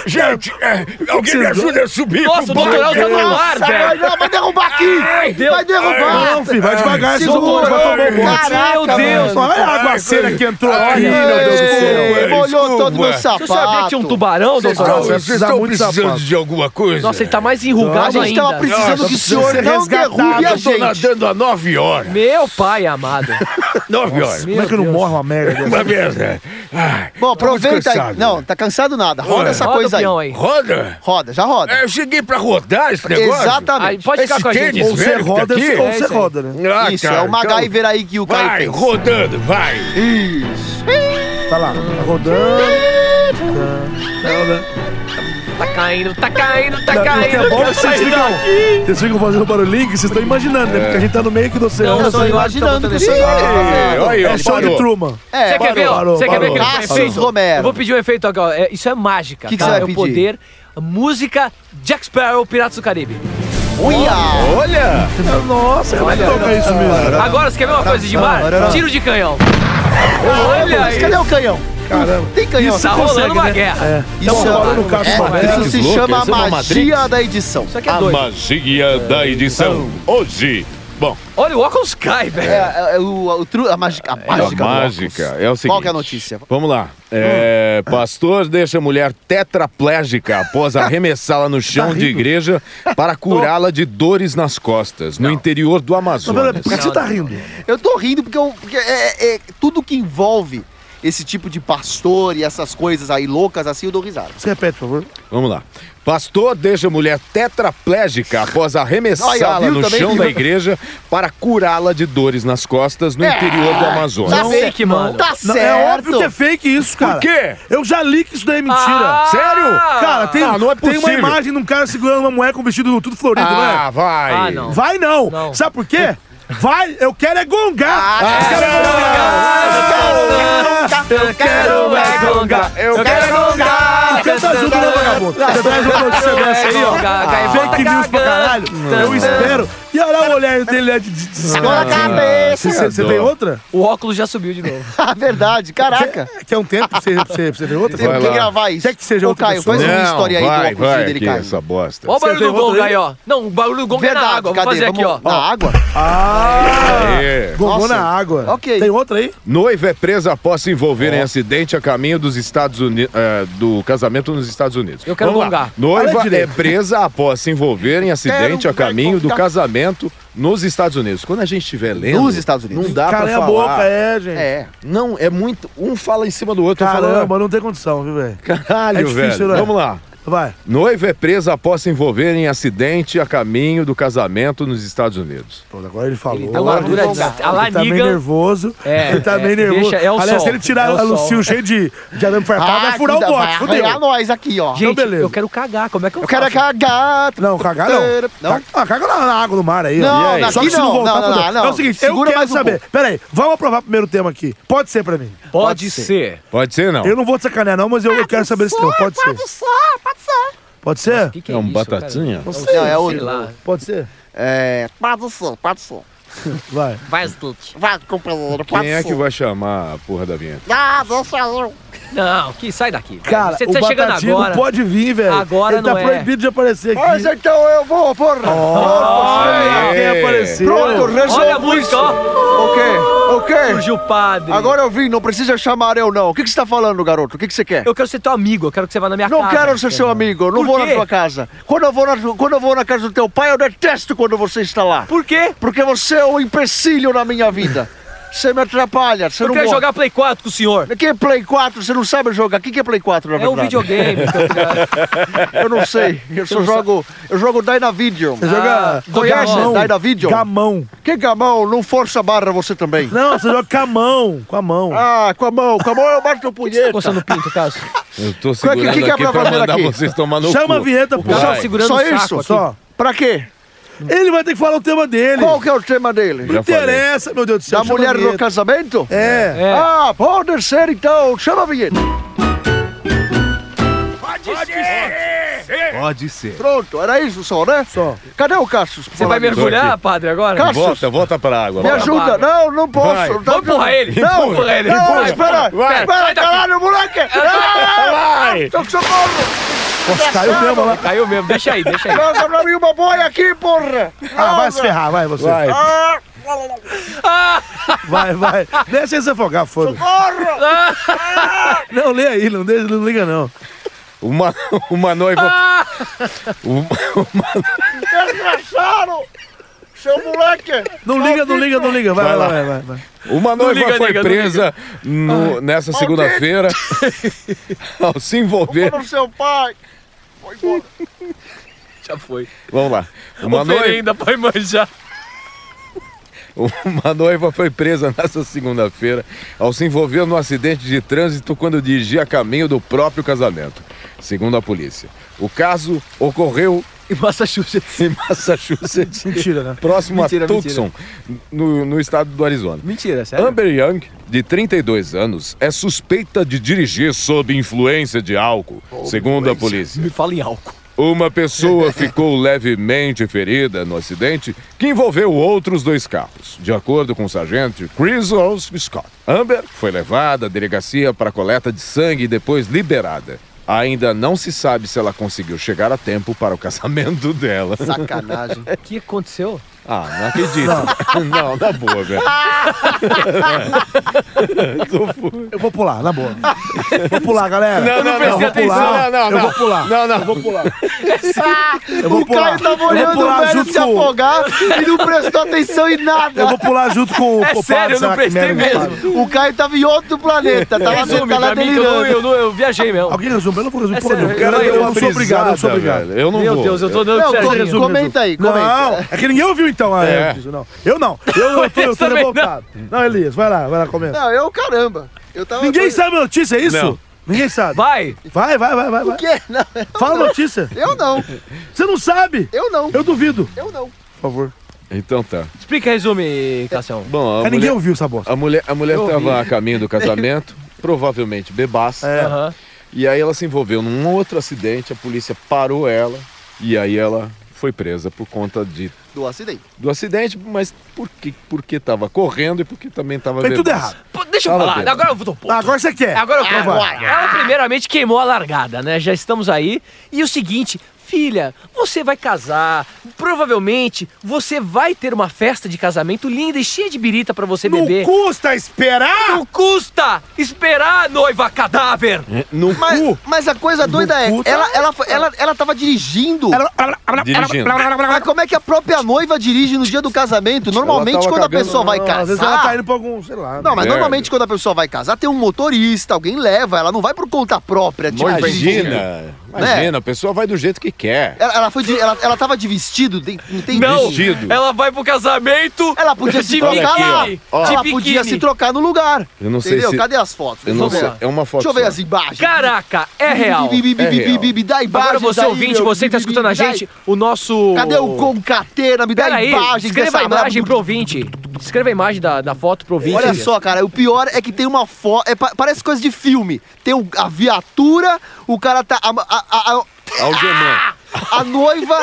[SPEAKER 4] Gente,
[SPEAKER 2] é,
[SPEAKER 4] alguém me ajuda a subir
[SPEAKER 1] Nossa, o doutoral tá no ar,
[SPEAKER 6] vai,
[SPEAKER 1] velho.
[SPEAKER 6] não, vai derrubar aqui!
[SPEAKER 1] Deus.
[SPEAKER 6] Vai derrubar!
[SPEAKER 2] Não, filho, vai devagar, esse
[SPEAKER 1] Segura.
[SPEAKER 2] ovo vai tomar um monte.
[SPEAKER 1] Meu Deus.
[SPEAKER 2] Só Olha a aguaceira que entrou aqui,
[SPEAKER 4] Ai,
[SPEAKER 2] meu Deus do
[SPEAKER 4] ai.
[SPEAKER 2] céu.
[SPEAKER 6] Ei, Molhou todo meu sapato.
[SPEAKER 1] Você sabia que tinha um tubarão, doutoral?
[SPEAKER 2] estão- vocês estão precisando de
[SPEAKER 4] alguma coisa?
[SPEAKER 1] Nossa, ele tá mais
[SPEAKER 6] A
[SPEAKER 1] enrugado
[SPEAKER 6] gente
[SPEAKER 1] ainda.
[SPEAKER 6] tava precisando
[SPEAKER 4] é. Nossa,
[SPEAKER 6] que o
[SPEAKER 2] precisa
[SPEAKER 6] senhor
[SPEAKER 2] ser
[SPEAKER 6] não
[SPEAKER 2] resgatado.
[SPEAKER 6] derrube a
[SPEAKER 2] Eu tô
[SPEAKER 6] gente.
[SPEAKER 4] nadando há nove horas.
[SPEAKER 1] Meu pai amado.
[SPEAKER 4] 9 horas.
[SPEAKER 2] Como é que não morre uma merda dessa?
[SPEAKER 4] merda. Ai,
[SPEAKER 6] Bom,
[SPEAKER 4] tô muito
[SPEAKER 6] aproveita aí.
[SPEAKER 4] cansado.
[SPEAKER 6] Não, tá cansado nada. Roda essa
[SPEAKER 1] Roda o
[SPEAKER 6] coisa
[SPEAKER 3] roda aí.
[SPEAKER 1] campeão aí.
[SPEAKER 2] né? Roda?
[SPEAKER 3] Roda, já roda.
[SPEAKER 2] É, eu cheguei pra rodar esse negócio.
[SPEAKER 1] Aí
[SPEAKER 3] Exatamente.
[SPEAKER 1] pode
[SPEAKER 2] Esse
[SPEAKER 1] ficar com a gente. É
[SPEAKER 2] tênis
[SPEAKER 1] Ou
[SPEAKER 2] velho
[SPEAKER 1] você
[SPEAKER 2] que tá
[SPEAKER 1] roda,
[SPEAKER 2] aqui?
[SPEAKER 1] ou você
[SPEAKER 2] isso aí.
[SPEAKER 1] roda,
[SPEAKER 2] né? Ah,
[SPEAKER 3] Isso,
[SPEAKER 2] cara,
[SPEAKER 3] é uma
[SPEAKER 2] então-
[SPEAKER 3] MacGyver aí que o Caio
[SPEAKER 2] Vai,
[SPEAKER 3] fez.
[SPEAKER 2] rodando, vai.
[SPEAKER 3] Isso.
[SPEAKER 2] Tá lá, tá rodando. né?
[SPEAKER 1] Tá caindo, tá caindo, tá
[SPEAKER 2] Não, o que
[SPEAKER 1] caindo.
[SPEAKER 2] é bom é que vocês ficam, vocês ficam fazendo barulhinho que vocês
[SPEAKER 4] É.
[SPEAKER 2] estão imaginando, né? Porque a gente tá no meio que do oceano.
[SPEAKER 1] Não, eu tô
[SPEAKER 2] assim.
[SPEAKER 1] imaginando que
[SPEAKER 3] Ih,
[SPEAKER 4] Olha aí, ó,
[SPEAKER 2] é show de
[SPEAKER 4] parou.
[SPEAKER 2] Truman.
[SPEAKER 3] É,
[SPEAKER 1] Você quer ver, ó?
[SPEAKER 2] parou,
[SPEAKER 1] Você quer ver
[SPEAKER 2] parou.
[SPEAKER 1] aquele
[SPEAKER 3] Passos
[SPEAKER 1] efeito?
[SPEAKER 3] Romero.
[SPEAKER 1] Eu vou pedir um efeito aqui, ó. É, isso é mágica,
[SPEAKER 3] Que que
[SPEAKER 1] tá?
[SPEAKER 3] você vai
[SPEAKER 1] é o
[SPEAKER 3] pedir?
[SPEAKER 1] poder, a música Jack Sparrow, Piratas do Caribe.
[SPEAKER 3] Uia!
[SPEAKER 4] Olha!
[SPEAKER 2] Nossa, como é que toca isso mesmo?
[SPEAKER 1] Agora, você quer ver uma coisa de mar?
[SPEAKER 3] não, não.
[SPEAKER 1] Tiro de canhão. Olha
[SPEAKER 3] Mas
[SPEAKER 1] aí.
[SPEAKER 3] cadê o canhão?
[SPEAKER 2] Caramba.
[SPEAKER 3] Tem canhão.
[SPEAKER 1] Tá rolando uma guerra.
[SPEAKER 2] É.
[SPEAKER 3] Isso
[SPEAKER 2] Isso
[SPEAKER 3] é-
[SPEAKER 2] é no caso
[SPEAKER 3] É,
[SPEAKER 2] Matrix.
[SPEAKER 3] isso se
[SPEAKER 4] louca,
[SPEAKER 3] chama
[SPEAKER 4] isso é uma
[SPEAKER 3] magia da edição.
[SPEAKER 1] Isso aqui é doido.
[SPEAKER 4] magia da edição. Hoje. Bom,
[SPEAKER 1] Olha o óculos cai, velho.
[SPEAKER 3] É, é, é o, o tru- a mágica.
[SPEAKER 2] É,
[SPEAKER 3] A
[SPEAKER 4] a
[SPEAKER 3] mágica. do
[SPEAKER 4] mágica
[SPEAKER 3] óculos.
[SPEAKER 4] é o seguinte.
[SPEAKER 3] Qual que é a notícia?
[SPEAKER 4] Vamos lá. É, pastor deixa mulher tetraplégica após arremessá-la no chão de igreja para curá-la de dores nas costas, no interior do Amazonas.
[SPEAKER 2] Por que você tá rindo?
[SPEAKER 3] Eu tô rindo porque, eu- porque é, é- tudo que envolve esse tipo de pastor e essas coisas aí loucas assim, eu dou risada.
[SPEAKER 2] Você repete, por favor.
[SPEAKER 4] Vamos lá. Pastor deixa mulher tetraplégica após
[SPEAKER 3] Olha,
[SPEAKER 4] arremessá-la
[SPEAKER 3] viu?
[SPEAKER 4] no
[SPEAKER 3] Também
[SPEAKER 4] chão
[SPEAKER 3] viu.
[SPEAKER 4] da igreja para curá-la de dores nas costas no interior
[SPEAKER 2] É.
[SPEAKER 4] do Amazonas.
[SPEAKER 1] Não,
[SPEAKER 3] É, tá certo,
[SPEAKER 1] fake, mano.
[SPEAKER 3] Tá
[SPEAKER 2] Não,
[SPEAKER 3] certo.
[SPEAKER 2] É óbvio que é fake isso, cara.
[SPEAKER 4] Por quê?
[SPEAKER 2] Eu já li que isso daí é mentira.
[SPEAKER 1] Ah!
[SPEAKER 4] Sério?
[SPEAKER 2] Cara, tem,
[SPEAKER 4] Ah, não é
[SPEAKER 2] tem uma
[SPEAKER 4] possível.
[SPEAKER 2] imagem de um cara segurando uma mulher com um vestido tudo florido, não é?
[SPEAKER 4] Ah, vai.
[SPEAKER 1] Ah, não.
[SPEAKER 2] Vai não. Hum.
[SPEAKER 1] Não.
[SPEAKER 2] Sabe por quê? Vai, eu quero é gongar. eu quero é
[SPEAKER 3] Ah,
[SPEAKER 1] Eu quero é gonga, eu quero é gonga.
[SPEAKER 2] Canta junto, né, vagabundo? Você traz uma notícia dessa aí, ó. Fake news pra caralho. Eu espero. E olha o olhar dele é de de- de
[SPEAKER 3] Agora a
[SPEAKER 2] desespero.
[SPEAKER 3] cabeça.
[SPEAKER 2] Você- Você você tem outra?
[SPEAKER 1] O óculos já subiu de novo.
[SPEAKER 3] Ah, verdade, caraca.
[SPEAKER 2] Quer um tempo pra você, pra você, pra você ver outra?
[SPEAKER 3] Tem
[SPEAKER 4] Vai
[SPEAKER 3] que
[SPEAKER 4] lá.
[SPEAKER 3] gravar isso.
[SPEAKER 2] Quer que seja
[SPEAKER 3] Ô,
[SPEAKER 2] outra
[SPEAKER 3] Caio,
[SPEAKER 2] pessoa?
[SPEAKER 3] faz uma
[SPEAKER 4] Não,
[SPEAKER 3] história aí
[SPEAKER 4] vai,
[SPEAKER 3] do óculos
[SPEAKER 4] vai
[SPEAKER 3] dele,
[SPEAKER 4] aqui
[SPEAKER 3] Caio.
[SPEAKER 4] essa bosta.
[SPEAKER 1] Ó o barulho
[SPEAKER 2] tem
[SPEAKER 1] do
[SPEAKER 2] outro
[SPEAKER 1] gonga
[SPEAKER 2] aí?
[SPEAKER 1] aí, ó. Não, o barulho do gonga é na
[SPEAKER 3] Verdade,
[SPEAKER 1] água. Vou
[SPEAKER 3] cadê?
[SPEAKER 1] fazer aqui, ó.
[SPEAKER 3] Vamos- Na água?
[SPEAKER 2] Ah!
[SPEAKER 4] É.
[SPEAKER 2] Gongou
[SPEAKER 3] Nossa.
[SPEAKER 2] na água.
[SPEAKER 3] Ok.
[SPEAKER 2] Tem outra aí?
[SPEAKER 4] Noiva é presa após se envolver em acidente a caminho dos Estados Unidos, do casamento nos Estados Unidos.
[SPEAKER 1] Eu quero
[SPEAKER 4] Vamos lá.
[SPEAKER 1] gongar.
[SPEAKER 2] Fala
[SPEAKER 4] Noiva é
[SPEAKER 2] direito.
[SPEAKER 4] presa após se envolver em acidente
[SPEAKER 3] Quero
[SPEAKER 4] a caminho do
[SPEAKER 2] tá.
[SPEAKER 3] gongar.
[SPEAKER 4] casamento nos Estados Unidos. Quando a gente estiver lendo,
[SPEAKER 3] Nos Estados Unidos.
[SPEAKER 4] não dá
[SPEAKER 2] Cala
[SPEAKER 4] pra
[SPEAKER 2] a
[SPEAKER 4] falar.
[SPEAKER 2] boca, é, gente.
[SPEAKER 3] É.
[SPEAKER 4] Não, é muito. Um fala em cima do outro. eu falo, né?
[SPEAKER 2] Caramba, não tem condição, viu, velho?
[SPEAKER 4] Caralho,
[SPEAKER 2] É difícil,
[SPEAKER 4] velho.
[SPEAKER 2] né?
[SPEAKER 4] Vamos lá.
[SPEAKER 2] Vai.
[SPEAKER 4] Noiva é presa após se envolver em acidente a caminho do casamento nos Estados Unidos.
[SPEAKER 2] Pronto, agora ele falou.
[SPEAKER 1] tá com a altura
[SPEAKER 2] ele
[SPEAKER 1] de-
[SPEAKER 2] tá-
[SPEAKER 1] a
[SPEAKER 2] ele tá meio
[SPEAKER 1] laniga.
[SPEAKER 2] nervoso.
[SPEAKER 1] É,
[SPEAKER 2] ele tá
[SPEAKER 1] é,
[SPEAKER 2] meio
[SPEAKER 1] deixa-
[SPEAKER 2] nervoso.
[SPEAKER 1] é o
[SPEAKER 2] Aliás,
[SPEAKER 1] sol,
[SPEAKER 2] se ele tirar
[SPEAKER 1] é o
[SPEAKER 2] a Lucio
[SPEAKER 1] sol.
[SPEAKER 2] cheio de, de arame farpado, vai furar o
[SPEAKER 3] cuidado,
[SPEAKER 2] bote.
[SPEAKER 3] Ah, Vai
[SPEAKER 2] Fudeu. Então,
[SPEAKER 3] arranhar nós aqui, ó.
[SPEAKER 1] Gente,
[SPEAKER 2] beleza.
[SPEAKER 1] eu quero cagar. Como é que eu,
[SPEAKER 3] Eu quero é
[SPEAKER 1] faço?
[SPEAKER 3] cagar.
[SPEAKER 2] Não, cagar não.
[SPEAKER 3] Não?
[SPEAKER 2] Ah, caga na, na água, no mar aí. ó.
[SPEAKER 3] Não,
[SPEAKER 2] E aí? Só
[SPEAKER 3] aqui
[SPEAKER 2] que se não
[SPEAKER 3] não, não,
[SPEAKER 2] voltar,
[SPEAKER 3] não,
[SPEAKER 2] fudeu.
[SPEAKER 3] não.
[SPEAKER 2] É o seguinte,
[SPEAKER 3] Segura
[SPEAKER 2] eu quero
[SPEAKER 3] mais um
[SPEAKER 2] saber. Pera aí, vamos aprovar primeiro tema aqui. Pode ser pra mim.
[SPEAKER 1] Pode ser.
[SPEAKER 4] Pode ser, não?
[SPEAKER 2] Eu não vou te sacanear não, mas eu, eu quero saber se não. Pode ser.
[SPEAKER 11] Pode ser, pode ser.
[SPEAKER 2] Pode ser?
[SPEAKER 1] O que que
[SPEAKER 4] É um
[SPEAKER 1] isso,
[SPEAKER 4] batatinha?
[SPEAKER 1] cara?
[SPEAKER 3] Não, é outro.
[SPEAKER 1] Sei lá.
[SPEAKER 2] Pode ser?
[SPEAKER 3] É.
[SPEAKER 5] Pode ser, pode ser.
[SPEAKER 2] Vai.
[SPEAKER 1] Vai, Stuck.
[SPEAKER 5] Vai, companheiro, pode
[SPEAKER 4] Quem é
[SPEAKER 5] ser.
[SPEAKER 4] que vai chamar a porra da vinheta?
[SPEAKER 5] Ah,
[SPEAKER 2] é
[SPEAKER 5] deixa eu.
[SPEAKER 1] Não, que sai daqui. velho.
[SPEAKER 2] Cara,
[SPEAKER 1] você
[SPEAKER 2] o
[SPEAKER 1] tá chegando
[SPEAKER 2] Batatinha
[SPEAKER 1] agora.
[SPEAKER 2] não pode vir, velho.
[SPEAKER 1] Agora
[SPEAKER 2] Ele tá
[SPEAKER 1] não é.
[SPEAKER 2] proibido de aparecer aqui.
[SPEAKER 3] Mas então eu vou, porra.
[SPEAKER 2] Olha,
[SPEAKER 4] Aê.
[SPEAKER 2] quem apareceu.
[SPEAKER 3] Pronto, resolvi.
[SPEAKER 1] Olha a música, ó.
[SPEAKER 3] O quê? O quê?
[SPEAKER 1] Surgiu o padre.
[SPEAKER 3] Agora eu vim, não precisa chamar eu, não. O que, que você tá falando, garoto? O que, que você quer?
[SPEAKER 1] Eu quero ser teu amigo, eu quero que você vá na minha
[SPEAKER 3] Não
[SPEAKER 1] casa.
[SPEAKER 3] quero ser seu amigo, eu não
[SPEAKER 1] Por
[SPEAKER 3] vou na
[SPEAKER 1] quê?
[SPEAKER 3] tua casa. Quando eu, vou na, quando eu vou na casa do teu pai, eu detesto quando você está lá.
[SPEAKER 1] Por quê?
[SPEAKER 3] Porque você é um empecilho na minha vida. Você me atrapalha, você
[SPEAKER 1] Eu
[SPEAKER 3] não
[SPEAKER 1] quero
[SPEAKER 3] gosta.
[SPEAKER 1] jogar Play 4 com o senhor.
[SPEAKER 3] Que é Play 4? Você não sabe jogar. O que, que é Play 4, na
[SPEAKER 1] É um
[SPEAKER 3] verdade?
[SPEAKER 1] videogame.
[SPEAKER 3] Eu não sei. Eu só jogo... Eu jogo Dynavision. Ah,
[SPEAKER 2] Você
[SPEAKER 6] Ah,
[SPEAKER 2] joga
[SPEAKER 3] Conhece
[SPEAKER 1] Gamão.
[SPEAKER 3] Dynavision?
[SPEAKER 2] camão.
[SPEAKER 3] Que gamão, não força a barra você também.
[SPEAKER 2] Não, você joga camão. Com a mão.
[SPEAKER 3] Ah, com a mão. Com a mão eu bato o punheta.
[SPEAKER 1] tá Coçando o pinto, Cássio.
[SPEAKER 4] Eu tô
[SPEAKER 3] que-
[SPEAKER 4] segurando
[SPEAKER 3] que que é
[SPEAKER 4] aqui
[SPEAKER 3] pra
[SPEAKER 4] pra
[SPEAKER 3] fazer
[SPEAKER 4] mandar
[SPEAKER 3] aqui?
[SPEAKER 4] vocês tomar no
[SPEAKER 2] Chama a
[SPEAKER 4] cu.
[SPEAKER 2] vinheta,
[SPEAKER 1] O Cássio
[SPEAKER 4] Vai.
[SPEAKER 1] segurando
[SPEAKER 3] Só
[SPEAKER 1] o saco
[SPEAKER 3] isso?
[SPEAKER 1] aqui.
[SPEAKER 2] Só.
[SPEAKER 3] Pra quê?
[SPEAKER 2] Ele vai ter que falar o tema dele.
[SPEAKER 3] Qual que é o tema dele?
[SPEAKER 4] Já
[SPEAKER 2] Não interessa, meu Deus do céu.
[SPEAKER 3] Da
[SPEAKER 2] chama a
[SPEAKER 3] mulher no
[SPEAKER 2] vinheta.
[SPEAKER 3] casamento?
[SPEAKER 2] É.
[SPEAKER 1] É.
[SPEAKER 3] Ah, pode ser então. Chama a vinheta.
[SPEAKER 4] Pode ser.
[SPEAKER 3] Pronto, era isso só, né?
[SPEAKER 2] Só.
[SPEAKER 3] Cadê o Cassius?
[SPEAKER 1] Você vai mergulhar, padre, agora?
[SPEAKER 3] Cássio,
[SPEAKER 4] Volta, volta pra água.
[SPEAKER 3] Me
[SPEAKER 4] vai.
[SPEAKER 3] ajuda. Não, não posso.
[SPEAKER 4] Vai.
[SPEAKER 3] Tá-
[SPEAKER 1] Vamos empurrar ele.
[SPEAKER 3] Não,
[SPEAKER 1] Vamos empurrar ele.
[SPEAKER 3] não,
[SPEAKER 1] Vai,
[SPEAKER 3] espera.
[SPEAKER 4] vai.
[SPEAKER 3] Espera, caralho, moleque. Ah!
[SPEAKER 4] Vai!
[SPEAKER 3] Tô com socorro.
[SPEAKER 2] Nossa, caiu mesmo lá.
[SPEAKER 1] Caiu mesmo, deixa aí, deixa aí.
[SPEAKER 3] Joga pra mim uma boia aqui, porra. Ah,
[SPEAKER 2] Ah, vai se ferrar, vai você.
[SPEAKER 4] Vai.
[SPEAKER 2] Vai, vai. Deixa ele se afogar, foda. Não, lê aí, não, deixa, não liga não.
[SPEAKER 4] Uma,
[SPEAKER 1] Ah!
[SPEAKER 3] Ah,
[SPEAKER 4] uma noiva. Uma, uma-
[SPEAKER 3] Desgraçado. seu moleque!
[SPEAKER 2] Não liga, não liga, não liga. Vai, vai, vai, vai, vai.
[SPEAKER 4] Uma noiva
[SPEAKER 1] liga, Ah,
[SPEAKER 4] foi
[SPEAKER 1] nega, não
[SPEAKER 4] presa no- nessa segunda-feira ao se envolver.
[SPEAKER 3] Para o seu pai! Foi embora.
[SPEAKER 1] Já foi.
[SPEAKER 4] Vamos lá. Uma noiva,
[SPEAKER 1] ainda vai manjar.
[SPEAKER 4] Uma noiva foi presa nesta segunda-feira ao se envolver num acidente de trânsito quando dirigia a caminho do próprio casamento, segundo a polícia. O caso ocorreu
[SPEAKER 1] Em Massachusetts.
[SPEAKER 4] em Massachusetts,
[SPEAKER 2] Mentira, né?
[SPEAKER 4] próximo
[SPEAKER 1] Mentira,
[SPEAKER 4] a Tucson, no, no estado do Arizona.
[SPEAKER 1] Mentira, sério.
[SPEAKER 4] Amber Young, de 32 anos, é suspeita de dirigir sob influência de álcool, segundo a polícia.
[SPEAKER 1] Me fala em álcool.
[SPEAKER 4] Uma pessoa ficou levemente ferida no acidente que envolveu outros dois carros. De acordo com o sargento Chris Rose Scott, Amber foi levada à delegacia para coleta de sangue e depois liberada. Ainda não se sabe se ela conseguiu chegar a tempo para o casamento dela.
[SPEAKER 3] Sacanagem.
[SPEAKER 1] O que aconteceu?
[SPEAKER 4] Ah, não acredito. Não, na boa, velho.
[SPEAKER 2] Eu vou pular, na boa. Vou pular, galera.
[SPEAKER 4] Não, não, não,
[SPEAKER 2] eu vou
[SPEAKER 4] prestei
[SPEAKER 2] pular.
[SPEAKER 4] atenção. Não, não,
[SPEAKER 2] eu
[SPEAKER 4] não.
[SPEAKER 2] vou pular.
[SPEAKER 4] Não, não, vou pular.
[SPEAKER 1] Tá
[SPEAKER 2] Eu vou
[SPEAKER 3] Ah, O
[SPEAKER 2] pular.
[SPEAKER 3] Caio tava
[SPEAKER 2] eu vou
[SPEAKER 3] olhando o
[SPEAKER 2] pular
[SPEAKER 3] velho
[SPEAKER 2] junto
[SPEAKER 3] se
[SPEAKER 2] com...
[SPEAKER 3] afogar e não prestou atenção em
[SPEAKER 2] Eu
[SPEAKER 3] nada.
[SPEAKER 2] vou pular junto com o
[SPEAKER 1] É
[SPEAKER 2] padre,
[SPEAKER 1] sério, eu não
[SPEAKER 2] sei lá que
[SPEAKER 1] prestei
[SPEAKER 2] merda que
[SPEAKER 1] mesmo.
[SPEAKER 2] fala.
[SPEAKER 3] O Caio tava em outro
[SPEAKER 1] tá
[SPEAKER 3] planeta, tava,
[SPEAKER 1] Resume,
[SPEAKER 3] tava
[SPEAKER 1] pra mim que eu, não-
[SPEAKER 3] delirando.
[SPEAKER 1] eu, não- eu viajei mesmo.
[SPEAKER 2] Alguém resume? Eu não vou resumir
[SPEAKER 1] É
[SPEAKER 2] porra
[SPEAKER 1] sério,
[SPEAKER 2] nenhuma.
[SPEAKER 1] eu-
[SPEAKER 2] Cara, Eu,
[SPEAKER 1] eu-
[SPEAKER 2] eu sou obrigado, eu
[SPEAKER 4] Brisada,
[SPEAKER 2] sou obrigado.
[SPEAKER 4] velho. Eu não
[SPEAKER 1] Meu
[SPEAKER 4] vou.
[SPEAKER 1] Deus, eu tô dando
[SPEAKER 3] Não,
[SPEAKER 1] certinho.
[SPEAKER 3] tô-
[SPEAKER 1] Resumo,
[SPEAKER 3] comenta aí, comenta.
[SPEAKER 2] Não, é que ninguém ouviu então, ah, é.
[SPEAKER 4] É.
[SPEAKER 2] isso, não. Eu não. Eu, eu tô, eu tô
[SPEAKER 1] também
[SPEAKER 2] revoltado. Não. Elias, vai lá, vai lá, comenta.
[SPEAKER 3] Não, eu caramba. Eu tava.
[SPEAKER 2] Ninguém
[SPEAKER 3] eu-
[SPEAKER 2] sabe a notícia, é isso?
[SPEAKER 4] Não.
[SPEAKER 2] Ninguém sabe.
[SPEAKER 1] Vai!
[SPEAKER 2] Vai, vai, vai, vai. vai.
[SPEAKER 3] O quê? Não,
[SPEAKER 2] Fala a notícia.
[SPEAKER 3] eu não.
[SPEAKER 2] Você não sabe.
[SPEAKER 3] Eu não.
[SPEAKER 2] Eu duvido.
[SPEAKER 3] Eu não.
[SPEAKER 2] Por favor.
[SPEAKER 4] Então tá.
[SPEAKER 1] Explica resume, Cassião.
[SPEAKER 4] Bom, a
[SPEAKER 2] Cara,
[SPEAKER 4] mulher-
[SPEAKER 2] ninguém ouviu essa bosta.
[SPEAKER 4] A mulher, a mulher
[SPEAKER 1] Eu
[SPEAKER 4] tava
[SPEAKER 1] ouvi.
[SPEAKER 4] a caminho do casamento, provavelmente bebaça.
[SPEAKER 2] É.
[SPEAKER 1] Aham.
[SPEAKER 4] E aí ela se envolveu num outro acidente, a polícia parou ela e aí ela foi presa por conta de,
[SPEAKER 3] Do acidente.
[SPEAKER 4] do acidente, mas por que, porque tava correndo e porque também tava
[SPEAKER 2] Foi tudo
[SPEAKER 4] bebaça.
[SPEAKER 2] errado.
[SPEAKER 1] Pô, Deixa eu
[SPEAKER 4] Fala,
[SPEAKER 1] falar,
[SPEAKER 4] Pedro.
[SPEAKER 1] agora eu vou puto.
[SPEAKER 2] Ah, agora você quer.
[SPEAKER 1] Agora eu
[SPEAKER 2] Então
[SPEAKER 1] quero.
[SPEAKER 2] vai.
[SPEAKER 1] Ela primeiramente queimou a largada, né? Já estamos aí. E o seguinte, filha, você vai casar. Provavelmente você vai ter uma festa de casamento linda e cheia de birita pra você
[SPEAKER 2] Não
[SPEAKER 1] beber.
[SPEAKER 2] custa esperar.
[SPEAKER 1] Não custa esperar a noiva cadáver.
[SPEAKER 2] É,
[SPEAKER 4] No
[SPEAKER 3] Mas,
[SPEAKER 4] cu,
[SPEAKER 3] mas a coisa doida é,
[SPEAKER 2] cu tá-
[SPEAKER 3] ela, ela, foi- ela, ela tava dirigindo.
[SPEAKER 4] dirigindo.
[SPEAKER 3] Mas como é que a própria noiva dirige no dia do casamento? Normalmente,
[SPEAKER 4] tava
[SPEAKER 3] quando a
[SPEAKER 4] cagando- É.
[SPEAKER 3] pessoa vai
[SPEAKER 2] Não, Às vezes ela tá
[SPEAKER 3] casar.
[SPEAKER 2] indo pra algum, sei lá.
[SPEAKER 3] Não, mas
[SPEAKER 4] Velho.
[SPEAKER 3] normalmente quando a pessoa vai casar, tem um motorista, alguém leva, ela não vai por conta própria. tipo, dirigindo.
[SPEAKER 4] imagina.
[SPEAKER 3] É.
[SPEAKER 4] Imagina, a pessoa vai do jeito que quer.
[SPEAKER 3] Ela, ela foi de, ela, ela tava de vestido, de- não tem
[SPEAKER 1] Não,
[SPEAKER 3] vestido.
[SPEAKER 4] Vestido.
[SPEAKER 1] ela vai pro casamento.
[SPEAKER 3] Ela podia se
[SPEAKER 1] de
[SPEAKER 3] trocar lá.
[SPEAKER 1] biquíni,
[SPEAKER 4] ó.
[SPEAKER 1] de
[SPEAKER 3] Ela
[SPEAKER 1] biquíni.
[SPEAKER 3] podia se trocar no lugar.
[SPEAKER 4] Eu não sei
[SPEAKER 3] entendeu?
[SPEAKER 4] se-
[SPEAKER 3] Cadê as fotos?
[SPEAKER 4] Eu não
[SPEAKER 3] Deixa
[SPEAKER 4] sei,
[SPEAKER 3] eu ver.
[SPEAKER 4] é uma foto
[SPEAKER 3] Deixa eu ver
[SPEAKER 4] só.
[SPEAKER 3] as imagens.
[SPEAKER 1] Caraca, é real.
[SPEAKER 3] Bi, bi, bi,
[SPEAKER 4] É
[SPEAKER 3] bi, bi,
[SPEAKER 4] real.
[SPEAKER 3] bi, bi, dá imagens
[SPEAKER 1] Agora você
[SPEAKER 3] aí,
[SPEAKER 1] ouvinte,
[SPEAKER 3] meu.
[SPEAKER 1] você que tá
[SPEAKER 3] Bi, bi,
[SPEAKER 1] escutando a
[SPEAKER 3] bi, dá-
[SPEAKER 1] gente, o nosso...
[SPEAKER 3] Cadê o concateira? Me dá
[SPEAKER 1] Peraí,
[SPEAKER 3] imagens
[SPEAKER 1] escreva
[SPEAKER 3] dessa
[SPEAKER 1] a imagem
[SPEAKER 3] maravilha.
[SPEAKER 1] pro ouvinte. Escreva a imagem da, da foto pro ouvinte.
[SPEAKER 3] Olha só, cara, o pior é que tem uma foto. É, pa- parece coisa de filme. Tem o- a viatura, o cara tá. A, a- a- Ah!
[SPEAKER 4] Algemã.
[SPEAKER 3] a- a noiva.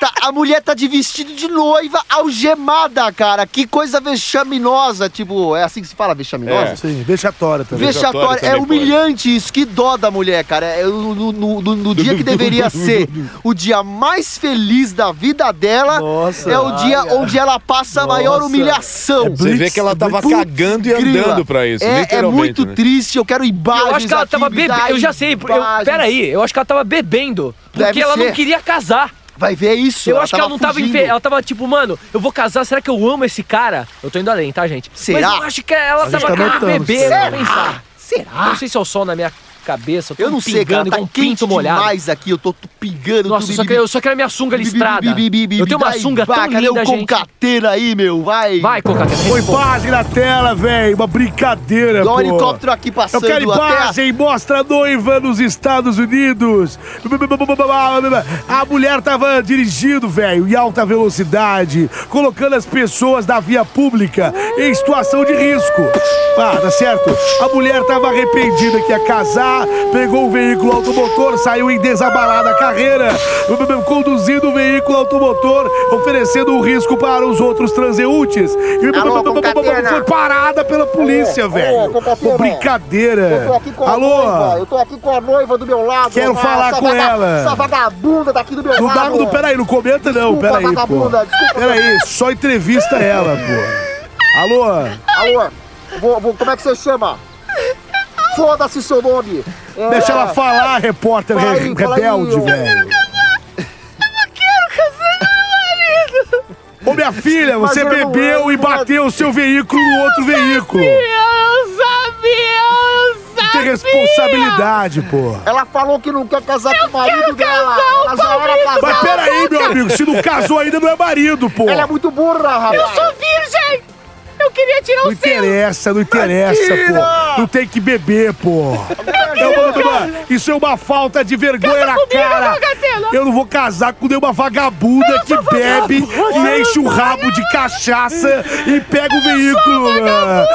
[SPEAKER 3] tá- a mulher tá de vestido de noiva algemada, cara. Que coisa vexaminosa. Tipo, é assim que se fala, vexaminosa?
[SPEAKER 4] É.
[SPEAKER 2] Sim, um assim, vexatória também.
[SPEAKER 3] Vexatório,
[SPEAKER 4] Vexatório
[SPEAKER 3] é
[SPEAKER 4] também
[SPEAKER 3] humilhante isso, que dó da mulher, cara. É no, no- no- no- no dia que deveria ser o dia mais feliz da vida dela,
[SPEAKER 2] Nossa.
[SPEAKER 3] é o dia onde ela passa a maior
[SPEAKER 2] Nossa.
[SPEAKER 3] humilhação.
[SPEAKER 4] É Você vê que ela tava
[SPEAKER 2] Putz,
[SPEAKER 4] cagando e
[SPEAKER 3] Grila.
[SPEAKER 4] andando pra isso,
[SPEAKER 3] É- É,
[SPEAKER 4] literalmente.
[SPEAKER 3] muito
[SPEAKER 4] né?
[SPEAKER 3] triste, eu quero imagens
[SPEAKER 1] Eu acho que ela
[SPEAKER 3] aqui,
[SPEAKER 1] tava
[SPEAKER 3] me dá
[SPEAKER 1] bebendo. Eu já sei. Eu,
[SPEAKER 3] imagens.
[SPEAKER 1] peraí, eu acho que ela tava bebendo. Porque
[SPEAKER 3] Deve
[SPEAKER 1] ela
[SPEAKER 3] ser.
[SPEAKER 1] não queria casar.
[SPEAKER 3] Vai ver isso.
[SPEAKER 1] eu acho que ela não tava.
[SPEAKER 3] fugindo.
[SPEAKER 1] Infe... Ela tava tipo, mano, eu vou casar, será que eu amo esse cara? Eu tô indo além, tá, gente?
[SPEAKER 3] Será?
[SPEAKER 1] Mas eu acho que ela
[SPEAKER 2] gente
[SPEAKER 1] tava
[SPEAKER 2] tá
[SPEAKER 1] querendo
[SPEAKER 2] notando,
[SPEAKER 1] beber,
[SPEAKER 2] será?
[SPEAKER 1] eu vou pensar. Eu
[SPEAKER 3] Será?
[SPEAKER 1] Não sei se é o sol na minha cabeça, eu tô
[SPEAKER 3] Ah! Eu não sei, cara,
[SPEAKER 1] pingando
[SPEAKER 3] tá
[SPEAKER 1] igual um
[SPEAKER 3] quente
[SPEAKER 1] pinto molhado.
[SPEAKER 3] demais aqui, eu tô pingando.
[SPEAKER 1] Nossa,
[SPEAKER 3] tudo,
[SPEAKER 1] só
[SPEAKER 3] bi,
[SPEAKER 1] que eu só quero a minha sunga
[SPEAKER 3] bi, bi,
[SPEAKER 1] listrada.
[SPEAKER 3] bi, bi, bi, bi,
[SPEAKER 1] Eu tenho
[SPEAKER 3] bi,
[SPEAKER 1] uma
[SPEAKER 3] dá
[SPEAKER 1] sunga tão
[SPEAKER 3] imagens. Cadê
[SPEAKER 1] linda,
[SPEAKER 3] o
[SPEAKER 1] gente.
[SPEAKER 3] concateira aí, meu? Vai.
[SPEAKER 1] Vai, Cocatena.
[SPEAKER 2] Põe imagem na tela, velho. Uma brincadeira,
[SPEAKER 3] Dá
[SPEAKER 2] pô. É
[SPEAKER 3] um helicóptero aqui
[SPEAKER 2] Eu
[SPEAKER 3] passando
[SPEAKER 2] quero
[SPEAKER 3] até a
[SPEAKER 2] imagem, mostra a noiva nos Estados Unidos. A mulher tava dirigindo, velho, em alta velocidade, colocando as pessoas da via pública em situação de risco. Ah, tá certo? A mulher tava arrependida que ia casar, pegou o veículo automotor, saiu em desabalada carreira, conduzindo o veículo automotor, oferecendo um risco para os outros transeúntes.
[SPEAKER 3] Alô, concatena.
[SPEAKER 2] Foi parada pela
[SPEAKER 5] É,
[SPEAKER 2] polícia, velho. Pô, brincadeira.
[SPEAKER 5] Eu tô aqui com a
[SPEAKER 2] Alô?
[SPEAKER 5] noiva, eu tô aqui com a noiva do meu lado.
[SPEAKER 2] Quero falar
[SPEAKER 5] essa
[SPEAKER 2] com
[SPEAKER 5] vaga-
[SPEAKER 2] ela.
[SPEAKER 5] Essa vagabunda tá aqui do meu
[SPEAKER 2] Não dá,
[SPEAKER 5] lado.
[SPEAKER 2] não, peraí, não comenta não,
[SPEAKER 5] Desculpa,
[SPEAKER 2] peraí, pô.
[SPEAKER 5] vagabunda, desculpa.
[SPEAKER 2] Peraí, só entrevista ela, pô. Alô?
[SPEAKER 5] Alô, vou- vou- como é que você chama? Foda-se seu nome. É,
[SPEAKER 2] Deixa ela falar, repórter
[SPEAKER 5] Fala aí,
[SPEAKER 2] re-
[SPEAKER 5] fala aí,
[SPEAKER 2] rebelde,
[SPEAKER 5] ô.
[SPEAKER 2] velho. Eu não quero casar com meu marido. Ô, minha filha,
[SPEAKER 3] Mas
[SPEAKER 2] você
[SPEAKER 3] eu não
[SPEAKER 2] bebeu
[SPEAKER 3] lembro,
[SPEAKER 2] e bateu o seu veículo no outro veículo.
[SPEAKER 9] Eu não sabia, eu não sabia.
[SPEAKER 2] Tem responsabilidade, pô.
[SPEAKER 3] Ela falou que não quer casar com o marido dela.
[SPEAKER 9] casar,
[SPEAKER 3] Ela já era
[SPEAKER 2] Mas
[SPEAKER 3] casada.
[SPEAKER 2] peraí, meu amigo, se não casou ainda, não é marido, pô.
[SPEAKER 3] Ela é muito burra,
[SPEAKER 9] Eu
[SPEAKER 3] rapaz.
[SPEAKER 9] sou virgem. Eu queria tirar
[SPEAKER 2] Não
[SPEAKER 9] o seu.
[SPEAKER 2] interessa, não interessa, pô. Não tem que beber, pô. É uma- uma- isso é uma falta de vergonha na
[SPEAKER 9] comigo,
[SPEAKER 2] cara.
[SPEAKER 9] meu gatelo.
[SPEAKER 2] Eu não vou casar com nenhuma vagabunda que bebe e enche o rabo de cachaça e pega o veículo.
[SPEAKER 9] um
[SPEAKER 2] Ah,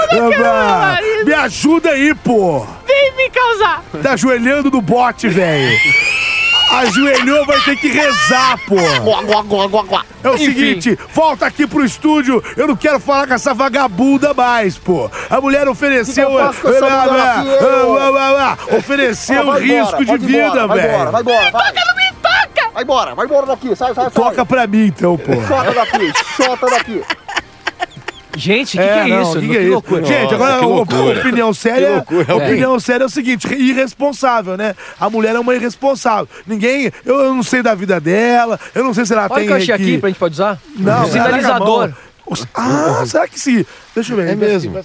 [SPEAKER 2] ah, Me ajuda aí, pô.
[SPEAKER 9] Vem me causar.
[SPEAKER 2] Tá ajoelhando no bote, velho. Ajoelhou, vai ter que rezar, pô.
[SPEAKER 3] Guá, guá, guá, guá, guá.
[SPEAKER 2] É o
[SPEAKER 1] Enfim.
[SPEAKER 2] seguinte, volta aqui pro estúdio, eu não quero falar com essa vagabunda mais, pô. A mulher ofereceu.
[SPEAKER 3] O que eu faço com essa
[SPEAKER 2] Ah,
[SPEAKER 3] mulher
[SPEAKER 2] ah,
[SPEAKER 3] aqui, eu?
[SPEAKER 2] ah, ah, ah,
[SPEAKER 3] Ela
[SPEAKER 2] Ofereceu
[SPEAKER 3] vai embora,
[SPEAKER 2] risco de
[SPEAKER 3] pode ir embora,
[SPEAKER 2] vida,
[SPEAKER 3] vai embora, Vai
[SPEAKER 2] velho.
[SPEAKER 3] embora, vai.
[SPEAKER 9] Não me toca.
[SPEAKER 3] Vai embora, vai embora daqui. Sai, sai, sai.
[SPEAKER 2] Toca pra mim então, pô.
[SPEAKER 3] Chota daqui, chota daqui.
[SPEAKER 1] Gente, o que, que é
[SPEAKER 2] não,
[SPEAKER 1] isso?
[SPEAKER 2] que que
[SPEAKER 1] que
[SPEAKER 2] é isso?
[SPEAKER 1] loucura.
[SPEAKER 2] Gente,
[SPEAKER 4] Nossa,
[SPEAKER 2] agora
[SPEAKER 4] que
[SPEAKER 2] o-
[SPEAKER 4] loucura.
[SPEAKER 2] opinião séria.
[SPEAKER 4] Que loucura, um
[SPEAKER 2] a
[SPEAKER 4] alguém.
[SPEAKER 2] opinião séria é o seguinte: irresponsável, né? A mulher é uma irresponsável. Ninguém. Eu, eu não sei da vida dela, eu não sei se ela
[SPEAKER 1] Olha o
[SPEAKER 2] tem.
[SPEAKER 1] que eu achei aqui
[SPEAKER 2] requi-
[SPEAKER 1] pra gente pode usar.
[SPEAKER 2] Não,
[SPEAKER 1] Um sinalizador.
[SPEAKER 2] Ah, será que sim? Deixa eu ver.
[SPEAKER 4] É mesmo.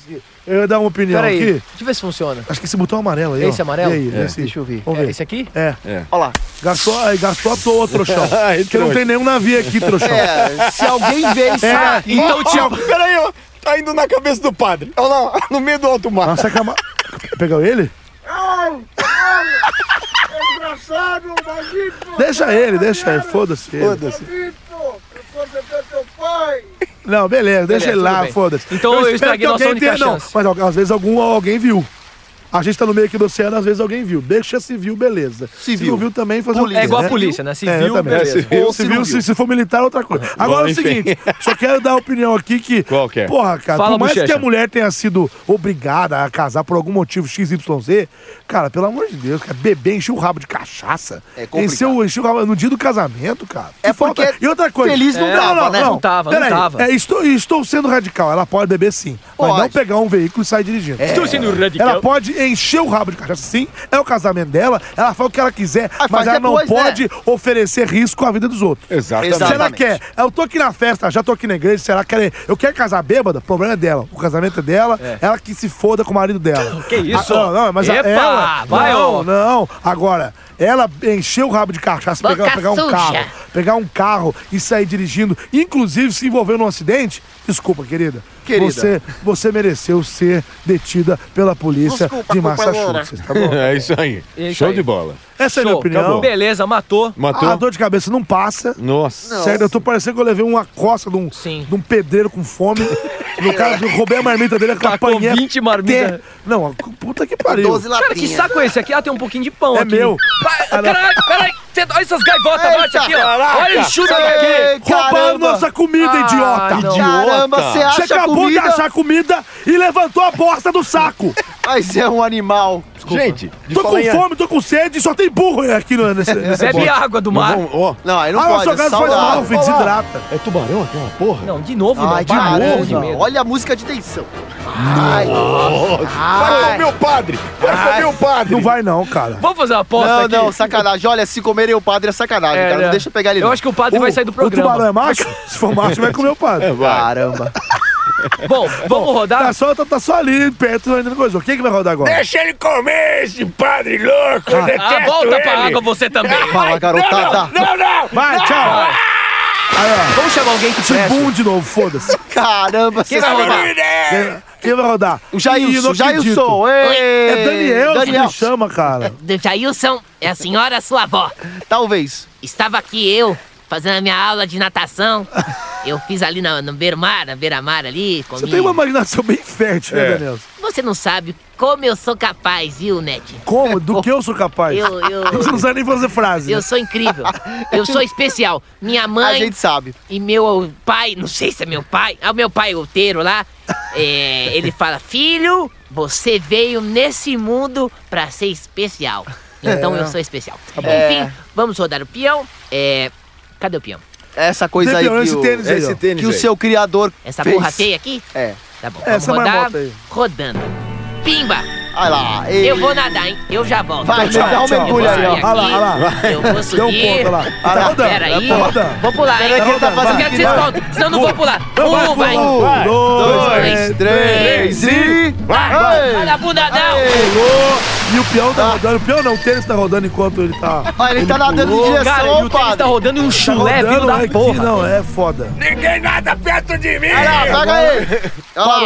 [SPEAKER 2] Eu ia dar uma opinião
[SPEAKER 1] Peraí,
[SPEAKER 2] aqui.
[SPEAKER 1] deixa eu ver se funciona.
[SPEAKER 2] Acho que esse botão é amarelo aí.
[SPEAKER 1] Esse
[SPEAKER 2] ó.
[SPEAKER 1] amarelo?
[SPEAKER 2] E aí,
[SPEAKER 1] É.
[SPEAKER 2] esse.
[SPEAKER 1] Deixa eu ver.
[SPEAKER 2] Vamos
[SPEAKER 1] É
[SPEAKER 2] ver.
[SPEAKER 1] esse aqui?
[SPEAKER 2] É.
[SPEAKER 3] Olha lá.
[SPEAKER 2] Gastou, aí, gastou à toa, trouxão.
[SPEAKER 4] Ai,
[SPEAKER 2] Porque não
[SPEAKER 4] trouxa.
[SPEAKER 2] tem nenhum navio aqui, trouxão.
[SPEAKER 3] É, se alguém vê isso
[SPEAKER 2] É.
[SPEAKER 3] aqui,
[SPEAKER 4] Então, Tiago, peraí, ó. Tá indo na cabeça do padre. Olha lá, no meio do alto mar.
[SPEAKER 2] Nossa, calma. Pegou ele?
[SPEAKER 3] é Engraçado, Magito!
[SPEAKER 2] Deixa ele, deixa ele. Foda-se. ele.
[SPEAKER 4] Foda-se.
[SPEAKER 3] Magito! Você quer seu pai?
[SPEAKER 2] Não, beleza,
[SPEAKER 1] Beleza,
[SPEAKER 2] deixa ele
[SPEAKER 1] tudo
[SPEAKER 2] lá,
[SPEAKER 1] bem.
[SPEAKER 2] foda-se.
[SPEAKER 1] Então eu
[SPEAKER 2] espero
[SPEAKER 1] estraguei
[SPEAKER 2] que
[SPEAKER 1] nossa
[SPEAKER 2] alguém
[SPEAKER 1] única
[SPEAKER 2] tenha- não,
[SPEAKER 1] chance.
[SPEAKER 2] Mas al- às vezes algum, alguém viu. A gente tá no meio aqui do oceano, às vezes alguém viu. Deixa se viu, beleza. Se
[SPEAKER 3] viu.
[SPEAKER 2] viu também, fazer o quê,
[SPEAKER 1] É igual a
[SPEAKER 2] né?
[SPEAKER 1] polícia, né? Se
[SPEAKER 2] É,
[SPEAKER 1] viu,
[SPEAKER 2] exatamente.
[SPEAKER 1] beleza.
[SPEAKER 4] É,
[SPEAKER 2] Ou se viu, se, se for militar, é outra coisa. Agora é o
[SPEAKER 4] enfim.
[SPEAKER 2] seguinte, só quero dar a opinião aqui que.
[SPEAKER 4] Qual que é?
[SPEAKER 2] Porra, cara,
[SPEAKER 1] Fala,
[SPEAKER 2] por mais que
[SPEAKER 1] Bochecha.
[SPEAKER 2] a mulher tenha sido obrigada a casar por algum motivo XYZ, cara, pelo amor de Deus, cara, beber encheu o rabo de cachaça.
[SPEAKER 3] É complicado.
[SPEAKER 2] Encheu, encheu o rabo no dia do casamento, cara.
[SPEAKER 3] É
[SPEAKER 2] Que falta-
[SPEAKER 3] porque
[SPEAKER 2] E outra coisa.
[SPEAKER 3] feliz não
[SPEAKER 2] É,
[SPEAKER 3] tava, né?
[SPEAKER 1] Não tava, não
[SPEAKER 2] Peraí,
[SPEAKER 1] tava.
[SPEAKER 2] É, estou, estou sendo radical. Ela pode beber sim, mas
[SPEAKER 3] Pode. É.
[SPEAKER 2] não pegar um veículo e sair dirigindo.
[SPEAKER 1] Estou sendo
[SPEAKER 2] Ela
[SPEAKER 1] radical.
[SPEAKER 2] pode encher o rabo de cachaça, sim. É o casamento dela. Ela faz o que ela quiser,
[SPEAKER 3] Ah,
[SPEAKER 2] mas
[SPEAKER 3] faz
[SPEAKER 2] ela não
[SPEAKER 3] depois, né?
[SPEAKER 2] pode oferecer risco à vida dos outros.
[SPEAKER 4] Exatamente.
[SPEAKER 3] Exato.
[SPEAKER 2] Se ela
[SPEAKER 3] Exatamente.
[SPEAKER 2] quer, eu tô aqui na festa, já tô aqui na igreja, se ela quer, eu quero casar bêbada, o problema é dela. O casamento é dela, ela que se foda com o marido dela. Ah,
[SPEAKER 1] Que isso?
[SPEAKER 2] não, não, mas a-
[SPEAKER 1] Epa,
[SPEAKER 2] ela...
[SPEAKER 1] vai,
[SPEAKER 2] não,
[SPEAKER 1] ó.
[SPEAKER 2] não. Agora, ela encheu o rabo de cachaça,
[SPEAKER 9] Boca
[SPEAKER 2] pegar, pegar um
[SPEAKER 9] suja.
[SPEAKER 2] carro, pegar um carro e sair dirigindo, inclusive se envolver num acidente, desculpa, querida.
[SPEAKER 3] Querida.
[SPEAKER 2] Você, você mereceu ser detida pela polícia
[SPEAKER 3] Desculpa,
[SPEAKER 2] de
[SPEAKER 3] culpa é loura.
[SPEAKER 2] Massachusetts, tá bom?
[SPEAKER 4] É isso aí.
[SPEAKER 1] É isso
[SPEAKER 4] Show
[SPEAKER 1] aí.
[SPEAKER 4] de bola.
[SPEAKER 2] Essa é a minha
[SPEAKER 1] Show, acabou.
[SPEAKER 2] opinião.
[SPEAKER 1] Beleza, matou.
[SPEAKER 4] Matou?
[SPEAKER 3] Ah,
[SPEAKER 2] A dor de cabeça não passa.
[SPEAKER 4] Nossa.
[SPEAKER 2] Sério, eu tô parecendo que eu levei uma costa de um,
[SPEAKER 1] Sim.
[SPEAKER 2] de um pedreiro com fome. No caso, eu roubei a marmita dele com a
[SPEAKER 1] Tacou
[SPEAKER 2] panheta.
[SPEAKER 1] 20 marmitas.
[SPEAKER 2] até- Não, a- puta que pariu.
[SPEAKER 3] 12
[SPEAKER 1] Cara, que
[SPEAKER 3] latinhas.
[SPEAKER 1] saco é esse aqui? Ah, tem um pouquinho de pão
[SPEAKER 2] É
[SPEAKER 1] aqui.
[SPEAKER 2] meu.
[SPEAKER 1] Vai, Caralho, peraí. Cê- Olha essas gaivotas bate aqui, ó. Olha o chute
[SPEAKER 2] é?
[SPEAKER 3] Ei,
[SPEAKER 1] aqui.
[SPEAKER 2] Roubaram
[SPEAKER 3] caramba.
[SPEAKER 2] nossa comida,
[SPEAKER 1] Ah,
[SPEAKER 2] idiota.
[SPEAKER 1] não.
[SPEAKER 3] Caramba,
[SPEAKER 4] Idiota.
[SPEAKER 3] você
[SPEAKER 2] Você
[SPEAKER 3] acha
[SPEAKER 2] acabou
[SPEAKER 3] comida?
[SPEAKER 2] de achar comida e levantou a bosta do saco.
[SPEAKER 3] Mas é um animal.
[SPEAKER 4] Gente, de
[SPEAKER 2] tô com
[SPEAKER 4] falar em-
[SPEAKER 2] fome, tô com sede, só tem burro aqui no- nesse, nesse
[SPEAKER 1] Bebe
[SPEAKER 2] bote.
[SPEAKER 1] água do
[SPEAKER 4] Não
[SPEAKER 1] mar.
[SPEAKER 4] vamos- ó,
[SPEAKER 3] Não, aí não
[SPEAKER 2] Ah, o
[SPEAKER 3] pode, é
[SPEAKER 2] salgado faz mal,
[SPEAKER 3] saudável.
[SPEAKER 2] filho, desidrata.
[SPEAKER 4] é tubarão aquela porra?
[SPEAKER 1] Não, de novo
[SPEAKER 3] Ai,
[SPEAKER 1] não.
[SPEAKER 3] de
[SPEAKER 1] Para,
[SPEAKER 3] novo,
[SPEAKER 1] de medo.
[SPEAKER 3] Olha a música de tensão. Ai,
[SPEAKER 4] Vai
[SPEAKER 3] ai.
[SPEAKER 4] comer o padre! Vai comer o padre!
[SPEAKER 2] Não vai não, cara.
[SPEAKER 1] Vamos fazer uma aposta
[SPEAKER 3] Não,
[SPEAKER 1] aqui?
[SPEAKER 3] não, sacanagem. Olha, se comerem o padre é sacanagem,
[SPEAKER 1] É,
[SPEAKER 3] cara. Não
[SPEAKER 1] né?
[SPEAKER 3] deixa eu pegar ele
[SPEAKER 1] Eu
[SPEAKER 3] não.
[SPEAKER 1] acho que o padre vai sair do
[SPEAKER 2] O tubarão
[SPEAKER 1] programa.
[SPEAKER 2] é macho? Se for macho, vai comer o padre.
[SPEAKER 4] É, vai.
[SPEAKER 3] Caramba.
[SPEAKER 1] Bom, vamos rodar?
[SPEAKER 2] Tá só, tá, tá só ali, perto, ainda não coisou. Quem que vai rodar agora?
[SPEAKER 4] Deixa ele comer, esse padre louco!
[SPEAKER 1] Ah,
[SPEAKER 4] eu detesto
[SPEAKER 1] volta
[SPEAKER 4] ele.
[SPEAKER 1] pra água você também.
[SPEAKER 3] Fala, garotada.
[SPEAKER 4] Não, não!
[SPEAKER 2] Vai, tchau.
[SPEAKER 1] Vamos chamar alguém que preste.
[SPEAKER 2] Tibum de novo, foda-se.
[SPEAKER 3] Caramba, você
[SPEAKER 1] Quem vai rodar?
[SPEAKER 2] Quem- Quem vai rodar?
[SPEAKER 3] O
[SPEAKER 2] Ih, não
[SPEAKER 3] Jailson,
[SPEAKER 2] acredito.
[SPEAKER 3] Jailson. ei.
[SPEAKER 2] É Daniel,
[SPEAKER 3] Daniel.
[SPEAKER 2] que me chama, cara.
[SPEAKER 12] Jailson, é a senhora sua avó.
[SPEAKER 3] Talvez.
[SPEAKER 12] Estava aqui eu, fazendo a minha aula de natação. Eu fiz ali na- no beira-mar, na beira-mar ali, comi.
[SPEAKER 2] Você tem uma imaginação bem fértil, né,
[SPEAKER 4] É.
[SPEAKER 2] Daniel?
[SPEAKER 12] Você não sabe como eu sou capaz, viu, Net?
[SPEAKER 2] Como? Do que eu sou capaz?
[SPEAKER 12] Eu, eu,
[SPEAKER 2] Você não sabe nem fazer frase. né?
[SPEAKER 12] eu sou incrível. Eu sou especial. Minha
[SPEAKER 3] A
[SPEAKER 12] mãe
[SPEAKER 3] gente sabe.
[SPEAKER 12] e meu pai, não sei se é meu pai, é o meu pai outeiro lá, é, ele fala, filho, você veio nesse mundo pra ser especial. Então
[SPEAKER 3] É.
[SPEAKER 12] eu sou especial.
[SPEAKER 3] Tá
[SPEAKER 12] Enfim, vamos rodar o peão. É, cadê o peão?
[SPEAKER 3] Essa
[SPEAKER 2] Tem
[SPEAKER 3] coisa aí que,
[SPEAKER 2] esse
[SPEAKER 3] o,
[SPEAKER 2] tênis aí,
[SPEAKER 4] Esse
[SPEAKER 2] ó.
[SPEAKER 4] tênis
[SPEAKER 3] que o
[SPEAKER 4] aí.
[SPEAKER 3] seu criador
[SPEAKER 12] Essa
[SPEAKER 3] fez.
[SPEAKER 12] porra feia aqui?
[SPEAKER 3] É.
[SPEAKER 12] Tá bom,
[SPEAKER 2] Essa
[SPEAKER 12] vamos rodar.
[SPEAKER 2] marmota aí.
[SPEAKER 12] Rodando. Pimba!
[SPEAKER 3] Olha lá.
[SPEAKER 12] Eu vou nadar, hein? Eu já volto.
[SPEAKER 3] Vai,
[SPEAKER 12] Tchau,
[SPEAKER 3] dá um
[SPEAKER 12] tchau.
[SPEAKER 3] mergulho
[SPEAKER 12] Eu vou
[SPEAKER 3] aí, ó.
[SPEAKER 12] sair
[SPEAKER 3] Olha lá,
[SPEAKER 12] aqui,
[SPEAKER 3] olha lá.
[SPEAKER 12] Eu vou
[SPEAKER 3] Deu um
[SPEAKER 12] subir.
[SPEAKER 3] ponto, olha lá. Ele tá
[SPEAKER 12] Olha lá,
[SPEAKER 3] rodando,
[SPEAKER 12] pera
[SPEAKER 3] tá
[SPEAKER 12] aí.
[SPEAKER 3] rodando.
[SPEAKER 12] Vou pular, hein?
[SPEAKER 3] Peraí que ele tá
[SPEAKER 12] Eu
[SPEAKER 3] fazendo
[SPEAKER 12] quero que vocês
[SPEAKER 3] pirâmide.
[SPEAKER 12] contem, senão eu não vou pular. Um, vai.
[SPEAKER 3] Um,
[SPEAKER 12] dois,
[SPEAKER 3] dois, três e...
[SPEAKER 12] Vai,
[SPEAKER 3] Vai.
[SPEAKER 12] Olha a bunda, não.
[SPEAKER 2] Pulou. E o peão tá rodando. O peão não, o tênis tá rodando enquanto ele tá.
[SPEAKER 3] Ah. Olha, ele tá nadando em direção ao
[SPEAKER 1] Cara, e o tênis tá
[SPEAKER 3] padre.
[SPEAKER 1] rodando em um
[SPEAKER 2] Tá
[SPEAKER 1] chulé vindo
[SPEAKER 2] rodando,
[SPEAKER 1] da
[SPEAKER 2] aqui,
[SPEAKER 1] porra.
[SPEAKER 2] Não, é foda.
[SPEAKER 3] Olha lá, pega ele. Olha lá.
[SPEAKER 2] Parou,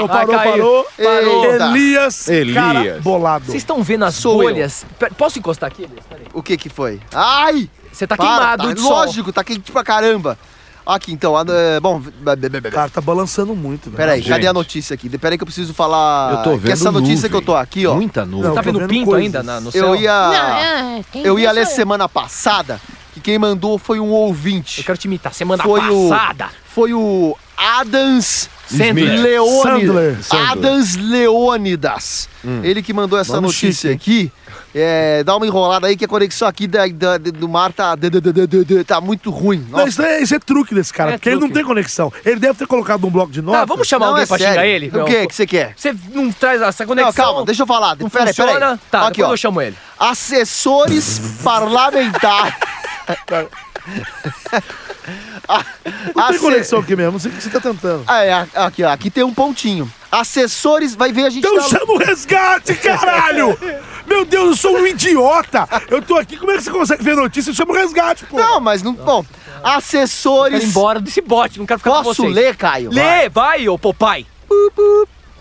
[SPEAKER 2] parou,
[SPEAKER 1] caiu.
[SPEAKER 2] parou. tá.
[SPEAKER 3] Eita.
[SPEAKER 2] Elias, cara
[SPEAKER 4] Elias.
[SPEAKER 2] bolado.
[SPEAKER 1] Vocês estão vendo as
[SPEAKER 3] Sou eu.
[SPEAKER 1] bolhas? Pe- Posso encostar aqui, Elias? Peraí.
[SPEAKER 3] O que que foi? Ai!
[SPEAKER 1] Você tá
[SPEAKER 3] para,
[SPEAKER 1] queimado
[SPEAKER 3] tá-
[SPEAKER 1] de sol.
[SPEAKER 3] Lógico, tá quente pra caramba. Aqui, então, a, é, bom... b- b- b- b-
[SPEAKER 2] Cara, tá balançando muito, velho.
[SPEAKER 3] Peraí, cadê
[SPEAKER 4] Gente.
[SPEAKER 3] a notícia aqui? De- Peraí que eu preciso falar...
[SPEAKER 4] Eu tô vendo
[SPEAKER 3] Que essa notícia
[SPEAKER 4] nuvem.
[SPEAKER 3] que eu tô aqui, ó...
[SPEAKER 4] Muita nuvem.
[SPEAKER 2] Não,
[SPEAKER 1] Tá
[SPEAKER 2] tô
[SPEAKER 1] vendo
[SPEAKER 2] vendo
[SPEAKER 1] pinto
[SPEAKER 2] coisas.
[SPEAKER 1] ainda na- no céu?
[SPEAKER 3] Eu ia...
[SPEAKER 9] Não, é, quem
[SPEAKER 3] Ah, Eu ia
[SPEAKER 9] pensa
[SPEAKER 3] ler
[SPEAKER 9] é-
[SPEAKER 3] semana passada que quem mandou foi um
[SPEAKER 1] Eu
[SPEAKER 3] ouvinte.
[SPEAKER 1] quero te imitar. Semana
[SPEAKER 3] Foi o-
[SPEAKER 1] passada.
[SPEAKER 3] Foi o Adams
[SPEAKER 4] Smith.
[SPEAKER 2] Sandler.
[SPEAKER 3] Leônidas.
[SPEAKER 4] Sandler.
[SPEAKER 3] Adams Leônidas. Ele que mandou essa
[SPEAKER 2] Nome chique,
[SPEAKER 3] notícia
[SPEAKER 2] hein?
[SPEAKER 3] aqui. É, dá uma enrolada aí que a conexão aqui da- da- do mar tá, tá muito ruim.
[SPEAKER 2] Não,
[SPEAKER 3] Nossa.
[SPEAKER 2] isso, é, isso é truque desse cara,
[SPEAKER 1] É
[SPEAKER 2] porque ele não
[SPEAKER 1] truque.
[SPEAKER 2] tem conexão. Ele deve ter colocado um bloco de notas.
[SPEAKER 1] Tá, vamos chamar
[SPEAKER 3] Não,
[SPEAKER 1] alguém
[SPEAKER 3] é
[SPEAKER 1] pra
[SPEAKER 3] sério.
[SPEAKER 1] xingar ele?
[SPEAKER 3] O que que você quer?
[SPEAKER 1] Você não traz essa conexão?
[SPEAKER 3] Não, calma, deixa eu falar.
[SPEAKER 1] Não
[SPEAKER 3] Peraí,
[SPEAKER 1] funciona.
[SPEAKER 3] peraí.
[SPEAKER 1] Tá,
[SPEAKER 3] aqui, ó.
[SPEAKER 1] depois eu chamo ele.
[SPEAKER 3] Assessores parlamentares.
[SPEAKER 2] Não tem conexão aqui mesmo, não sei o que você tá tentando.
[SPEAKER 3] Ah, é, aqui, ó, aqui tem um pontinho. Assessores, vai ver a gente.
[SPEAKER 2] Então
[SPEAKER 3] tá-
[SPEAKER 2] chama o resgate, caralho! Meu Deus, eu sou um idiota! Eu tô aqui, como é que você consegue ver notícia? Chama o resgate, pô!
[SPEAKER 3] Não, mas não. Bom,
[SPEAKER 1] Eu quero ir
[SPEAKER 3] assessores.
[SPEAKER 1] embora desse bote, não quero ficar com
[SPEAKER 3] Posso
[SPEAKER 1] vocês.
[SPEAKER 3] ler, Caio?
[SPEAKER 1] Lê, vai, ô Popai.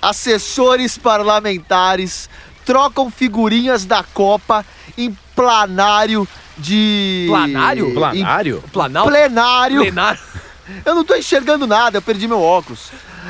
[SPEAKER 3] Assessores parlamentares trocam figurinhas da Copa em planário de.
[SPEAKER 1] Planário?
[SPEAKER 3] Em
[SPEAKER 4] Planário?
[SPEAKER 1] Planalto.
[SPEAKER 3] Plenário.
[SPEAKER 1] Plenário.
[SPEAKER 3] Eu não tô enxergando nada, eu perdi meu óculos.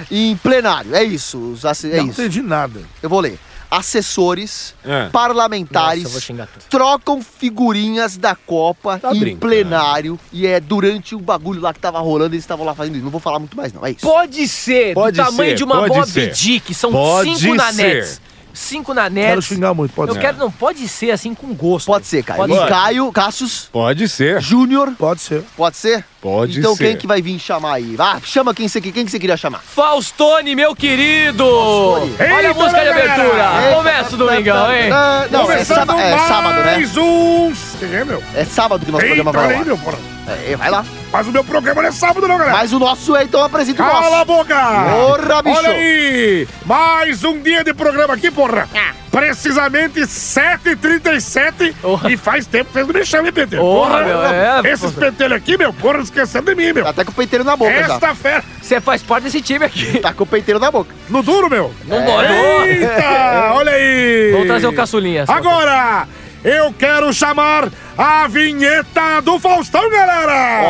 [SPEAKER 3] Em plenário, é isso. os asse- É
[SPEAKER 2] não
[SPEAKER 3] isso.
[SPEAKER 2] entendi nada.
[SPEAKER 3] Eu vou ler. Assessores
[SPEAKER 4] É.
[SPEAKER 3] parlamentares
[SPEAKER 1] Nossa, eu vou xingar tudo.
[SPEAKER 3] trocam figurinhas da Copa
[SPEAKER 4] Tá
[SPEAKER 3] em
[SPEAKER 4] brincando.
[SPEAKER 3] plenário. E é durante o bagulho lá que tava rolando, eles estavam lá fazendo isso. Não vou falar muito mais, não. É isso.
[SPEAKER 1] Pode ser
[SPEAKER 4] Pode
[SPEAKER 1] do tamanho
[SPEAKER 4] ser,
[SPEAKER 1] de uma
[SPEAKER 4] pode
[SPEAKER 1] Bob
[SPEAKER 4] ser.
[SPEAKER 1] Dick, são
[SPEAKER 4] Pode
[SPEAKER 1] cinco
[SPEAKER 4] ser.
[SPEAKER 1] nanetes. Cinco nanetes.
[SPEAKER 2] Quero xingar muito, pode
[SPEAKER 1] Eu
[SPEAKER 2] ser.
[SPEAKER 1] quero, não, pode ser assim com gosto.
[SPEAKER 3] Pode ser, Caio.
[SPEAKER 1] Pode
[SPEAKER 3] E
[SPEAKER 1] ser.
[SPEAKER 3] Caio, Cassius
[SPEAKER 4] Pode ser.
[SPEAKER 3] Júnior,
[SPEAKER 2] Pode ser.
[SPEAKER 3] pode ser?
[SPEAKER 4] Pode
[SPEAKER 3] então
[SPEAKER 4] ser.
[SPEAKER 3] quem que vai vir chamar aí? Ah, chama quem você, quem que você queria chamar.
[SPEAKER 1] Faustone, meu querido! Olha
[SPEAKER 2] Eita,
[SPEAKER 1] a música de
[SPEAKER 2] galera!
[SPEAKER 1] abertura.
[SPEAKER 3] Eita,
[SPEAKER 1] Começa o Domingão, hein?
[SPEAKER 3] Ah, não, é,
[SPEAKER 2] Começando
[SPEAKER 3] sába- é
[SPEAKER 2] mais
[SPEAKER 3] sábado, né?
[SPEAKER 2] uns... Quem é, meu?
[SPEAKER 3] É sábado que nosso
[SPEAKER 2] Eita,
[SPEAKER 3] programa vai
[SPEAKER 2] olha aí,
[SPEAKER 3] lá.
[SPEAKER 2] meu, porra.
[SPEAKER 3] É, vai lá.
[SPEAKER 2] Mas o meu programa não é sábado, não, galera.
[SPEAKER 3] Mas o nosso, é, então, apresenta o
[SPEAKER 2] Cala a
[SPEAKER 3] nosso.
[SPEAKER 2] boca!
[SPEAKER 3] Porra, bicho.
[SPEAKER 2] Olha aí! Mais um dia de programa aqui, porra!
[SPEAKER 8] Ah.
[SPEAKER 2] Precisamente 7h37
[SPEAKER 1] Porra.
[SPEAKER 2] e faz tempo que vocês não me chamam, hein, PT?
[SPEAKER 1] Porra, meu, é,
[SPEAKER 2] Esses
[SPEAKER 1] porra.
[SPEAKER 2] pentelhos aqui, meu, porra, esquecendo de mim, meu!
[SPEAKER 3] Tá até com o peiteiro na boca já.
[SPEAKER 2] Esta fera!
[SPEAKER 1] Você faz parte desse time aqui.
[SPEAKER 3] Tá com o peiteiro na boca.
[SPEAKER 2] No duro, meu!
[SPEAKER 1] Não
[SPEAKER 3] É.
[SPEAKER 1] morou.
[SPEAKER 2] Eita! Olha aí!
[SPEAKER 1] Vamos trazer o caçulinha. só.
[SPEAKER 2] Agora, eu quero chamar a vinheta do Faustão, galera!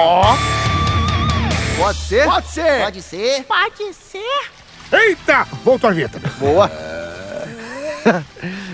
[SPEAKER 3] Pode ser? Pode ser.
[SPEAKER 12] Pode ser.
[SPEAKER 9] Pode ser?
[SPEAKER 2] Eita! Voltou a vinheta.
[SPEAKER 3] Boa.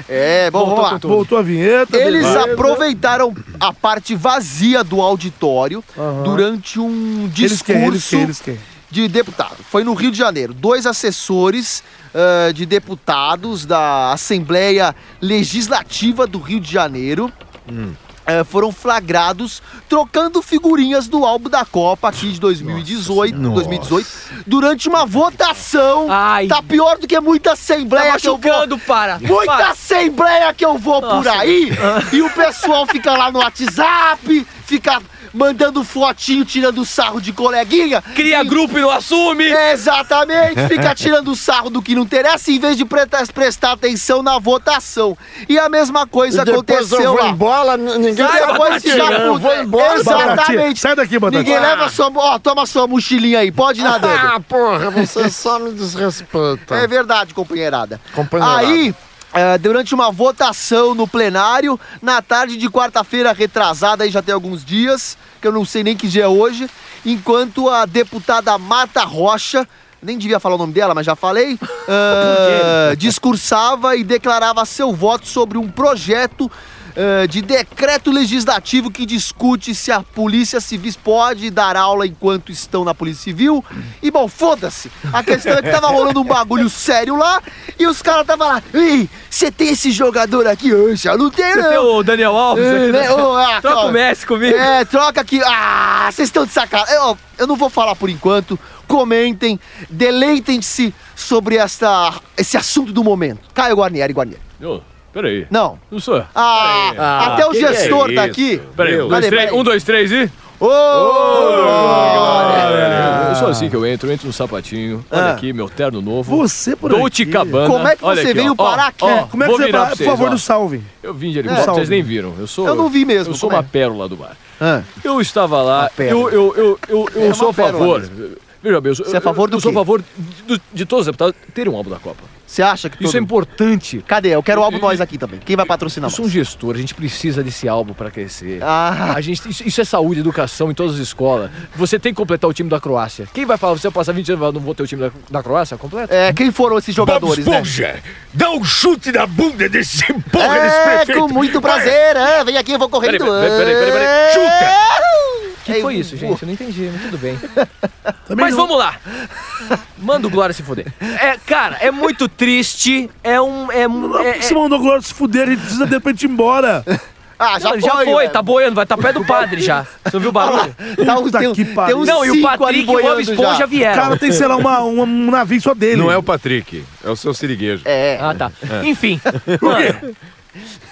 [SPEAKER 3] É, bom, vamos lá.
[SPEAKER 2] Voltou a vinheta.
[SPEAKER 3] Eles aproveitaram a parte vazia do auditório durante um
[SPEAKER 2] Eles
[SPEAKER 3] discurso
[SPEAKER 2] querem, eles querem, eles querem.
[SPEAKER 3] de deputado. Foi no Rio de Janeiro. Dois assessores ah, de deputados da Assembleia Legislativa do Rio de Janeiro. ah, foram flagrados trocando figurinhas do álbum da Copa aqui de 2018, 2018 durante uma votação.
[SPEAKER 1] Ai.
[SPEAKER 3] Tá pior do que muita
[SPEAKER 1] Tá
[SPEAKER 3] assembleia que eu vou
[SPEAKER 1] machucando, para.
[SPEAKER 3] Muita
[SPEAKER 1] Para.
[SPEAKER 3] assembleia que eu vou por
[SPEAKER 1] Nossa. Ah.
[SPEAKER 3] aí e o pessoal fica lá no WhatsApp, fica mandando fotinho, tirando sarro de coleguinha.
[SPEAKER 1] Cria grupo e não assume.
[SPEAKER 3] Exatamente, fica tirando sarro do que não interessa em vez de preta- prestar atenção na votação. E a mesma coisa aconteceu lá.
[SPEAKER 4] embora, n- ninguém
[SPEAKER 3] Sai,
[SPEAKER 4] sabe
[SPEAKER 3] Batatinha,
[SPEAKER 4] onde tirar.
[SPEAKER 3] eu vou embora,
[SPEAKER 2] Batatinha,
[SPEAKER 3] né? Exatamente.
[SPEAKER 2] sai daqui, Batatinha.
[SPEAKER 3] Ninguém leva sua. Ó, toma sua mochilinha aí, pode ir nadando.
[SPEAKER 5] Ah, porra, você só me desrespeita.
[SPEAKER 3] É verdade, companheirada.
[SPEAKER 5] Companheirada.
[SPEAKER 3] Aí, eh, durante uma votação no plenário, na tarde de quarta-feira retrasada, aí já tem alguns dias, que eu não sei nem que dia é hoje, enquanto a deputada Marta Rocha, nem devia falar o nome dela, mas já falei, ah, eh, discursava e declarava seu voto sobre um projeto eh, de decreto legislativo que discute se a polícia civis pode dar aula enquanto estão na polícia civil. E bom, foda-se. A questão é que tava rolando um bagulho sério lá e os caras tava lá, ei, você tem esse jogador aqui? Eu já não tenho,
[SPEAKER 1] Você
[SPEAKER 3] não.
[SPEAKER 1] tem o Daniel Alves
[SPEAKER 3] É,
[SPEAKER 1] aqui, né?
[SPEAKER 3] né? Ô, ah,
[SPEAKER 1] Troca
[SPEAKER 3] calma.
[SPEAKER 1] o Messi comigo.
[SPEAKER 3] É, troca aqui. Ah, vocês estão de sacanagem. Eu, eu não vou falar por enquanto. Comentem, deleitem-se sobre esta, esse assunto do momento. Caio Guarnieri, Guarnieri.
[SPEAKER 13] Ô, peraí.
[SPEAKER 3] Não.
[SPEAKER 13] Não sou eu.
[SPEAKER 3] Ah,
[SPEAKER 13] Ah,
[SPEAKER 3] até o
[SPEAKER 13] que que é
[SPEAKER 3] gestor tá
[SPEAKER 13] isso?
[SPEAKER 3] aqui.
[SPEAKER 13] Peraí, um, dois,
[SPEAKER 3] Cadê?
[SPEAKER 13] três, um, dois, três e.
[SPEAKER 3] Ô!
[SPEAKER 13] Olha, Eu sou assim que eu entro, eu entro no sapatinho. Olha
[SPEAKER 2] Ah.
[SPEAKER 13] aqui, meu terno novo.
[SPEAKER 2] Você por
[SPEAKER 13] Dolce
[SPEAKER 2] aqui.
[SPEAKER 13] Cabana.
[SPEAKER 2] Como é que
[SPEAKER 13] Olha
[SPEAKER 2] você
[SPEAKER 13] aqui,
[SPEAKER 2] veio
[SPEAKER 13] ó.
[SPEAKER 2] parar aqui?
[SPEAKER 13] Ó, ó,
[SPEAKER 2] É, como é que
[SPEAKER 13] vou
[SPEAKER 2] você
[SPEAKER 13] virar
[SPEAKER 2] vai-
[SPEAKER 13] pra
[SPEAKER 2] por
[SPEAKER 13] vocês,
[SPEAKER 2] favor,
[SPEAKER 13] ó.
[SPEAKER 2] nos salve.
[SPEAKER 13] Eu vim de helicóptero,
[SPEAKER 2] É.
[SPEAKER 13] vocês nem viram. Eu sou.
[SPEAKER 2] Eu não vi mesmo,
[SPEAKER 13] Eu sou
[SPEAKER 2] como
[SPEAKER 13] uma
[SPEAKER 2] é?
[SPEAKER 13] pérola do bar.
[SPEAKER 3] Ah.
[SPEAKER 13] Eu estava lá. Eu,
[SPEAKER 2] pérola.
[SPEAKER 13] eu, eu, eu, eu
[SPEAKER 2] É
[SPEAKER 13] sou
[SPEAKER 2] uma
[SPEAKER 13] a favor.
[SPEAKER 2] pérola
[SPEAKER 13] Veja bem, eu sou,
[SPEAKER 3] Você é a favor do
[SPEAKER 13] eu sou a
[SPEAKER 3] quê?
[SPEAKER 13] favor de, de todos os deputados terem um álbum da Copa.
[SPEAKER 3] Você acha que
[SPEAKER 13] Isso é importante.
[SPEAKER 3] Cadê? Eu quero o álbum nós aqui também. Quem vai patrocinar?
[SPEAKER 13] Eu sou um gestor, a gente precisa desse álbum para crescer.
[SPEAKER 3] Ah.
[SPEAKER 13] A gente, isso, isso é saúde, educação em todas as escolas. Você tem que completar o time da Croácia. Quem vai falar, você vai passar 20 anos e falar, não vou ter o time da, da Croácia completo?
[SPEAKER 3] É, quem foram esses jogadores,
[SPEAKER 13] Bob
[SPEAKER 3] né?
[SPEAKER 13] Esponja,
[SPEAKER 3] Dá um chute na bunda desse
[SPEAKER 13] porra
[SPEAKER 3] é,
[SPEAKER 13] desse prefeito.
[SPEAKER 3] com muito prazer. É, vem aqui, eu vou correndo.
[SPEAKER 1] Peraí, peraí, peraí, peraí, peraí.
[SPEAKER 3] Chuta!
[SPEAKER 1] O É. que foi isso, gente? Eu não entendi, mas tudo bem. mas vamos lá. Manda o Glória se fuder. É, cara, é muito triste. É um. É, um- é, é-
[SPEAKER 2] Se mandou o Glória se fuder, a gente precisa de repente ir embora.
[SPEAKER 3] Ah,
[SPEAKER 1] Não, já foi, tá boiando, vai tá pé do padre já. Você ouviu o barulho?
[SPEAKER 3] Tá uns-
[SPEAKER 1] um,
[SPEAKER 3] tem- tem uns
[SPEAKER 1] Não, e o
[SPEAKER 3] cinco
[SPEAKER 1] Patrick
[SPEAKER 3] ali
[SPEAKER 1] e o Bob
[SPEAKER 3] boiando já.
[SPEAKER 1] Esponja vieram.
[SPEAKER 2] Cara, tem, sei lá, uma, uma- um navio só dele.
[SPEAKER 4] Não é o Patrick, é o seu siriguejo.
[SPEAKER 3] É.
[SPEAKER 1] Ah, tá.
[SPEAKER 4] É.
[SPEAKER 1] Enfim.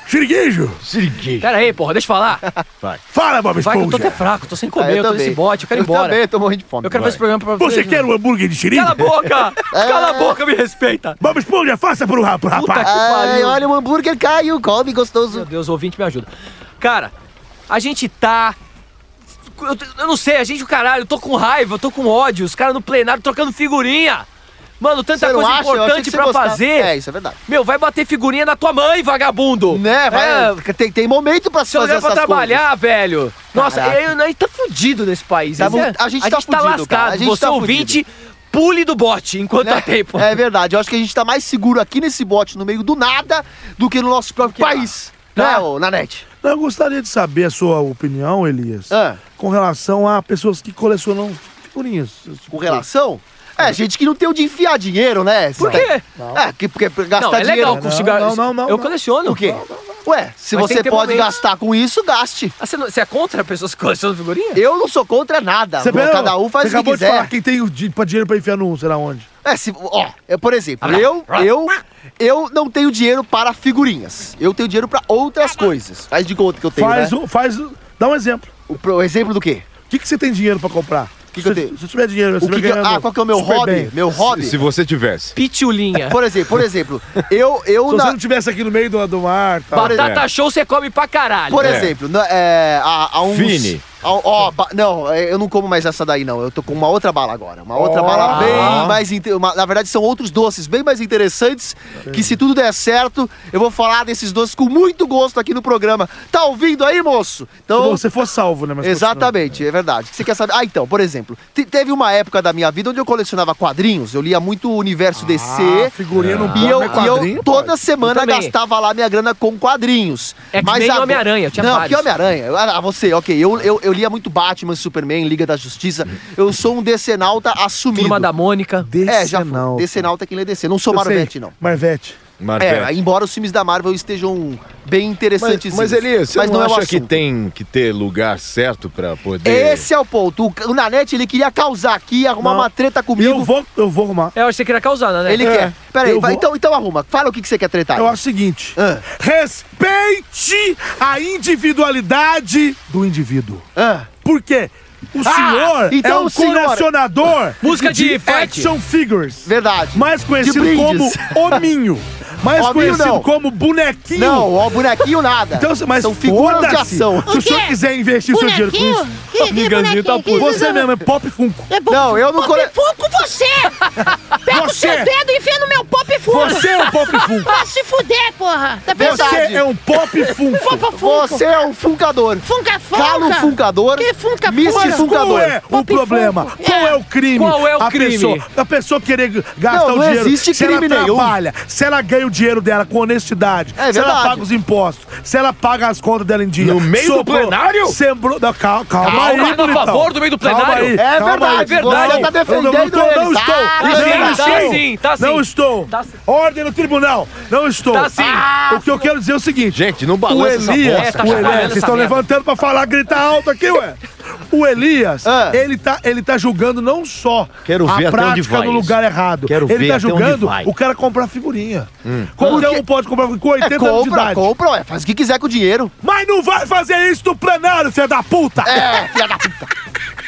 [SPEAKER 2] Siriguejo?
[SPEAKER 4] Siriguejo.
[SPEAKER 1] Pera aí, porra, deixa eu falar.
[SPEAKER 4] Vai.
[SPEAKER 2] Fala, Bob
[SPEAKER 1] Vai que eu tô
[SPEAKER 2] Esponja.
[SPEAKER 1] até fraco, tô sem
[SPEAKER 3] Ah,
[SPEAKER 1] comer,
[SPEAKER 3] eu
[SPEAKER 1] eu, tô
[SPEAKER 3] também.
[SPEAKER 1] nesse bote, eu quero ir
[SPEAKER 3] Eu
[SPEAKER 1] embora.
[SPEAKER 3] também, tô morrendo de fome.
[SPEAKER 1] Eu quero ver esse programa pra
[SPEAKER 2] Você
[SPEAKER 1] vocês.
[SPEAKER 2] quer um hambúrguer de siri?
[SPEAKER 1] Cala a boca!
[SPEAKER 3] É.
[SPEAKER 1] Cala a boca, me respeita!
[SPEAKER 2] Bob Esponja, faça pro ra- pro
[SPEAKER 1] Puta
[SPEAKER 2] rapaz.
[SPEAKER 1] que
[SPEAKER 3] Ai,
[SPEAKER 1] pariu.
[SPEAKER 3] olha o hambúrguer caiu, come gostoso.
[SPEAKER 1] Meu Deus, o ouvinte me ajuda. Cara, a gente tá. Eu, eu não sei, a gente, o caralho, eu tô com raiva, eu tô com ódio, os caras no plenário trocando figurinha. Mano, tanta
[SPEAKER 3] Você não
[SPEAKER 1] coisa
[SPEAKER 3] acha? Eu achei
[SPEAKER 1] importante
[SPEAKER 3] que você
[SPEAKER 1] pra
[SPEAKER 3] gostava.
[SPEAKER 1] fazer.
[SPEAKER 3] É, isso é verdade.
[SPEAKER 1] Meu, vai bater figurinha na tua mãe, vagabundo!
[SPEAKER 3] Né, vai,
[SPEAKER 1] É.
[SPEAKER 3] tem, tem momento pra se
[SPEAKER 1] Se eu
[SPEAKER 3] fazer
[SPEAKER 1] lugar
[SPEAKER 3] essas
[SPEAKER 1] pra trabalhar, velho. Nossa,
[SPEAKER 3] Caraca.
[SPEAKER 1] eu, a gente tá fudido nesse país.
[SPEAKER 3] Tá
[SPEAKER 1] esse
[SPEAKER 3] mu-
[SPEAKER 1] é-
[SPEAKER 3] a gente tá
[SPEAKER 1] tá
[SPEAKER 3] fudido,
[SPEAKER 1] lascado.
[SPEAKER 3] cara, a gente
[SPEAKER 1] Você
[SPEAKER 3] tá
[SPEAKER 1] ouvinte, pule do bote enquanto
[SPEAKER 3] coisas.
[SPEAKER 1] há tempo.
[SPEAKER 3] É verdade, eu acho que a gente tá mais seguro aqui nesse bote, no meio do nada, do que no nosso próprio país. Né,
[SPEAKER 1] Tá.
[SPEAKER 3] ô, Nanete?
[SPEAKER 2] Eu gostaria de saber a sua opinião, Elias,
[SPEAKER 3] Ah.
[SPEAKER 2] com relação a pessoas que colecionam figurinhas.
[SPEAKER 3] Com relação? É, gente que não tem onde enfiar dinheiro, né?
[SPEAKER 1] Por quê?
[SPEAKER 3] É, que, porque pra gastar
[SPEAKER 1] Não, é
[SPEAKER 3] dinheiro.
[SPEAKER 1] legal com cigarro.
[SPEAKER 2] não, não, não,
[SPEAKER 1] eu
[SPEAKER 2] não.
[SPEAKER 1] coleciono.
[SPEAKER 3] O quê? Ué, se
[SPEAKER 1] Mas tem
[SPEAKER 3] você
[SPEAKER 1] que ter
[SPEAKER 3] pode
[SPEAKER 1] momento.
[SPEAKER 3] gastar com isso, gaste.
[SPEAKER 1] Ah, você, não- você é contra pessoas que colecionam figurinha?
[SPEAKER 3] Eu não sou contra nada.
[SPEAKER 2] Você pegou?
[SPEAKER 3] Cada um faz
[SPEAKER 2] Você
[SPEAKER 3] o que
[SPEAKER 2] acabou de falar
[SPEAKER 3] quiser.
[SPEAKER 2] quem tem o di- pra dinheiro pra enfiar no sei lá onde.
[SPEAKER 3] É, se, ó, eu, por exemplo, eu, eu, eu não tenho dinheiro para figurinhas. Eu tenho dinheiro para outras coisas. Faz de conta que eu tenho,
[SPEAKER 2] faz,
[SPEAKER 3] né?
[SPEAKER 2] o, faz o- Dá um exemplo.
[SPEAKER 3] O, pro- o exemplo do quê?
[SPEAKER 2] O que, que você tem dinheiro pra comprar?
[SPEAKER 3] que
[SPEAKER 2] se,
[SPEAKER 3] eu tenho?
[SPEAKER 2] se tiver dinheiro, você
[SPEAKER 3] O que
[SPEAKER 2] vai
[SPEAKER 3] que eu-
[SPEAKER 2] ganhando
[SPEAKER 3] ah, qual que é o meu
[SPEAKER 2] super
[SPEAKER 3] hobby?
[SPEAKER 2] bem.
[SPEAKER 3] Meu hobby?
[SPEAKER 4] Se você tivesse.
[SPEAKER 1] Pitiulinha.
[SPEAKER 3] Por exemplo, por exemplo, eu, eu
[SPEAKER 2] Se
[SPEAKER 3] na-
[SPEAKER 2] você não tivesse aqui no meio do, do mar, tá. tal.
[SPEAKER 1] Batata show você come pra caralho.
[SPEAKER 3] Por
[SPEAKER 4] É.
[SPEAKER 3] exemplo, na- é, há, há uns.
[SPEAKER 4] Fini.
[SPEAKER 3] há- ó, ba- não, é, eu não como mais essa daí, não. Eu tô com uma outra bala agora. Uma outra
[SPEAKER 2] Ó.
[SPEAKER 3] bala bem mais. inte- uma- na verdade, são outros doces bem mais interessantes. Que se tudo der certo, eu vou falar desses doces com muito gosto aqui no programa. Tá ouvindo aí, moço?
[SPEAKER 2] Se
[SPEAKER 3] Então.
[SPEAKER 2] você for salvo, né? Mas
[SPEAKER 3] Exatamente, é verdade. Você quer saber? Ah, então, por exemplo, te- teve uma época da minha vida onde eu colecionava quadrinhos, eu lia muito o universo
[SPEAKER 2] continua. Ah,
[SPEAKER 3] DC.
[SPEAKER 2] figurinha no
[SPEAKER 3] E eu,
[SPEAKER 2] é
[SPEAKER 3] e eu
[SPEAKER 2] quadrinho,
[SPEAKER 3] toda
[SPEAKER 2] pode.
[SPEAKER 3] semana
[SPEAKER 1] Eu também.
[SPEAKER 3] gastava lá minha grana com quadrinhos.
[SPEAKER 1] É que nem
[SPEAKER 3] agora-
[SPEAKER 1] Homem-Aranha, eu tinha
[SPEAKER 3] Não,
[SPEAKER 1] vários.
[SPEAKER 3] que Homem-Aranha. Ah, ah, você, ok. Eu, eu, eu lia muito Batman, Superman, Liga da Justiça. Eu sou um decenalta assumido.
[SPEAKER 1] Turma da Mônica.
[SPEAKER 3] É, já
[SPEAKER 2] Decenalta.
[SPEAKER 3] fui. Decenalta é quem lê DC. Não sou
[SPEAKER 2] Eu sei,
[SPEAKER 3] Marvete, não.
[SPEAKER 2] Marvete.
[SPEAKER 4] Marvete.
[SPEAKER 3] É, embora os filmes da Marvel estejam bem
[SPEAKER 4] mas,
[SPEAKER 3] interessantes.
[SPEAKER 4] mas Elias, você
[SPEAKER 3] mas
[SPEAKER 4] não,
[SPEAKER 3] não é o
[SPEAKER 4] acha que
[SPEAKER 3] assunto.
[SPEAKER 4] tem que ter lugar certo pra poder...
[SPEAKER 3] Esse é o ponto. O, o Nanete, ele queria causar aqui, arrumar
[SPEAKER 2] Não.
[SPEAKER 3] uma treta
[SPEAKER 2] E eu
[SPEAKER 3] comigo.
[SPEAKER 2] vou, eu vou arrumar.
[SPEAKER 1] É, eu acho que você queria causar, né?
[SPEAKER 3] Ele
[SPEAKER 2] É,
[SPEAKER 3] quer. Peraí,
[SPEAKER 2] eu
[SPEAKER 3] vai,
[SPEAKER 2] vou-
[SPEAKER 3] então, então arruma. Fala o que, que você quer tretar. aí.
[SPEAKER 2] Eu acho o seguinte:
[SPEAKER 3] Ah.
[SPEAKER 2] respeite a individualidade do indivíduo.
[SPEAKER 3] Ah.
[SPEAKER 2] Por quê? O senhor
[SPEAKER 3] então
[SPEAKER 2] é um
[SPEAKER 3] o senhor-
[SPEAKER 2] colecionador
[SPEAKER 1] Música de fight.
[SPEAKER 2] action figures.
[SPEAKER 3] Verdade.
[SPEAKER 2] Mais conhecido
[SPEAKER 3] De
[SPEAKER 2] como
[SPEAKER 3] brindes.
[SPEAKER 2] hominho. Mais
[SPEAKER 3] Hominho
[SPEAKER 2] conhecido
[SPEAKER 3] não.
[SPEAKER 2] como bonequinho.
[SPEAKER 3] Não, ó, bonequinho nada.
[SPEAKER 2] Então, se- mas
[SPEAKER 3] São figuras de
[SPEAKER 2] foda-se.
[SPEAKER 3] ação.
[SPEAKER 2] Se o senhor quiser investir seu dinheiro com
[SPEAKER 9] Bonequinho?
[SPEAKER 2] isso, tá
[SPEAKER 9] Que, que bonequinho?
[SPEAKER 2] você mesmo é pop funko.
[SPEAKER 9] É bom.
[SPEAKER 3] Não, eu não
[SPEAKER 9] Pop
[SPEAKER 3] cole-
[SPEAKER 9] Funko você! Pega o seu
[SPEAKER 2] Você-
[SPEAKER 9] dedo e enfia no meu pop e fuma.
[SPEAKER 2] Você é um pop funko.
[SPEAKER 9] Vai se fuder, porra. Tá pensando?
[SPEAKER 2] Você é um pop funko.
[SPEAKER 9] Pop funko.
[SPEAKER 3] Você é um funcador.
[SPEAKER 9] Funca funca.
[SPEAKER 3] Calo funcador.
[SPEAKER 9] Que funca
[SPEAKER 3] Miss
[SPEAKER 9] funca?
[SPEAKER 2] Mas qual
[SPEAKER 3] Funcador.
[SPEAKER 2] é o problema? Qual é. o crime?
[SPEAKER 1] Qual é o
[SPEAKER 2] a
[SPEAKER 1] crime?
[SPEAKER 2] Pessoa, a pessoa querer g- gastar
[SPEAKER 3] Não,
[SPEAKER 2] o
[SPEAKER 3] não
[SPEAKER 2] dinheiro.
[SPEAKER 3] existe
[SPEAKER 2] se
[SPEAKER 3] crime
[SPEAKER 2] ela
[SPEAKER 3] nenhum.
[SPEAKER 2] trabalha, se ela ganha o dinheiro dela com honestidade,
[SPEAKER 3] É
[SPEAKER 2] se ela
[SPEAKER 3] verdade.
[SPEAKER 2] paga os impostos, se ela paga as contas dela em dia.
[SPEAKER 4] No meio do plenário?
[SPEAKER 2] Sembrou, não, calma, calma,
[SPEAKER 1] Calma,
[SPEAKER 2] aí,
[SPEAKER 1] tá a
[SPEAKER 2] bonitão.
[SPEAKER 1] favor do meio do
[SPEAKER 2] Calma
[SPEAKER 1] plenário?
[SPEAKER 2] aí,
[SPEAKER 3] É
[SPEAKER 2] calma
[SPEAKER 3] verdade,
[SPEAKER 2] aí.
[SPEAKER 1] verdade.
[SPEAKER 3] você tá
[SPEAKER 2] Eu não,
[SPEAKER 3] defendendo
[SPEAKER 2] não estou, não
[SPEAKER 3] eles.
[SPEAKER 2] estou.
[SPEAKER 1] Tá
[SPEAKER 2] não
[SPEAKER 1] sim,
[SPEAKER 2] estou.
[SPEAKER 1] tá sim, tá sim.
[SPEAKER 2] Não estou.
[SPEAKER 1] Tá sim.
[SPEAKER 2] Ordem no tribunal. Não estou.
[SPEAKER 1] Tá sim.
[SPEAKER 2] o que eu quero dizer é o seguinte.
[SPEAKER 4] Gente, não
[SPEAKER 2] O
[SPEAKER 4] balança essa
[SPEAKER 1] É,
[SPEAKER 2] Elias,
[SPEAKER 1] tá
[SPEAKER 2] o
[SPEAKER 1] chacoalhando
[SPEAKER 2] Elias,
[SPEAKER 1] essa
[SPEAKER 2] vocês estão
[SPEAKER 1] merda.
[SPEAKER 2] levantando pra falar, gritar alto aqui, ué. O Elias,
[SPEAKER 3] Ah.
[SPEAKER 2] ele, tá, ele tá julgando não só
[SPEAKER 4] Quero
[SPEAKER 2] a
[SPEAKER 4] ver até onde
[SPEAKER 2] prática
[SPEAKER 4] vai
[SPEAKER 2] no
[SPEAKER 4] isso.
[SPEAKER 2] lugar errado,
[SPEAKER 4] Quero
[SPEAKER 2] ele
[SPEAKER 4] ver
[SPEAKER 2] tá
[SPEAKER 4] até onde
[SPEAKER 2] julgando
[SPEAKER 4] vai.
[SPEAKER 2] o cara comprar figurinha. Qualquer
[SPEAKER 3] Porque-
[SPEAKER 2] um pode comprar com 80
[SPEAKER 3] É,
[SPEAKER 2] anos de
[SPEAKER 3] compra,
[SPEAKER 2] idade.
[SPEAKER 3] compra, ué, faz o que quiser com o dinheiro.
[SPEAKER 2] Mas não vai fazer isso no plenário, filha da puta!
[SPEAKER 3] É, filha da puta.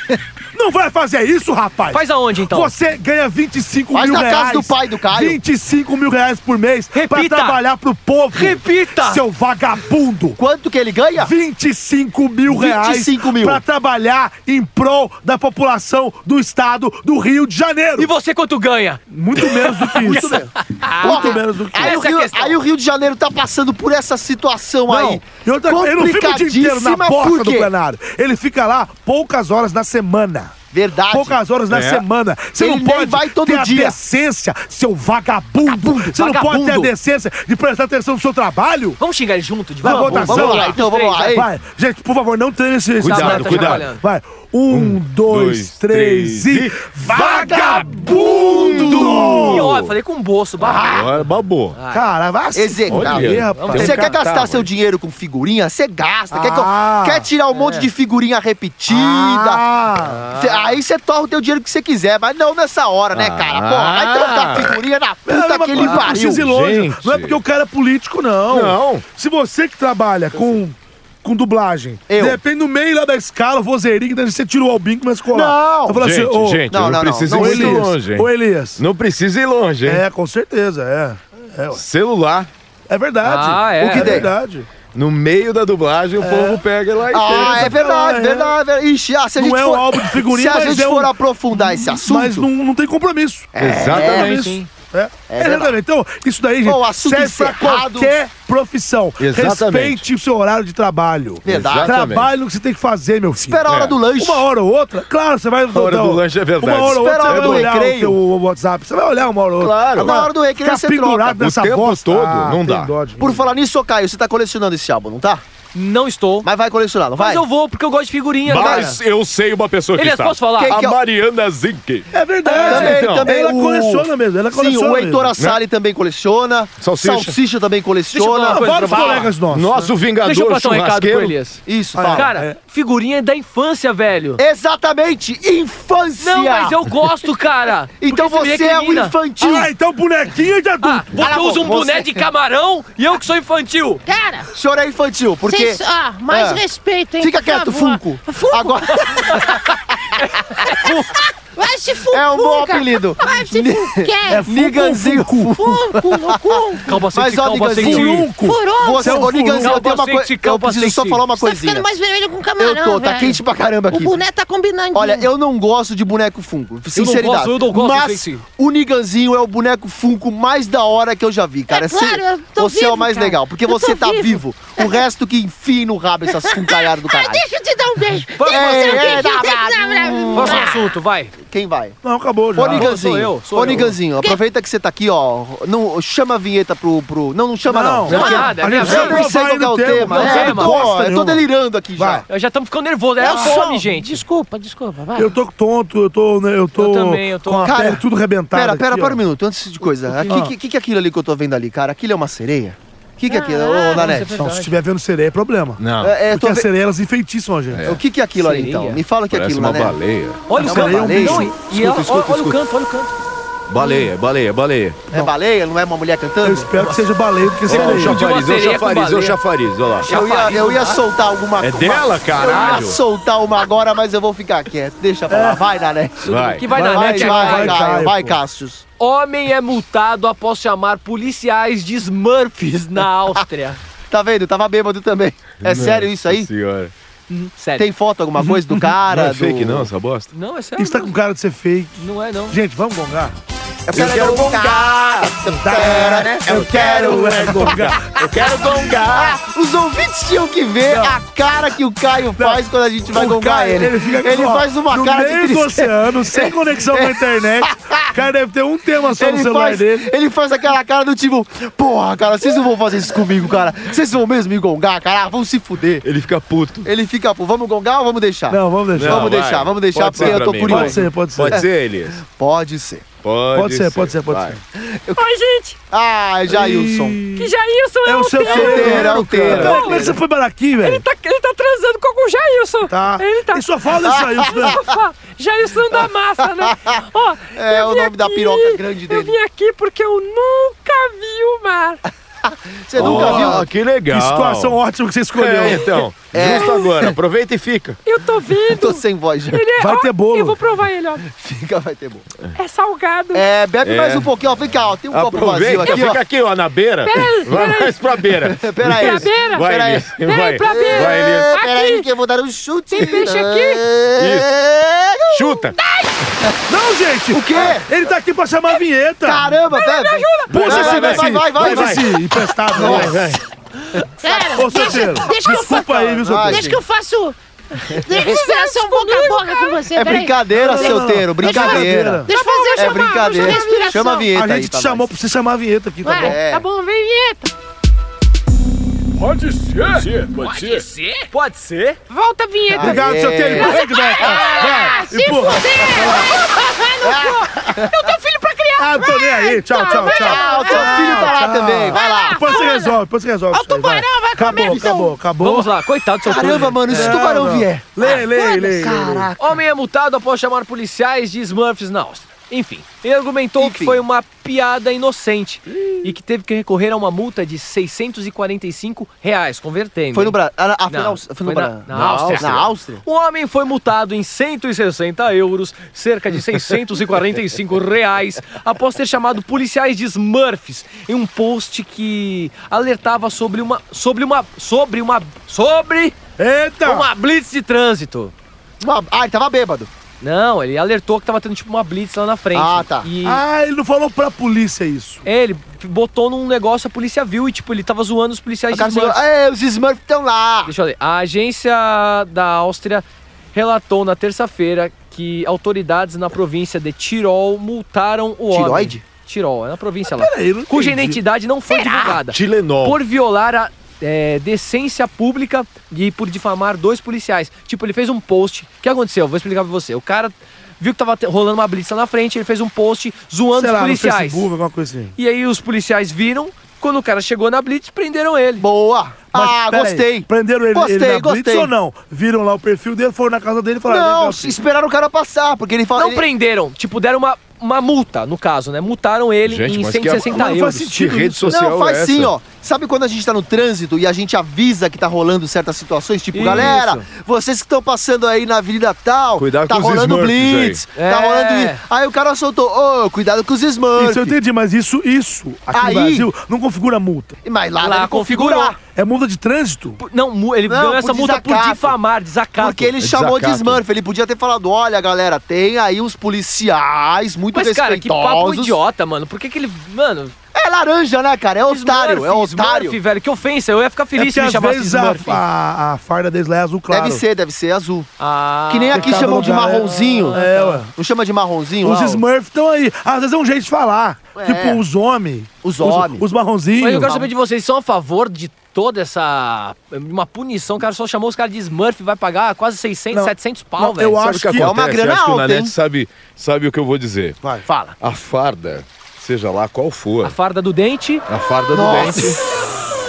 [SPEAKER 2] Não vai fazer isso, rapaz!
[SPEAKER 1] Faz aonde então?
[SPEAKER 2] Você ganha 25
[SPEAKER 3] Faz
[SPEAKER 2] mil
[SPEAKER 3] na
[SPEAKER 2] reais.
[SPEAKER 3] casa do pai do Caio.
[SPEAKER 2] 25 mil reais por mês pra
[SPEAKER 1] Repita.
[SPEAKER 2] trabalhar pro povo.
[SPEAKER 1] Repita.
[SPEAKER 2] Seu vagabundo.
[SPEAKER 3] Quanto que ele ganha?
[SPEAKER 2] 25 mil reais
[SPEAKER 3] 25 mil.
[SPEAKER 2] pra trabalhar em prol da população do estado do Rio de Janeiro.
[SPEAKER 1] E você quanto ganha?
[SPEAKER 2] Muito menos do que isso. Muito menos do que
[SPEAKER 3] Aí,
[SPEAKER 2] isso.
[SPEAKER 3] o
[SPEAKER 1] Essa é a
[SPEAKER 3] Rio,
[SPEAKER 1] questão.
[SPEAKER 3] aí o Rio de Janeiro tá passando por essa situação
[SPEAKER 2] Não,
[SPEAKER 3] aí.
[SPEAKER 2] e outra, ele não fica o dia inteiro na
[SPEAKER 3] Complicadíssima,
[SPEAKER 2] bosta
[SPEAKER 3] por
[SPEAKER 2] do
[SPEAKER 3] quê?
[SPEAKER 2] plenário. Ele fica lá poucas horas na semana.
[SPEAKER 3] Verdade.
[SPEAKER 2] Poucas horas na
[SPEAKER 4] É.
[SPEAKER 2] semana. Você
[SPEAKER 3] Ele
[SPEAKER 2] não
[SPEAKER 3] nem
[SPEAKER 2] pode
[SPEAKER 3] vai todo
[SPEAKER 2] ter
[SPEAKER 3] dia.
[SPEAKER 2] a decência, seu vagabundo. Você não pode ter a
[SPEAKER 3] vagabundo.
[SPEAKER 2] decência de prestar atenção no seu trabalho.
[SPEAKER 1] Vamos xingar ele junto de
[SPEAKER 2] Na
[SPEAKER 1] volta?
[SPEAKER 2] votação.
[SPEAKER 3] Vamos lá, então, vamos lá. Ei,
[SPEAKER 2] Vai, gente, por favor, não treine esse... esse
[SPEAKER 4] Cuidado,
[SPEAKER 2] trabalho.
[SPEAKER 4] cuidado.
[SPEAKER 2] Vai, Vai. Um, dois,
[SPEAKER 4] dois,
[SPEAKER 2] três e...
[SPEAKER 4] três
[SPEAKER 1] E
[SPEAKER 2] Vagabundo!
[SPEAKER 1] olha, falei com o bolso, barra.
[SPEAKER 4] Agora babou.
[SPEAKER 1] Ah.
[SPEAKER 2] Cara, vai se
[SPEAKER 3] Execra.
[SPEAKER 2] fuder,
[SPEAKER 4] Olha,
[SPEAKER 2] rapaz.
[SPEAKER 4] tem
[SPEAKER 3] Você quer
[SPEAKER 4] catar,
[SPEAKER 3] gastar
[SPEAKER 4] mano.
[SPEAKER 3] seu dinheiro com figurinha? Você gasta. Quer, tá,
[SPEAKER 2] Ah,
[SPEAKER 3] quer tirar um monte de figurinha repetida?
[SPEAKER 2] Ah.
[SPEAKER 3] Cê- Aí você torra o teu dinheiro que você quiser, mas não nessa hora, né, cara? Pô, vai trocar figurinha na
[SPEAKER 2] É a
[SPEAKER 3] puta
[SPEAKER 2] mesma
[SPEAKER 3] que ele
[SPEAKER 2] coisa, Ah. não
[SPEAKER 3] pariu.
[SPEAKER 2] precisa ir longe.
[SPEAKER 4] Gente.
[SPEAKER 2] Não é porque o cara é político, não.
[SPEAKER 4] Não.
[SPEAKER 2] Se você que trabalha com, com dublagem,
[SPEAKER 3] Eu.
[SPEAKER 2] de repente no meio lá da escala, o vozeirinho, daí você tira o albinho e começa a colar.
[SPEAKER 3] Não.
[SPEAKER 2] Eu falo
[SPEAKER 4] Gente,
[SPEAKER 2] assim, ô,
[SPEAKER 4] gente,
[SPEAKER 3] Não,
[SPEAKER 4] não,
[SPEAKER 3] não, não.
[SPEAKER 4] precisa
[SPEAKER 2] ô,
[SPEAKER 4] ir muito
[SPEAKER 2] Elias,
[SPEAKER 4] longe, hein?
[SPEAKER 2] ô Elias.
[SPEAKER 4] Não precisa ir longe, hein?
[SPEAKER 2] É, com certeza, é. É, ué.
[SPEAKER 4] Celular.
[SPEAKER 2] É verdade.
[SPEAKER 1] Ah, é.
[SPEAKER 2] O que é
[SPEAKER 3] É.
[SPEAKER 2] verdade.
[SPEAKER 4] No meio da dublagem, o povo pega lá e
[SPEAKER 3] Ah,
[SPEAKER 4] pega.
[SPEAKER 3] é verdade,
[SPEAKER 2] Ah, é.
[SPEAKER 3] verdade, verdade. Ixi, ah, se a
[SPEAKER 2] Não
[SPEAKER 3] gente
[SPEAKER 2] é um
[SPEAKER 3] for,
[SPEAKER 2] álbum de figurinha,
[SPEAKER 3] se a
[SPEAKER 2] mas
[SPEAKER 3] gente
[SPEAKER 2] é um-
[SPEAKER 3] for aprofundar esse assunto,
[SPEAKER 2] Mas não, não tem compromisso.
[SPEAKER 3] É,
[SPEAKER 4] Exatamente.
[SPEAKER 2] Isso. É.
[SPEAKER 3] verdade.
[SPEAKER 2] Exatamente. Então, isso daí, gente,
[SPEAKER 3] Bom, assunto
[SPEAKER 2] serve pra
[SPEAKER 3] encerrado.
[SPEAKER 2] qualquer profissão.
[SPEAKER 4] Exatamente.
[SPEAKER 2] Respeite o seu horário de trabalho.
[SPEAKER 3] Verdade.
[SPEAKER 4] Exatamente.
[SPEAKER 2] Trabalhe o que você tem que fazer, meu filho.
[SPEAKER 3] espera a hora
[SPEAKER 4] É.
[SPEAKER 3] do lanche.
[SPEAKER 2] Uma hora ou outra, claro, você vai.
[SPEAKER 4] hora do lanche é verdade.
[SPEAKER 2] Uma hora ou outra,
[SPEAKER 3] Espera a
[SPEAKER 2] você
[SPEAKER 3] hora
[SPEAKER 2] vai
[SPEAKER 3] do
[SPEAKER 2] olhar o,
[SPEAKER 3] recreio.
[SPEAKER 2] teu WhatsApp. Você vai olhar uma hora ou outra.
[SPEAKER 4] Claro.
[SPEAKER 3] Na hora do recreio
[SPEAKER 2] ficar
[SPEAKER 3] você
[SPEAKER 2] pendurado
[SPEAKER 3] troca.
[SPEAKER 4] O
[SPEAKER 2] nessa
[SPEAKER 4] tempo
[SPEAKER 2] bosta. Ah,
[SPEAKER 4] todo, não
[SPEAKER 2] tem
[SPEAKER 4] dá.
[SPEAKER 2] dó de mim.
[SPEAKER 3] Por falar nisso, ô Caio, você tá colecionando esse álbum, não tá?
[SPEAKER 1] Não estou.
[SPEAKER 3] Mas vai colecionar, não vai?
[SPEAKER 1] Mas eu vou, porque eu gosto de figurinha,
[SPEAKER 4] Mas eu sei uma pessoa que
[SPEAKER 1] Elias,
[SPEAKER 4] está.
[SPEAKER 1] posso falar?
[SPEAKER 3] Quem que
[SPEAKER 4] A
[SPEAKER 3] é o-
[SPEAKER 4] Mariana Zinck.
[SPEAKER 2] É verdade.
[SPEAKER 3] Também,
[SPEAKER 4] então.
[SPEAKER 3] também.
[SPEAKER 2] Ela
[SPEAKER 3] o-
[SPEAKER 2] coleciona mesmo, ela
[SPEAKER 3] Sim,
[SPEAKER 2] coleciona
[SPEAKER 3] o Heitor
[SPEAKER 2] mesmo.
[SPEAKER 3] Assali também coleciona.
[SPEAKER 4] Salsicha.
[SPEAKER 3] também
[SPEAKER 1] Deixa eu falar
[SPEAKER 3] coleciona.
[SPEAKER 1] uma coisa pra
[SPEAKER 2] Vários
[SPEAKER 1] você.
[SPEAKER 2] colegas nossos. né?
[SPEAKER 3] né?
[SPEAKER 4] Nosso
[SPEAKER 1] Deixa eu
[SPEAKER 4] vingador
[SPEAKER 1] passar um recado pro
[SPEAKER 4] churrasqueiro.
[SPEAKER 1] Elias.
[SPEAKER 3] Isso, fala.
[SPEAKER 1] Cara, figurinha é da infância, velho.
[SPEAKER 3] Exatamente! Infância!
[SPEAKER 1] Não, mas eu gosto, cara.
[SPEAKER 3] Então
[SPEAKER 1] Porque
[SPEAKER 3] você
[SPEAKER 1] isso me
[SPEAKER 3] é um
[SPEAKER 1] recrimina.
[SPEAKER 3] infantil!
[SPEAKER 2] Ah, então bonequinha de
[SPEAKER 1] Ah,
[SPEAKER 2] adulto.
[SPEAKER 1] você
[SPEAKER 3] Ah,
[SPEAKER 1] usa um
[SPEAKER 3] bom, você-
[SPEAKER 1] boné de camarão e eu que sou infantil.
[SPEAKER 9] Cara,
[SPEAKER 3] O senhor é infantil, porque.
[SPEAKER 9] vocês... Ah, mais
[SPEAKER 3] É.
[SPEAKER 9] respeito, hein?
[SPEAKER 3] Fica
[SPEAKER 9] por
[SPEAKER 3] quieto,
[SPEAKER 9] favor.
[SPEAKER 3] Funko!
[SPEAKER 9] Funko,
[SPEAKER 3] Agora
[SPEAKER 9] vai se funcar.
[SPEAKER 3] é um bom apelido.
[SPEAKER 9] Vai se funquer.
[SPEAKER 2] É
[SPEAKER 3] Niganzinho.
[SPEAKER 9] Funko, Funko.
[SPEAKER 3] Mas,
[SPEAKER 1] Calbacete,
[SPEAKER 3] ó,
[SPEAKER 1] calbacete.
[SPEAKER 3] Niganzinho,
[SPEAKER 9] Furonco.
[SPEAKER 3] Você, ô, Niganzinho, eu tenho uma coisa.
[SPEAKER 1] Calbacete,
[SPEAKER 3] Eu preciso só
[SPEAKER 1] calbacete.
[SPEAKER 3] falar uma
[SPEAKER 9] Você tá ficando
[SPEAKER 3] coisinha.
[SPEAKER 9] mais vermelho com camarão,
[SPEAKER 3] Eu tô, tá
[SPEAKER 9] velho.
[SPEAKER 3] quente
[SPEAKER 1] É
[SPEAKER 3] pra caramba
[SPEAKER 9] O
[SPEAKER 3] aqui.
[SPEAKER 9] boné tá combinando.
[SPEAKER 3] Olha, eu não gosto de boneco Funko, sinceridade.
[SPEAKER 1] gosto, eu não gosto,
[SPEAKER 3] mas
[SPEAKER 1] sim, sim.
[SPEAKER 3] o Niganzinho é o boneco Funko mais da hora que eu já vi, cara.
[SPEAKER 9] É claro, eu tô
[SPEAKER 3] você é o
[SPEAKER 9] vivo,
[SPEAKER 3] mais
[SPEAKER 9] cara.
[SPEAKER 3] legal, porque
[SPEAKER 9] Eu tô
[SPEAKER 3] você tá vivo.
[SPEAKER 9] vivo.
[SPEAKER 3] O resto que enfia no rabo essas funcaiadas do
[SPEAKER 9] Ai,
[SPEAKER 3] caralho.
[SPEAKER 9] Ah, deixa eu te dar um beijo. Deixa eu te
[SPEAKER 1] Vamos
[SPEAKER 9] dar um
[SPEAKER 3] fazer-
[SPEAKER 9] beijo.
[SPEAKER 3] É, dá,
[SPEAKER 9] Deixa eu te dar um beijo.
[SPEAKER 1] Vamos ao assunto, vai.
[SPEAKER 3] Quem vai?
[SPEAKER 2] Não, acabou já.
[SPEAKER 3] Ô,
[SPEAKER 1] Nigan-
[SPEAKER 3] Niganzinho,
[SPEAKER 1] sou eu, sou
[SPEAKER 3] ô,
[SPEAKER 1] eu.
[SPEAKER 3] Niganzinho, aproveita que você tá aqui, ó. Não, chama a vinheta pro. pro... Não, não chama, não.
[SPEAKER 1] não.
[SPEAKER 3] Porque-
[SPEAKER 1] nada, é
[SPEAKER 2] a
[SPEAKER 1] minha
[SPEAKER 2] gente
[SPEAKER 1] vez.
[SPEAKER 3] Eu
[SPEAKER 2] sempre
[SPEAKER 3] nem sei
[SPEAKER 2] vai
[SPEAKER 3] qual que é
[SPEAKER 2] no
[SPEAKER 3] o
[SPEAKER 2] tema.
[SPEAKER 3] tema.
[SPEAKER 1] não
[SPEAKER 3] é,
[SPEAKER 1] sabe
[SPEAKER 3] eu tô,
[SPEAKER 2] bosta
[SPEAKER 3] eu tô
[SPEAKER 1] um.
[SPEAKER 2] nenhuma.
[SPEAKER 3] delirando aqui
[SPEAKER 2] Vai.
[SPEAKER 3] já.
[SPEAKER 1] Eu já estamos ficando nervoso. É
[SPEAKER 9] É
[SPEAKER 1] a
[SPEAKER 9] o som.
[SPEAKER 1] fome, gente.
[SPEAKER 9] Desculpa, desculpa, vai.
[SPEAKER 2] Eu tô tonto, eu tô. né, Eu tô.
[SPEAKER 1] Eu também, eu tô-
[SPEAKER 2] Com a
[SPEAKER 3] Cara,
[SPEAKER 2] pele tudo rebentada.
[SPEAKER 3] Pera, pera,
[SPEAKER 2] aqui,
[SPEAKER 3] para
[SPEAKER 2] ó.
[SPEAKER 3] um minuto, antes de coisa. O que, que, que, que é aquilo ali que eu tô vendo ali, cara? Aquilo é uma sereia? O que, que é aquilo? Ô,
[SPEAKER 9] Ah,
[SPEAKER 3] Nanete.
[SPEAKER 2] Então, se estiver vendo sereia, é problema.
[SPEAKER 4] Não,
[SPEAKER 3] É, é, eu tô
[SPEAKER 2] Porque as
[SPEAKER 3] ve-
[SPEAKER 2] sereias elas enfeitiçam a gente.
[SPEAKER 3] O que, que é aquilo ali,
[SPEAKER 1] Sereia?
[SPEAKER 3] então? Me fala o que é
[SPEAKER 4] parece
[SPEAKER 3] aquilo,
[SPEAKER 4] uma
[SPEAKER 3] Nanete.
[SPEAKER 4] baleia.
[SPEAKER 1] Olha
[SPEAKER 3] É
[SPEAKER 1] o
[SPEAKER 3] uma
[SPEAKER 1] canto.
[SPEAKER 3] baleia.
[SPEAKER 1] Não, e- e ela-
[SPEAKER 4] Escuta, escuta,
[SPEAKER 1] Olha o
[SPEAKER 4] escuta.
[SPEAKER 1] canto, olha o canto.
[SPEAKER 4] Né? Baleia, baleia, baleia.
[SPEAKER 3] É baleia? Não é uma mulher
[SPEAKER 2] Eu
[SPEAKER 3] cantando?
[SPEAKER 2] espero que seja baleia, porque
[SPEAKER 4] Olha lá,
[SPEAKER 2] sereia.
[SPEAKER 4] o um chafariz, olha o
[SPEAKER 1] sereia com
[SPEAKER 4] chafariz, olha o
[SPEAKER 1] baleia.
[SPEAKER 4] chafariz, olha lá.
[SPEAKER 3] Eu ia, eu ia soltar alguma
[SPEAKER 4] É
[SPEAKER 3] uma-
[SPEAKER 4] dela,
[SPEAKER 3] Eu
[SPEAKER 4] caralho?
[SPEAKER 3] ia soltar uma agora, mas eu vou ficar quieto. Deixa pra lá. Vai, Nanete.
[SPEAKER 4] Vai.
[SPEAKER 1] Que vai na
[SPEAKER 3] Vai,
[SPEAKER 1] net.
[SPEAKER 3] vai,
[SPEAKER 2] É. vai,
[SPEAKER 3] vai,
[SPEAKER 2] Caio,
[SPEAKER 3] Caio. Vai,
[SPEAKER 2] pô.
[SPEAKER 3] Cássius.
[SPEAKER 1] Homem é multado após chamar policiais de Smurfs na Áustria.
[SPEAKER 3] Tá vendo? Tava bêbado também. É sério isso aí?
[SPEAKER 4] Senhora.
[SPEAKER 1] Sério.
[SPEAKER 3] Tem foto alguma coisa do
[SPEAKER 4] Não
[SPEAKER 3] cara?
[SPEAKER 4] é fake
[SPEAKER 3] do...
[SPEAKER 4] não, essa bosta?
[SPEAKER 1] Não, é sério.
[SPEAKER 2] Isso tá com cara de ser fake.
[SPEAKER 1] Não é, não.
[SPEAKER 2] Gente, vamos gongar?
[SPEAKER 3] É
[SPEAKER 6] Eu quero
[SPEAKER 3] tá.
[SPEAKER 6] gongar.
[SPEAKER 3] né?
[SPEAKER 6] Eu quero é gongar. Eu quero gongar.
[SPEAKER 3] Os ouvintes tinham que ver a cara que o Caio faz quando a gente vai
[SPEAKER 2] O
[SPEAKER 3] gongar
[SPEAKER 2] Caio,
[SPEAKER 3] ele.
[SPEAKER 2] ele fica,
[SPEAKER 3] Ele
[SPEAKER 2] ó,
[SPEAKER 3] faz uma
[SPEAKER 2] no
[SPEAKER 3] cara
[SPEAKER 2] meio
[SPEAKER 3] de
[SPEAKER 2] do
[SPEAKER 3] tristeza.
[SPEAKER 2] oceano, sem conexão com a internet. O cara deve ter um tema só no celular
[SPEAKER 3] faz,
[SPEAKER 2] dele.
[SPEAKER 3] Ele faz aquela cara do tipo, porra, cara, vocês não vão fazer isso comigo, cara. Vocês vão mesmo me gongar, cara. Ah, vão se fuder.
[SPEAKER 4] Ele fica puto.
[SPEAKER 3] Ele fica puto. Vamos gongar ou vamos deixar?
[SPEAKER 2] Não, vamos deixar.
[SPEAKER 3] Vamos
[SPEAKER 4] Não, vai.
[SPEAKER 3] deixar, vamos deixar,
[SPEAKER 4] Pode ser
[SPEAKER 3] porque eu
[SPEAKER 4] pra
[SPEAKER 3] tô
[SPEAKER 4] mim,
[SPEAKER 3] curioso.
[SPEAKER 4] vai. Pode ser, Elias?
[SPEAKER 3] Pode ser.
[SPEAKER 4] Pode,
[SPEAKER 2] Pode ser, pode ser, pode
[SPEAKER 4] Vai.
[SPEAKER 2] ser.
[SPEAKER 14] Oi, gente!
[SPEAKER 3] Ah, Jailson.
[SPEAKER 14] Que Jailson é,
[SPEAKER 2] É o seu
[SPEAKER 3] Alteiro,
[SPEAKER 2] terreiro,
[SPEAKER 3] Alteiro,
[SPEAKER 2] cara. Como é que você foi parar aqui, velho?
[SPEAKER 14] Ele tá, ele tá transando com o Jailson. Tá. Ele tá.
[SPEAKER 2] Ele só fala desse Jailson, né?
[SPEAKER 14] Só fala. Jailson da massa, né? Ó,
[SPEAKER 3] É,
[SPEAKER 14] eu
[SPEAKER 3] o
[SPEAKER 14] vim
[SPEAKER 3] nome da
[SPEAKER 14] aqui-
[SPEAKER 3] piroca grande dele.
[SPEAKER 14] Eu vim aqui porque eu nunca vi o mar.
[SPEAKER 3] Você nunca viu?
[SPEAKER 4] Ah, que legal.
[SPEAKER 2] Que situação ótima que você escolheu.
[SPEAKER 4] É, então.
[SPEAKER 3] É.
[SPEAKER 4] Justo agora. Aproveita e fica.
[SPEAKER 14] Eu tô
[SPEAKER 3] Eu
[SPEAKER 14] vindo.
[SPEAKER 3] tô sem voz, já.
[SPEAKER 14] Ele é,
[SPEAKER 2] Vai
[SPEAKER 14] ó,
[SPEAKER 2] ter bolo.
[SPEAKER 14] Eu vou provar ele, ó.
[SPEAKER 3] Fica, vai ter bom.
[SPEAKER 14] É salgado.
[SPEAKER 3] É, bebe
[SPEAKER 4] É.
[SPEAKER 3] mais um pouquinho, ó. Vem cá, ó. Tem um copo vazio
[SPEAKER 4] Aproveita,
[SPEAKER 3] aqui, ó.
[SPEAKER 4] fica aqui, ó, na beira.
[SPEAKER 14] Peraí,
[SPEAKER 4] Vai
[SPEAKER 14] peraí.
[SPEAKER 4] mais pra beira.
[SPEAKER 3] Pera aí.
[SPEAKER 14] Pra beira?
[SPEAKER 4] Vai,
[SPEAKER 3] Pera aí.
[SPEAKER 4] Elias.
[SPEAKER 14] Peraí,
[SPEAKER 4] Vai.
[SPEAKER 14] pra beira.
[SPEAKER 4] Vai, Elias.
[SPEAKER 3] Pera aí
[SPEAKER 14] Aqui.
[SPEAKER 3] que eu vou dar um chute.
[SPEAKER 14] Tem peixe aqui?
[SPEAKER 3] Isso.
[SPEAKER 4] Chuta.
[SPEAKER 2] Não, gente!
[SPEAKER 3] O quê?
[SPEAKER 2] Ele tá aqui pra chamar a vinheta!
[SPEAKER 3] Caramba, velho.
[SPEAKER 2] Puxa esse,
[SPEAKER 3] vai, vai, vai, vai,
[SPEAKER 2] Puxa
[SPEAKER 3] vai.
[SPEAKER 2] esse emprestado, vai, vai.
[SPEAKER 12] Sério?
[SPEAKER 2] Ô, solteiro,
[SPEAKER 12] deixa eu
[SPEAKER 2] desculpa aí,
[SPEAKER 3] Vai,
[SPEAKER 2] viu, solteiro?
[SPEAKER 12] Deixa que eu faço.
[SPEAKER 9] Respiração boca a boca com você,
[SPEAKER 3] É
[SPEAKER 9] peraí.
[SPEAKER 3] brincadeira,
[SPEAKER 2] Não, não,
[SPEAKER 3] seu
[SPEAKER 2] não.
[SPEAKER 3] teiro, brincadeira.
[SPEAKER 9] Deixa eu fazer eu
[SPEAKER 3] É
[SPEAKER 9] chamar.
[SPEAKER 3] brincadeira.
[SPEAKER 9] Deixa eu respirar.
[SPEAKER 3] Chama a vinheta
[SPEAKER 2] A
[SPEAKER 3] aí,
[SPEAKER 2] gente te
[SPEAKER 3] Tabata.
[SPEAKER 2] chamou pra você chamar a vinheta aqui, tá
[SPEAKER 9] Vai,
[SPEAKER 2] bom?
[SPEAKER 3] É.
[SPEAKER 9] tá bom, vem vinheta.
[SPEAKER 13] Pode ser. Pode ser.
[SPEAKER 12] ser?
[SPEAKER 1] Pode ser?
[SPEAKER 9] Volta a vinheta.
[SPEAKER 2] Obrigado,
[SPEAKER 3] Aê.
[SPEAKER 2] seu teiro. Vai, que vai.
[SPEAKER 14] Ah,
[SPEAKER 2] Vai,
[SPEAKER 9] Se
[SPEAKER 2] empurra.
[SPEAKER 3] Ah,
[SPEAKER 9] fuder! Eu tenho filho pra criar!
[SPEAKER 2] Ah, não tô nem aí. Tchau, tchau,
[SPEAKER 9] vai,
[SPEAKER 3] Ah,
[SPEAKER 2] tchau.
[SPEAKER 3] o seu filho tá lá também, vai lá.
[SPEAKER 2] Depois você resolve, depois você resolve.
[SPEAKER 9] Ó, o
[SPEAKER 2] isso aí,
[SPEAKER 9] tubarão vai comer,
[SPEAKER 2] Acabou,
[SPEAKER 9] então.
[SPEAKER 2] acabou, acabou. É,
[SPEAKER 1] Vamos lá, coitado do seu
[SPEAKER 3] Caramba,
[SPEAKER 1] público.
[SPEAKER 3] mano, e se o
[SPEAKER 2] Não,
[SPEAKER 3] tubarão
[SPEAKER 2] não.
[SPEAKER 3] vier?
[SPEAKER 2] Lê, lê, lê.
[SPEAKER 3] Caraca.
[SPEAKER 1] Homem é multado após chamar policiais de Smurfs na Áustria. Enfim, ele argumentou
[SPEAKER 3] Enfim.
[SPEAKER 1] que foi uma piada inocente e que teve que recorrer a uma multa de 645 reais, convertendo.
[SPEAKER 3] Foi no
[SPEAKER 1] hein?
[SPEAKER 3] Brasil. Ah, foi,
[SPEAKER 1] Não,
[SPEAKER 3] na, foi,
[SPEAKER 1] foi
[SPEAKER 3] no
[SPEAKER 1] na-
[SPEAKER 3] Bra-
[SPEAKER 1] na Áustria.
[SPEAKER 3] Na Áustria?
[SPEAKER 1] O homem foi multado em 160 euros, cerca de 645 reais, após ter chamado policiais de Smurfs em um post que alertava sobre uma. sobre uma. sobre uma. sobre
[SPEAKER 2] Eita!
[SPEAKER 1] uma blitz de trânsito.
[SPEAKER 3] Uma- Ah, ele tava bêbado.
[SPEAKER 1] Não, ele alertou que tava tendo tipo uma blitz lá na frente.
[SPEAKER 3] Ah, tá.
[SPEAKER 1] E
[SPEAKER 2] Ah, ele não falou pra polícia isso.
[SPEAKER 1] é, ele botou num negócio, a polícia viu e tipo, ele tava zoando os policiais
[SPEAKER 3] O
[SPEAKER 1] de
[SPEAKER 3] cara "É, chegou,
[SPEAKER 1] Smurfs.
[SPEAKER 3] "Ei, os Smurfs
[SPEAKER 2] Então
[SPEAKER 3] estão lá.
[SPEAKER 1] Deixa eu ler. A agência da Áustria relatou na terça-feira que autoridades na província de Tirol multaram o homem.
[SPEAKER 3] Tiroide?
[SPEAKER 1] Tirol, é na província lá.
[SPEAKER 2] Ah, Peraí, eu não
[SPEAKER 1] Cuja
[SPEAKER 2] entendi.
[SPEAKER 1] identidade não foi divulgada.
[SPEAKER 4] Ah, Tilenol.
[SPEAKER 1] Por violar a é, decência pública e por difamar dois policiais. Tipo, ele fez um post. O que aconteceu? Vou explicar pra você. O cara viu que tava te- rolando uma blitz lá na frente, ele fez um post zoando
[SPEAKER 2] Sei
[SPEAKER 1] os
[SPEAKER 2] lá, no
[SPEAKER 1] policiais.
[SPEAKER 2] Facebook, alguma coisa assim.
[SPEAKER 1] E aí os policiais viram, quando o cara chegou na blitz, prenderam ele.
[SPEAKER 3] Boa.
[SPEAKER 2] Mas,
[SPEAKER 3] ah,
[SPEAKER 2] peraí,
[SPEAKER 3] gostei.
[SPEAKER 2] Prenderam ele,
[SPEAKER 3] Gostei,
[SPEAKER 2] ele na Blitz
[SPEAKER 3] gostei.
[SPEAKER 2] ou não? Viram lá o perfil dele, foram na casa dele e falaram...
[SPEAKER 3] Não,
[SPEAKER 2] "Legal,
[SPEAKER 3] se esperaram o cara passar, porque ele fala.
[SPEAKER 1] Não
[SPEAKER 3] ele-
[SPEAKER 1] prenderam, tipo, deram uma, uma multa, no caso, né? Multaram ele
[SPEAKER 4] Gente,
[SPEAKER 1] em
[SPEAKER 4] mas que
[SPEAKER 1] 160
[SPEAKER 4] absurdo.
[SPEAKER 2] Não
[SPEAKER 1] euros.
[SPEAKER 2] faz
[SPEAKER 4] Que
[SPEAKER 2] sentido
[SPEAKER 4] rede
[SPEAKER 2] isso.
[SPEAKER 4] social
[SPEAKER 3] Não, faz
[SPEAKER 4] é
[SPEAKER 3] sim,
[SPEAKER 4] essa?
[SPEAKER 3] ó. Sabe quando a gente tá no trânsito e a gente avisa que tá rolando certas situações? Tipo,
[SPEAKER 1] Isso.
[SPEAKER 3] galera, vocês que estão passando aí na avenida tal,
[SPEAKER 4] Cuidado
[SPEAKER 3] tá
[SPEAKER 4] com os
[SPEAKER 3] rolando
[SPEAKER 4] Smurfs
[SPEAKER 3] blitz,
[SPEAKER 1] aí.
[SPEAKER 3] tá
[SPEAKER 1] É.
[SPEAKER 3] rolando. Aí o cara soltou, ô, cuidado com os
[SPEAKER 2] Isso eu
[SPEAKER 3] Smurfs.
[SPEAKER 2] entendi, mas isso, isso, aqui
[SPEAKER 3] Aí-
[SPEAKER 2] no Brasil, não configura multa.
[SPEAKER 3] Mas lá,
[SPEAKER 1] Lá
[SPEAKER 3] deve configurar.
[SPEAKER 2] É multa de trânsito?
[SPEAKER 1] Por- Não, mu- ele
[SPEAKER 3] Não,
[SPEAKER 1] ganhou
[SPEAKER 3] por
[SPEAKER 1] essa multa
[SPEAKER 3] desacato.
[SPEAKER 1] por difamar, desacato.
[SPEAKER 3] Porque ele
[SPEAKER 4] É
[SPEAKER 3] chamou de
[SPEAKER 4] desacato.
[SPEAKER 3] Smurf. Ele podia ter falado: olha, galera, tem aí uns policiais muito
[SPEAKER 1] Mas, cara, que
[SPEAKER 3] respeitosos.
[SPEAKER 1] papo idiota, mano. Por que que ele... Mano,
[SPEAKER 3] É laranja, né, cara? É otário, é otário.
[SPEAKER 1] Smurf, velho, que ofensa. Eu ia ficar
[SPEAKER 2] É
[SPEAKER 1] feliz
[SPEAKER 2] porque
[SPEAKER 1] se me
[SPEAKER 2] às
[SPEAKER 1] chamasse
[SPEAKER 2] vezes
[SPEAKER 1] de
[SPEAKER 2] a,
[SPEAKER 1] Smurf.
[SPEAKER 2] a, a farda deles lá é azul claro.
[SPEAKER 3] Deve ser, deve ser azul.
[SPEAKER 1] Ah,
[SPEAKER 3] que nem aqui
[SPEAKER 2] cada
[SPEAKER 3] chamam de
[SPEAKER 2] lugar é-
[SPEAKER 3] marronzinho.
[SPEAKER 2] É, ué.
[SPEAKER 3] Não chama de marronzinho?
[SPEAKER 2] Os
[SPEAKER 3] lá, ó?
[SPEAKER 2] Smurfs estão aí. Às vezes é um jeito de falar.
[SPEAKER 3] É.
[SPEAKER 2] Tipo, os homens.
[SPEAKER 3] Os homens.
[SPEAKER 2] Os, marronzinhos.
[SPEAKER 1] Mas eu quero saber de vocês, são a favor de toda essa... Uma punição, o cara só chamou os caras de Smurf, vai pagar quase 600,
[SPEAKER 2] Não.
[SPEAKER 1] 700 pau,
[SPEAKER 2] Não,
[SPEAKER 1] velho.
[SPEAKER 2] eu
[SPEAKER 4] Sabe
[SPEAKER 2] acho
[SPEAKER 4] o que acontece?
[SPEAKER 2] que é
[SPEAKER 3] uma grana
[SPEAKER 4] Acho que o
[SPEAKER 3] alta,
[SPEAKER 4] Nanete
[SPEAKER 3] hein?
[SPEAKER 4] sabe, sabe o que eu vou dizer.
[SPEAKER 2] Vai.
[SPEAKER 1] Fala.
[SPEAKER 4] A farda, seja lá qual for,
[SPEAKER 1] A farda do dente...
[SPEAKER 4] a farda do dente.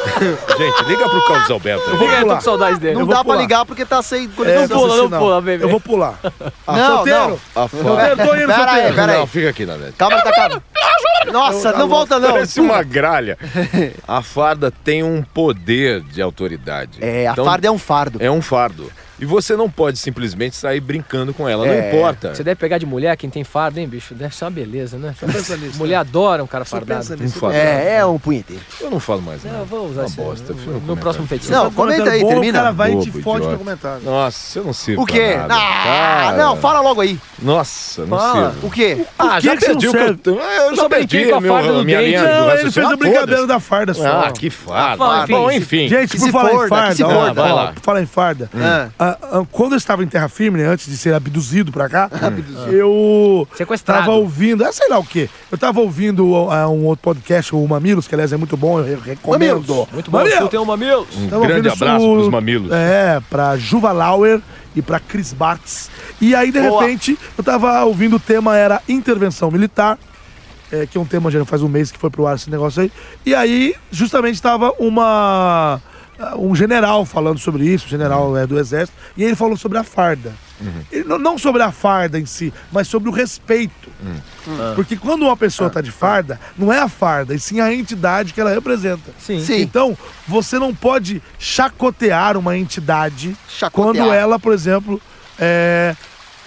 [SPEAKER 4] Gente, liga pro Carlos Alberto. aí.
[SPEAKER 1] Eu tô
[SPEAKER 2] pular.
[SPEAKER 1] com saudades dele.
[SPEAKER 3] Não
[SPEAKER 2] Eu vou
[SPEAKER 3] dá pra
[SPEAKER 2] pular.
[SPEAKER 3] ligar porque tá sem
[SPEAKER 2] É,
[SPEAKER 3] conexão.
[SPEAKER 1] pula,
[SPEAKER 2] assim,
[SPEAKER 1] não pula, bebê.
[SPEAKER 2] Eu vou pular. Ah,
[SPEAKER 3] Não,
[SPEAKER 2] solteiro.
[SPEAKER 3] não.
[SPEAKER 4] A
[SPEAKER 2] Solteiro,
[SPEAKER 4] farda.
[SPEAKER 2] tô indo,
[SPEAKER 3] Pera aí,
[SPEAKER 2] solteiro.
[SPEAKER 3] pera aí.
[SPEAKER 4] Não, fica aqui, Nanete.
[SPEAKER 3] Calma que tá calma. Nossa, não volta não.
[SPEAKER 4] Parece uma gralha. A farda tem um poder de autoridade.
[SPEAKER 3] É, a
[SPEAKER 4] Então,
[SPEAKER 3] farda é um fardo.
[SPEAKER 4] É um fardo. E você não pode simplesmente sair brincando com ela,
[SPEAKER 1] É.
[SPEAKER 4] não importa.
[SPEAKER 1] Você deve pegar de mulher quem tem fardo, hein, bicho? Deve ser uma beleza, né?
[SPEAKER 4] pensa nisso,
[SPEAKER 1] mulher adora um cara fardado.
[SPEAKER 4] pensa nisso, Não fala.
[SPEAKER 2] né?
[SPEAKER 4] É,
[SPEAKER 6] um punheteiro.
[SPEAKER 4] Eu não falo mais nada.
[SPEAKER 1] Não, vou usar
[SPEAKER 4] Uma
[SPEAKER 1] esse-
[SPEAKER 4] bosta. né?
[SPEAKER 1] no próximo feitiço.
[SPEAKER 6] Não, comenta aí, termina.
[SPEAKER 4] O cara vai
[SPEAKER 6] e te fode no
[SPEAKER 4] comentário. Nossa, eu não sirvo
[SPEAKER 6] O quê?
[SPEAKER 4] pra nada.
[SPEAKER 6] Ah,
[SPEAKER 4] Cara.
[SPEAKER 3] não, fala logo aí.
[SPEAKER 4] Nossa, não
[SPEAKER 3] Fala.
[SPEAKER 4] sirvo.
[SPEAKER 3] O quê?
[SPEAKER 4] Ah, já perdi o que eu... tenho. Ah, Eu já perdi meu, minha linha do
[SPEAKER 2] Não, ele
[SPEAKER 4] raciocínio.
[SPEAKER 2] fez
[SPEAKER 4] Ah,
[SPEAKER 2] a brincadeira
[SPEAKER 4] foda-se.
[SPEAKER 2] da farda só.
[SPEAKER 4] Ah, que farda.
[SPEAKER 2] Ah,
[SPEAKER 4] Bom, enfim.
[SPEAKER 2] Gente,
[SPEAKER 4] Que
[SPEAKER 2] por
[SPEAKER 4] se
[SPEAKER 2] falar em
[SPEAKER 4] forda, que se
[SPEAKER 2] farda, ó,
[SPEAKER 4] forda. Vai
[SPEAKER 2] ó,
[SPEAKER 4] lá.
[SPEAKER 2] por falar em farda,
[SPEAKER 4] Hum.
[SPEAKER 2] ah, ah, quando eu estava em terra firme, né, antes de ser abduzido pra cá,
[SPEAKER 1] Abduzido.
[SPEAKER 2] eu
[SPEAKER 1] Sequestrado.
[SPEAKER 2] tava ouvindo, ah, sei lá o quê, eu tava ouvindo ah, um outro podcast, o Mamilos, que aliás é muito bom, eu re- recomendo.
[SPEAKER 1] Muito bom,
[SPEAKER 2] Mamilos!
[SPEAKER 1] escutem o Mamilos.
[SPEAKER 4] Um
[SPEAKER 2] Tava
[SPEAKER 4] grande
[SPEAKER 2] ouvindo isso-
[SPEAKER 4] abraço pros mamilos.
[SPEAKER 2] É, pra Juva Lauer e pra Chris Bartz. E aí, de
[SPEAKER 4] Boa.
[SPEAKER 2] repente, eu tava ouvindo o tema, era intervenção militar, é, que é um tema já faz um mês que foi pro ar esse negócio aí. E aí, justamente, tava uma. um general falando sobre isso, um general é, do exército, e ele falou sobre a farda.
[SPEAKER 1] Uhum.
[SPEAKER 2] Ele, não, não sobre a farda em si, mas sobre o respeito.
[SPEAKER 3] Uhum.
[SPEAKER 6] Ah.
[SPEAKER 1] Uhum.
[SPEAKER 2] Porque quando uma pessoa tá de farda, não é a farda, e sim a entidade que ela representa.
[SPEAKER 1] Sim.
[SPEAKER 2] Então, você não pode chacotear uma entidade
[SPEAKER 3] Chacotear.
[SPEAKER 2] quando ela, por exemplo, é,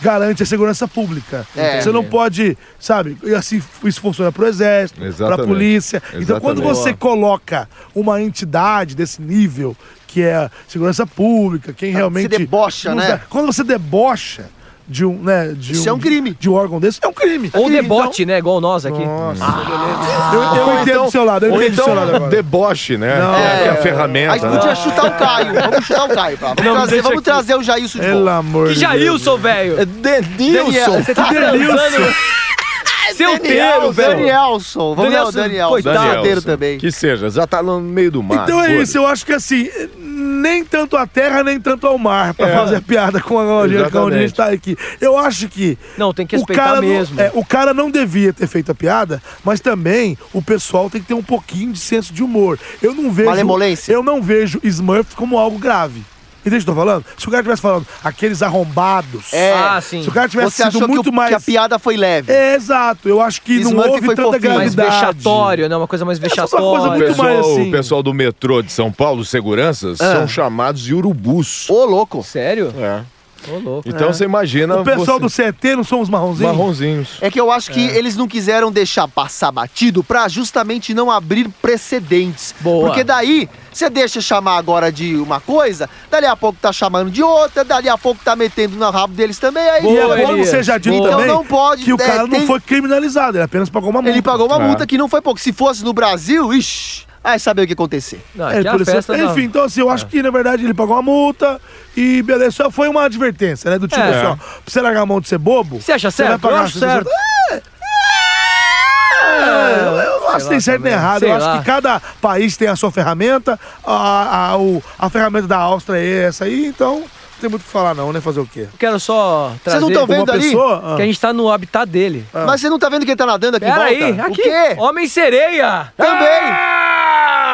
[SPEAKER 2] garante a segurança pública.
[SPEAKER 3] É.
[SPEAKER 2] Você não pode, sabe, e assim isso funciona pro exército, pra
[SPEAKER 4] Exatamente.
[SPEAKER 2] polícia. Então,
[SPEAKER 4] Exatamente.
[SPEAKER 2] quando você coloca uma entidade desse nível, que é segurança pública, quem realmente.
[SPEAKER 3] debocha,
[SPEAKER 2] nos
[SPEAKER 3] né?
[SPEAKER 2] dá- Quando você debocha. De um, né, de
[SPEAKER 3] Isso é um crime.
[SPEAKER 2] De, um órgão desse, é um crime.
[SPEAKER 1] Ou
[SPEAKER 2] Crime,
[SPEAKER 1] debote, né? Igual nós aqui. Ah.
[SPEAKER 2] Ah, Eu, eu
[SPEAKER 1] então,
[SPEAKER 2] entendo do seu lado, eu
[SPEAKER 4] Ou
[SPEAKER 2] entendo do seu
[SPEAKER 4] então,
[SPEAKER 2] lado agora.
[SPEAKER 4] deboche, né?
[SPEAKER 2] Não.
[SPEAKER 4] É, que é a
[SPEAKER 2] É.
[SPEAKER 4] ferramenta.
[SPEAKER 3] Aí podia chutar o Caio. Vamos chutar o Caio, pá. Vamos
[SPEAKER 4] Não,
[SPEAKER 3] trazer,
[SPEAKER 4] deixa
[SPEAKER 3] vamos
[SPEAKER 4] aqui.
[SPEAKER 3] trazer o Jailson de
[SPEAKER 4] Pelo
[SPEAKER 3] volta. É
[SPEAKER 2] amor
[SPEAKER 1] Que Jailson, velho!
[SPEAKER 3] Denilson.
[SPEAKER 1] Você tá
[SPEAKER 3] Denilson.
[SPEAKER 1] transando. Seu
[SPEAKER 3] Daniel,
[SPEAKER 1] teiro, velho!
[SPEAKER 3] Danielson. Vamos lá, o Daniel. Danielson. também.
[SPEAKER 4] Que seja, já tá no meio do mar.
[SPEAKER 2] Então é
[SPEAKER 4] foda-se.
[SPEAKER 2] isso, eu acho que assim, nem tanto à terra, nem tanto ao mar, pra
[SPEAKER 4] É.
[SPEAKER 2] fazer piada com a onde com onde a
[SPEAKER 1] Exatamente.
[SPEAKER 2] gente tá aqui. Eu acho que.
[SPEAKER 1] Não, tem que
[SPEAKER 2] o
[SPEAKER 1] respeitar
[SPEAKER 2] cara não-
[SPEAKER 1] mesmo.
[SPEAKER 2] é, o cara não devia ter feito a piada, mas também o pessoal tem que ter um pouquinho de senso de humor. Eu não vejo.
[SPEAKER 3] Malemolência.
[SPEAKER 2] Eu não vejo Smurfs como algo grave. Entende o que eu tô falando? Se o cara tivesse falando aqueles arrombados.
[SPEAKER 3] É. Ah,
[SPEAKER 1] sim.
[SPEAKER 2] Se o cara tivesse
[SPEAKER 3] Você
[SPEAKER 2] sido
[SPEAKER 3] achou que
[SPEAKER 2] muito
[SPEAKER 3] o-
[SPEAKER 2] mais.
[SPEAKER 3] que a piada foi leve.
[SPEAKER 2] É, exato. Eu acho que
[SPEAKER 3] Smurf
[SPEAKER 2] não houve
[SPEAKER 3] foi
[SPEAKER 2] tanta
[SPEAKER 3] fofinho.
[SPEAKER 1] Mais
[SPEAKER 2] gravidade.
[SPEAKER 1] vexatório, né? Uma coisa mais
[SPEAKER 2] Essa é uma
[SPEAKER 1] vexatória.
[SPEAKER 2] coisa
[SPEAKER 4] O
[SPEAKER 2] muito
[SPEAKER 4] pessoal,
[SPEAKER 2] mais assim.
[SPEAKER 4] o pessoal do metrô de São Paulo, os seguranças,
[SPEAKER 2] Ah.
[SPEAKER 4] são chamados de urubus.
[SPEAKER 3] Ô, louco.
[SPEAKER 1] Sério?
[SPEAKER 4] É.
[SPEAKER 1] Ô, louco.
[SPEAKER 4] Então
[SPEAKER 3] É.
[SPEAKER 4] você imagina.
[SPEAKER 2] O pessoal
[SPEAKER 4] você...
[SPEAKER 2] do CT não são os marronzinhos?
[SPEAKER 4] Marronzinhos.
[SPEAKER 3] É que eu acho que eles não quiseram deixar passar batido pra justamente não abrir precedentes.
[SPEAKER 1] Boa.
[SPEAKER 3] Porque daí você deixa chamar agora de uma coisa, dali a pouco tá chamando de outra, dali a pouco tá metendo no rabo deles também. Aí
[SPEAKER 2] e é bom que seja dito
[SPEAKER 3] então
[SPEAKER 2] também
[SPEAKER 3] não pode,
[SPEAKER 2] que o
[SPEAKER 3] é,
[SPEAKER 2] cara não
[SPEAKER 3] tem-
[SPEAKER 2] foi criminalizado, ele apenas pagou uma multa.
[SPEAKER 3] Ele pagou uma
[SPEAKER 2] É.
[SPEAKER 3] multa que não foi pouco. Se fosse no Brasil, ixi, aí saber o que ia acontecer.
[SPEAKER 1] Não, É.
[SPEAKER 2] É, por isso- enfim, então assim, eu acho que na verdade ele pagou uma multa e beleza, só foi uma advertência, né? Do tipo
[SPEAKER 1] É.
[SPEAKER 2] assim, ó, pra você largar a mão de ser bobo.
[SPEAKER 1] Você acha
[SPEAKER 2] vai
[SPEAKER 1] certo?
[SPEAKER 2] pagar
[SPEAKER 1] Eu acho
[SPEAKER 2] uma
[SPEAKER 1] certo.
[SPEAKER 2] É, eu não acho que tem certo nem errado.
[SPEAKER 1] Sei
[SPEAKER 2] eu acho
[SPEAKER 1] lá.
[SPEAKER 2] que cada país tem a sua ferramenta. A, a, o- a ferramenta da Áustria é essa aí, então não tem muito o que falar, não, né? Fazer o quê?
[SPEAKER 1] Eu quero só trazer
[SPEAKER 3] não tão vendo
[SPEAKER 1] uma
[SPEAKER 3] ali?
[SPEAKER 1] pessoa
[SPEAKER 2] Ah.
[SPEAKER 1] que a gente tá no habitat dele.
[SPEAKER 3] Mas você não tá vendo que ele tá nadando aqui em
[SPEAKER 1] Pera
[SPEAKER 3] volta?
[SPEAKER 1] aí,
[SPEAKER 3] O
[SPEAKER 1] aqui.
[SPEAKER 3] quê?
[SPEAKER 1] Homem-sereia!
[SPEAKER 3] Também!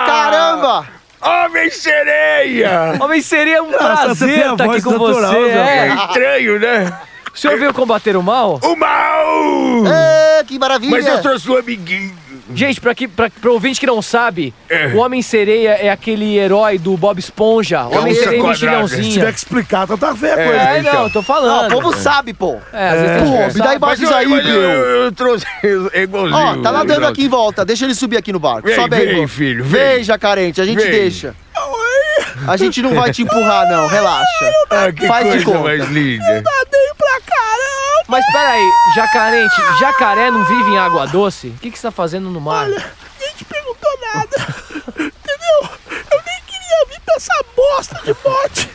[SPEAKER 3] Caramba!
[SPEAKER 4] Homem sereia!
[SPEAKER 1] Homem-sereia é um
[SPEAKER 2] Nossa, você tem
[SPEAKER 1] prazer
[SPEAKER 2] a
[SPEAKER 1] estar aqui
[SPEAKER 2] voz
[SPEAKER 1] com
[SPEAKER 2] natural,
[SPEAKER 1] você. É.
[SPEAKER 2] né?
[SPEAKER 4] Estranho, né?
[SPEAKER 1] O senhor veio combater o mal?
[SPEAKER 4] O mal!
[SPEAKER 3] É, que maravilha!
[SPEAKER 4] Mas eu trouxe um amiguinho.
[SPEAKER 1] Gente, pra, que, pra, pra ouvinte que não sabe, o Homem-Sereia é aquele herói do Bob Esponja.
[SPEAKER 4] Calça
[SPEAKER 1] Homem-Sereia
[SPEAKER 4] quadrada.
[SPEAKER 2] Se tiver
[SPEAKER 1] mexilhãozinha.
[SPEAKER 2] que explicar, tá, tá feia a coisa.
[SPEAKER 1] É,
[SPEAKER 4] então.
[SPEAKER 1] não, tô
[SPEAKER 3] Não, o
[SPEAKER 1] falando.
[SPEAKER 3] povo sabe, pô.
[SPEAKER 1] É, às vezes tem gente
[SPEAKER 3] Pô,
[SPEAKER 1] que não
[SPEAKER 3] me
[SPEAKER 1] sabe.
[SPEAKER 3] dá
[SPEAKER 4] Mas
[SPEAKER 3] embaixo
[SPEAKER 4] eu,
[SPEAKER 3] aí,
[SPEAKER 4] mas eu,
[SPEAKER 3] meu.
[SPEAKER 4] eu trouxe igualzinho.
[SPEAKER 3] Ó, tá nadando
[SPEAKER 4] igualzinho.
[SPEAKER 3] aqui em volta. Deixa ele subir aqui no barco.
[SPEAKER 4] Vem,
[SPEAKER 3] Sobe aí,
[SPEAKER 4] vem,
[SPEAKER 3] pô.
[SPEAKER 4] filho, vem.
[SPEAKER 3] Vem, jacarente, a gente
[SPEAKER 4] Vem.
[SPEAKER 3] deixa. A gente não vai te empurrar, não. Relaxa.
[SPEAKER 4] Ah, que
[SPEAKER 3] Faz de
[SPEAKER 4] coisa
[SPEAKER 3] conta.
[SPEAKER 4] mais linda.
[SPEAKER 1] Mas peraí, jacarente, jacaré não vive em água doce? O que, que você tá fazendo no mar?
[SPEAKER 2] ninguém te perguntou nada. Entendeu? Eu nem queria vir pra essa bosta de bote.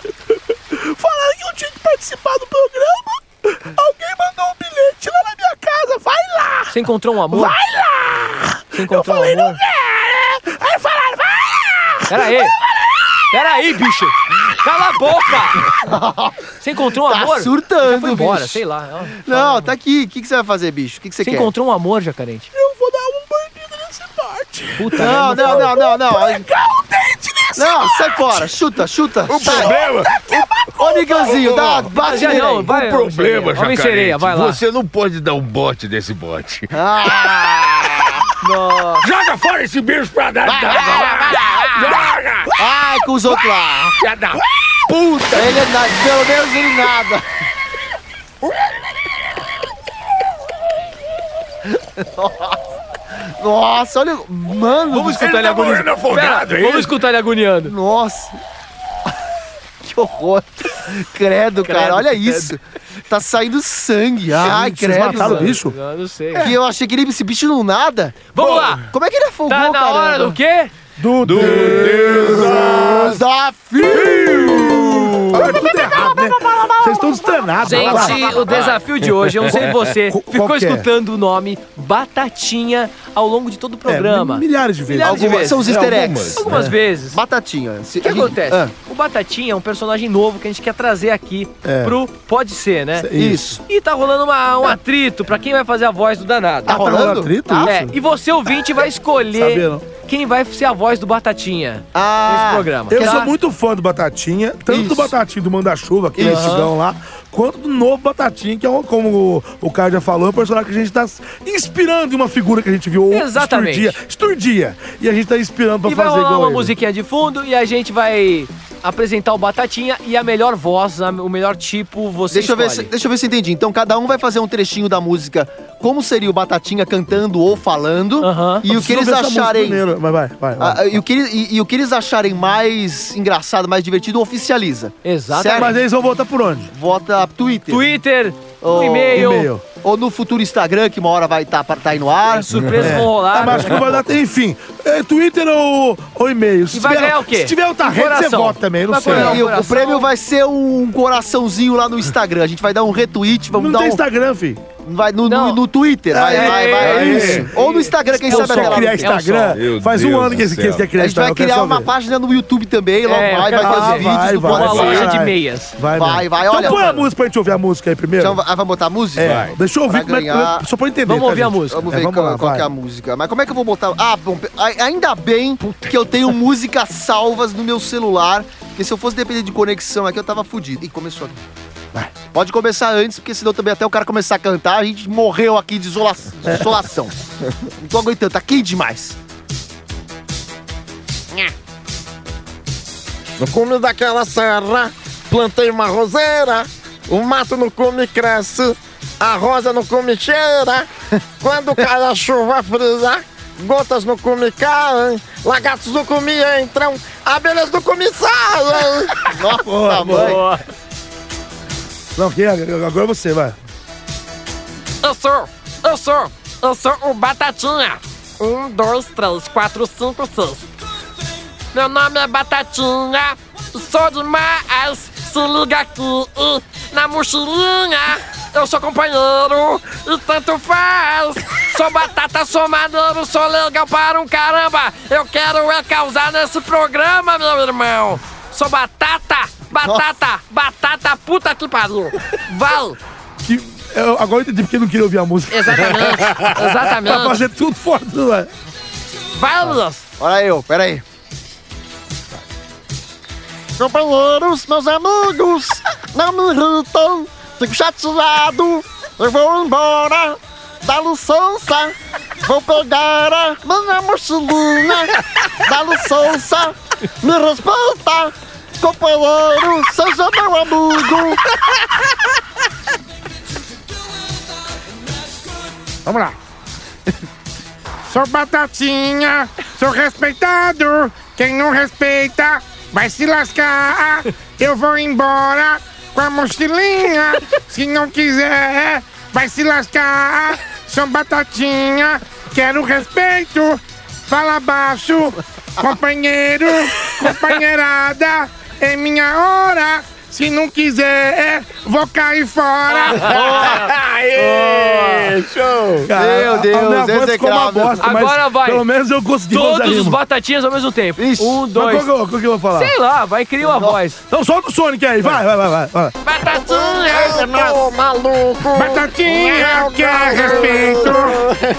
[SPEAKER 2] Falaram que eu tinha que participar do programa. Alguém mandou um bilhete lá na minha casa. Vai lá!
[SPEAKER 1] Você encontrou um amor?
[SPEAKER 2] Vai lá!
[SPEAKER 1] Você
[SPEAKER 2] Eu
[SPEAKER 1] encontrou
[SPEAKER 2] falei,
[SPEAKER 1] um amor?
[SPEAKER 2] não quero! Aí falaram, vai lá! "Ah,
[SPEAKER 1] Peraí! Peraí, bicho! Cala a boca! Você encontrou um
[SPEAKER 3] Tá
[SPEAKER 1] amor?
[SPEAKER 3] surtando,
[SPEAKER 1] Já foi embora,
[SPEAKER 3] bicho.
[SPEAKER 1] sei lá. Ó,
[SPEAKER 3] Não, tá aqui. O que, que você vai fazer, bicho? O que, que você,
[SPEAKER 1] Você
[SPEAKER 3] quer?
[SPEAKER 1] encontrou um amor, jacarente?
[SPEAKER 2] Eu vou dar um bandido nesse bote.
[SPEAKER 1] Puta,
[SPEAKER 3] Não,
[SPEAKER 1] né,
[SPEAKER 3] não, não,
[SPEAKER 1] fala.
[SPEAKER 3] não, não.
[SPEAKER 2] Pegar
[SPEAKER 1] um
[SPEAKER 2] o dente nesse
[SPEAKER 3] Não, sai fora. Chuta, chuta.
[SPEAKER 4] O
[SPEAKER 3] sai.
[SPEAKER 4] problema,
[SPEAKER 3] Ô, Niganzinho, dá, bate
[SPEAKER 1] já
[SPEAKER 3] nele
[SPEAKER 1] não,
[SPEAKER 3] aí.
[SPEAKER 1] vai.
[SPEAKER 4] o problema,
[SPEAKER 1] Homem-Sereia, Homem-Sereia,
[SPEAKER 4] Jacaré.
[SPEAKER 1] vai lá.
[SPEAKER 4] Você não pode dar um bote nesse bote.
[SPEAKER 3] Ah,
[SPEAKER 1] Nossa.
[SPEAKER 4] Joga fora esse bicho pra dar. Joga!
[SPEAKER 3] ai, com os outros lá.
[SPEAKER 4] Filha da
[SPEAKER 3] Puta! Ele nada, pelo menos ele nada. Nossa. Nossa, olha. Mano,
[SPEAKER 1] Vamos escutar
[SPEAKER 2] tá
[SPEAKER 1] ele, agoniando. Pera,
[SPEAKER 2] é
[SPEAKER 1] vamos escutar ele agoniando.
[SPEAKER 3] Nossa. Que horror. Credo, cara, olha
[SPEAKER 1] credo.
[SPEAKER 3] isso. Tá saindo sangue. Ai,
[SPEAKER 1] Vocês
[SPEAKER 3] credo.
[SPEAKER 1] mataram o
[SPEAKER 3] mano.
[SPEAKER 1] bicho?
[SPEAKER 13] Eu Ah, não sei.
[SPEAKER 3] Que eu achei que ele, esse bicho não nada.
[SPEAKER 1] Vamos
[SPEAKER 3] Pô,
[SPEAKER 1] lá.
[SPEAKER 3] Como é que ele afogou, cara?
[SPEAKER 1] Tá na hora do quê?
[SPEAKER 2] Do,
[SPEAKER 3] desafio!
[SPEAKER 2] Olha, tudo errado, né? Vocês estão destranados.
[SPEAKER 1] Gente, o desafio de hoje, eu não sei você,
[SPEAKER 2] Qual-
[SPEAKER 1] ficou
[SPEAKER 2] qual que é?
[SPEAKER 1] escutando o nome Batatinha ao longo de todo o
[SPEAKER 2] É,
[SPEAKER 1] programa.
[SPEAKER 2] milhares de vezes. né?
[SPEAKER 1] Milhares de vezes.
[SPEAKER 3] São os easter eggs.
[SPEAKER 1] Algumas, Algumas
[SPEAKER 3] É.
[SPEAKER 1] vezes.
[SPEAKER 3] Batatinha.
[SPEAKER 1] O que acontece?
[SPEAKER 2] Ah.
[SPEAKER 3] Ah.
[SPEAKER 1] O Batatinha é um personagem novo que a gente quer trazer aqui
[SPEAKER 3] É.
[SPEAKER 1] pro Pode Ser, né?
[SPEAKER 3] Isso.
[SPEAKER 1] E tá rolando uma-
[SPEAKER 2] É.
[SPEAKER 1] um atrito pra quem vai fazer a voz do danado.
[SPEAKER 3] Tá Tá rolando rolando? atrito
[SPEAKER 1] É,
[SPEAKER 3] isso?
[SPEAKER 1] e você, ouvinte, vai
[SPEAKER 2] Sabia,
[SPEAKER 1] escolher
[SPEAKER 2] não.
[SPEAKER 1] quem vai ser a voz do Batatinha
[SPEAKER 3] Ah,
[SPEAKER 1] nesse programa.
[SPEAKER 2] Eu
[SPEAKER 1] tá?
[SPEAKER 2] sou muito fã do Batatinha, tanto do Batatinha do Manda-Chuva, aquele
[SPEAKER 1] Isso.
[SPEAKER 2] estigão lá, quanto do novo Batatinha, que é um, como o, o cara já falou, é um personagem que a gente tá inspirando em uma figura que a gente viu
[SPEAKER 1] Exatamente.
[SPEAKER 2] Esturdia, Esturdia. E a gente tá inspirando pra
[SPEAKER 1] E vai
[SPEAKER 2] fazer
[SPEAKER 1] rolar
[SPEAKER 2] igual
[SPEAKER 1] uma
[SPEAKER 2] ele.
[SPEAKER 1] musiquinha de fundo e a gente vai apresentar o Batatinha e a melhor voz, a- o melhor tipo, você
[SPEAKER 3] Deixa eu, ver se,
[SPEAKER 1] escolhe.
[SPEAKER 3] deixa eu ver se eu entendi. Então, cada um vai fazer um trechinho da música, como seria o Batatinha cantando ou falando. E
[SPEAKER 2] Eu
[SPEAKER 3] o que
[SPEAKER 2] preciso
[SPEAKER 3] eles
[SPEAKER 2] ver essa música
[SPEAKER 3] acharem.
[SPEAKER 2] primeiro. Vai, vai, vai. vai.
[SPEAKER 3] Ah, ah, e, o que, ele- e- e o que eles acharem mais engraçado, mais divertido, oficializa.
[SPEAKER 1] Exatamente.
[SPEAKER 3] Certo?
[SPEAKER 2] Mas eles vão votar por onde?
[SPEAKER 3] Vota Twitter.
[SPEAKER 1] Twitter,
[SPEAKER 3] Ou-
[SPEAKER 1] no e-mail.
[SPEAKER 3] Ou no futuro Instagram, que uma hora vai estar tá, aí no ar.
[SPEAKER 1] Surpresas vão rolar.
[SPEAKER 2] Ah, mas acho que vai dar, enfim, é, Twitter ou, ou e-mail. Se
[SPEAKER 1] E vai
[SPEAKER 2] tiver-
[SPEAKER 1] ganhar o quê?
[SPEAKER 2] Se tiver o Tarrete, você
[SPEAKER 1] Coração.
[SPEAKER 2] vota também, não
[SPEAKER 1] Vai
[SPEAKER 2] sei.
[SPEAKER 1] ganhar um
[SPEAKER 3] E o, o prêmio vai ser um coraçãozinho lá no Instagram. A gente vai dar um retweet, vamos dar
[SPEAKER 2] Não tem
[SPEAKER 3] um.
[SPEAKER 2] Instagram, fi.
[SPEAKER 3] Vai no, no, no Twitter, vai,
[SPEAKER 2] É,
[SPEAKER 3] vai, vai.
[SPEAKER 2] é,
[SPEAKER 3] isso.
[SPEAKER 2] é.
[SPEAKER 3] Ou no Instagram, quem
[SPEAKER 2] Eu
[SPEAKER 3] sabe
[SPEAKER 2] só
[SPEAKER 3] até lá.
[SPEAKER 2] criar
[SPEAKER 3] não tem.
[SPEAKER 2] Instagram. Meu Faz um Deus ano que do esse- que céu. esse quer criar
[SPEAKER 3] A gente vai
[SPEAKER 2] Instagram, eu
[SPEAKER 3] criar
[SPEAKER 2] quero
[SPEAKER 3] uma
[SPEAKER 2] ver.
[SPEAKER 3] página no YouTube também, logo
[SPEAKER 1] É, eu
[SPEAKER 3] vai,
[SPEAKER 1] quero
[SPEAKER 3] vai ter os
[SPEAKER 1] ver.
[SPEAKER 3] vídeos do
[SPEAKER 1] vai,
[SPEAKER 3] Bola
[SPEAKER 1] vai.
[SPEAKER 3] Sede.
[SPEAKER 1] de meias.
[SPEAKER 2] Vai,
[SPEAKER 3] Vai,
[SPEAKER 2] mesmo.
[SPEAKER 3] vai, olha,
[SPEAKER 2] Então põe a
[SPEAKER 3] mano.
[SPEAKER 2] música aí primeiro. a música aí primeiro.
[SPEAKER 3] Então, ah, vamos botar a música?
[SPEAKER 2] É, deixa eu ouvir como é que- só pra eu entender,
[SPEAKER 3] Vamos
[SPEAKER 2] tá,
[SPEAKER 3] ouvir a
[SPEAKER 2] gente?
[SPEAKER 3] música. Vamos
[SPEAKER 2] É,
[SPEAKER 3] ver
[SPEAKER 2] vamos
[SPEAKER 3] qual,
[SPEAKER 2] lá,
[SPEAKER 3] qual que é
[SPEAKER 2] vai.
[SPEAKER 3] a música. Mas como é que eu vou botar? Ah, bom, ai- ainda bem que eu tenho músicas salvas no meu celular, porque se eu fosse depender de conexão aqui, eu tava fudido. Ih, começou aqui. Pode começar antes, porque senão também até o cara começar a cantar, a gente morreu aqui de isola-
[SPEAKER 2] É.
[SPEAKER 3] de isolação. Não tô aguentando, tá quente demais.
[SPEAKER 5] No cume daquela serra, plantei uma roseira. O mato no cume cresce, a rosa no cume cheira. Quando cai a chuva fria, gotas no cume caem. Lagartos no cume entram, abelhas no cume saem.
[SPEAKER 3] Nossa,
[SPEAKER 2] Boa,
[SPEAKER 5] mãe.
[SPEAKER 2] boa. Não, quem, é? agora você, vai.
[SPEAKER 12] Eu sou, eu sou, eu sou o Batatinha. Um, dois, três, quatro, cinco, seis. Meu nome é Batatinha, sou demais, se liga aqui na mochilinha. Eu sou companheiro e tanto faz. Sou batata, sou maneiro, sou legal para um caramba. Eu quero é causar nesse programa, meu irmão. Sou batata, batata, batata, puta que pariu. Val,
[SPEAKER 2] Que, eu, agora eu entendi porque eu não queria ouvir a música.
[SPEAKER 12] Exatamente, exatamente.
[SPEAKER 2] pra fazer tudo fora do ar.
[SPEAKER 12] vai, Lulas.
[SPEAKER 3] Olha eu, pera aí.
[SPEAKER 5] Companheiros, meus amigos, não me irritam, fico chateado, eu vou embora, dá licença, vou pegar a minha mochilinha, dá licença, me respeita, companheiro, seja meu amigo.
[SPEAKER 2] Vamos lá.
[SPEAKER 15] Sou batatinha, sou respeitado. Quem não respeita vai se lascar. Eu vou embora com a mochilinha. Se não quiser, vai se lascar. Sou batatinha, quero respeito. Fala baixo, companheiro, companheirada. É minha hora. Se não quiser, vou cair fora.
[SPEAKER 2] Aê! Show!
[SPEAKER 3] Meu Deus,
[SPEAKER 2] a minha voz
[SPEAKER 3] execrável.
[SPEAKER 2] ficou uma bosta,
[SPEAKER 1] Agora
[SPEAKER 2] mas
[SPEAKER 1] vai.
[SPEAKER 2] Pelo menos eu consegui fazer a
[SPEAKER 1] Todos os
[SPEAKER 2] rima.
[SPEAKER 1] batatinhas ao mesmo tempo. Um, dois.
[SPEAKER 2] Mas Qual que, é eu, qual que eu vou falar?
[SPEAKER 1] Sei lá, vai criar uma voz.
[SPEAKER 2] Então solta o Sonic aí, vai, vai, vai, vai. vai.
[SPEAKER 5] Batatinha, eu tô maluco.
[SPEAKER 15] Batatinha quer
[SPEAKER 2] é
[SPEAKER 15] respeito.